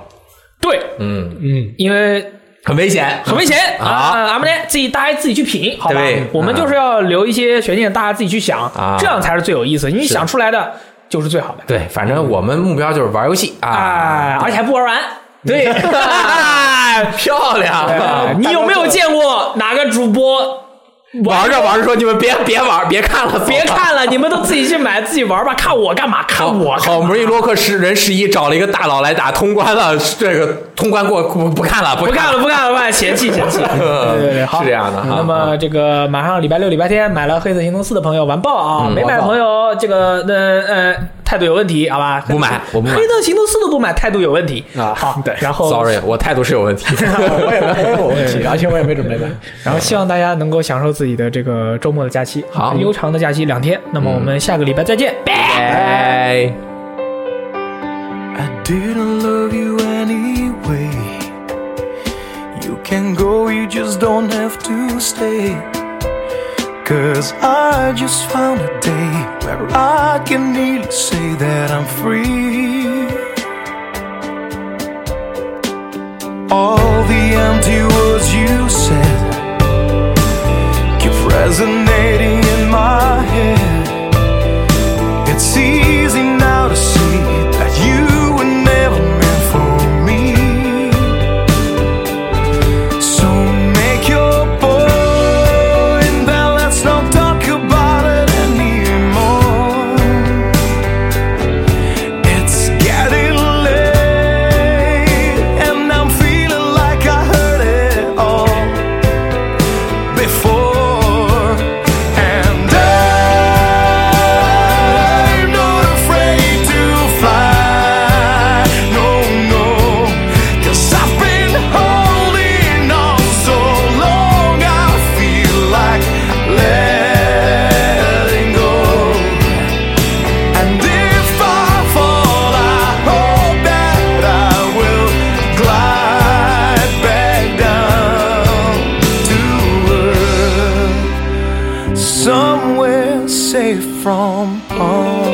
A: 对，
B: 嗯，
A: 因为
B: 很危险，
A: 很危 险
B: 好
A: 啊！俺们呢，自己大家自己去品，好吧
B: 对？嗯
A: 我们就是要留一些悬念，大家自己去想
B: 啊，
A: 这样才是最有意思。你想出来的就是最好的，
B: 对，反正我们目标就是玩游戏啊，
A: 哎，而且还不玩完。
B: 对，啊漂
A: 哎
B: 亮。
A: 你有没有见过哪个主播
B: 玩着玩着说你们别别玩，别看了，
A: 别看了，你们都自己去买，自己玩吧。看我干嘛？看我干嘛
B: 好不容易洛克十人十一找了一个大佬来打通关了，这个通关过不不看了，不
A: 不看了，不看了，不看了，嫌弃嫌弃。 对对对，好，嗯
B: 是这样的哈
A: 那么这个马上礼拜六、礼拜天买了《黑色行动四》的朋友完爆
B: 嗯
A: 啊！没买的朋友，这个那呃态度有问题，好吧？
B: 不买我不买
A: 黑色行动四》都不买，态度有问题
C: 啊
A: 好，对，然后
B: ，sorry，我态度是有问题。
C: 我也我也有问题，而且我也没准备买。
A: 然后希望大家能够享受自己的这个周末的假期，
B: 好
A: 悠长的假期两天。那么我们下个礼拜再见，拜
B: 拜。
D: I didn't love you anyway. You can go, you just don't have to stay. Cause I just found a day where I can really say that I'm free. All the empty words you said keep resonating in my head. It's easy now to see that you were never meant for me. So make your point, then let's not talk about it anymore. It's getting late, and I'm feeling like I heard it all before. And I'm not afraid to fly. No, no. Cause I've been holding on so long, I feel like letting go. And if I fall, I hope that I will glide back down to earth, somewhere safe from harm.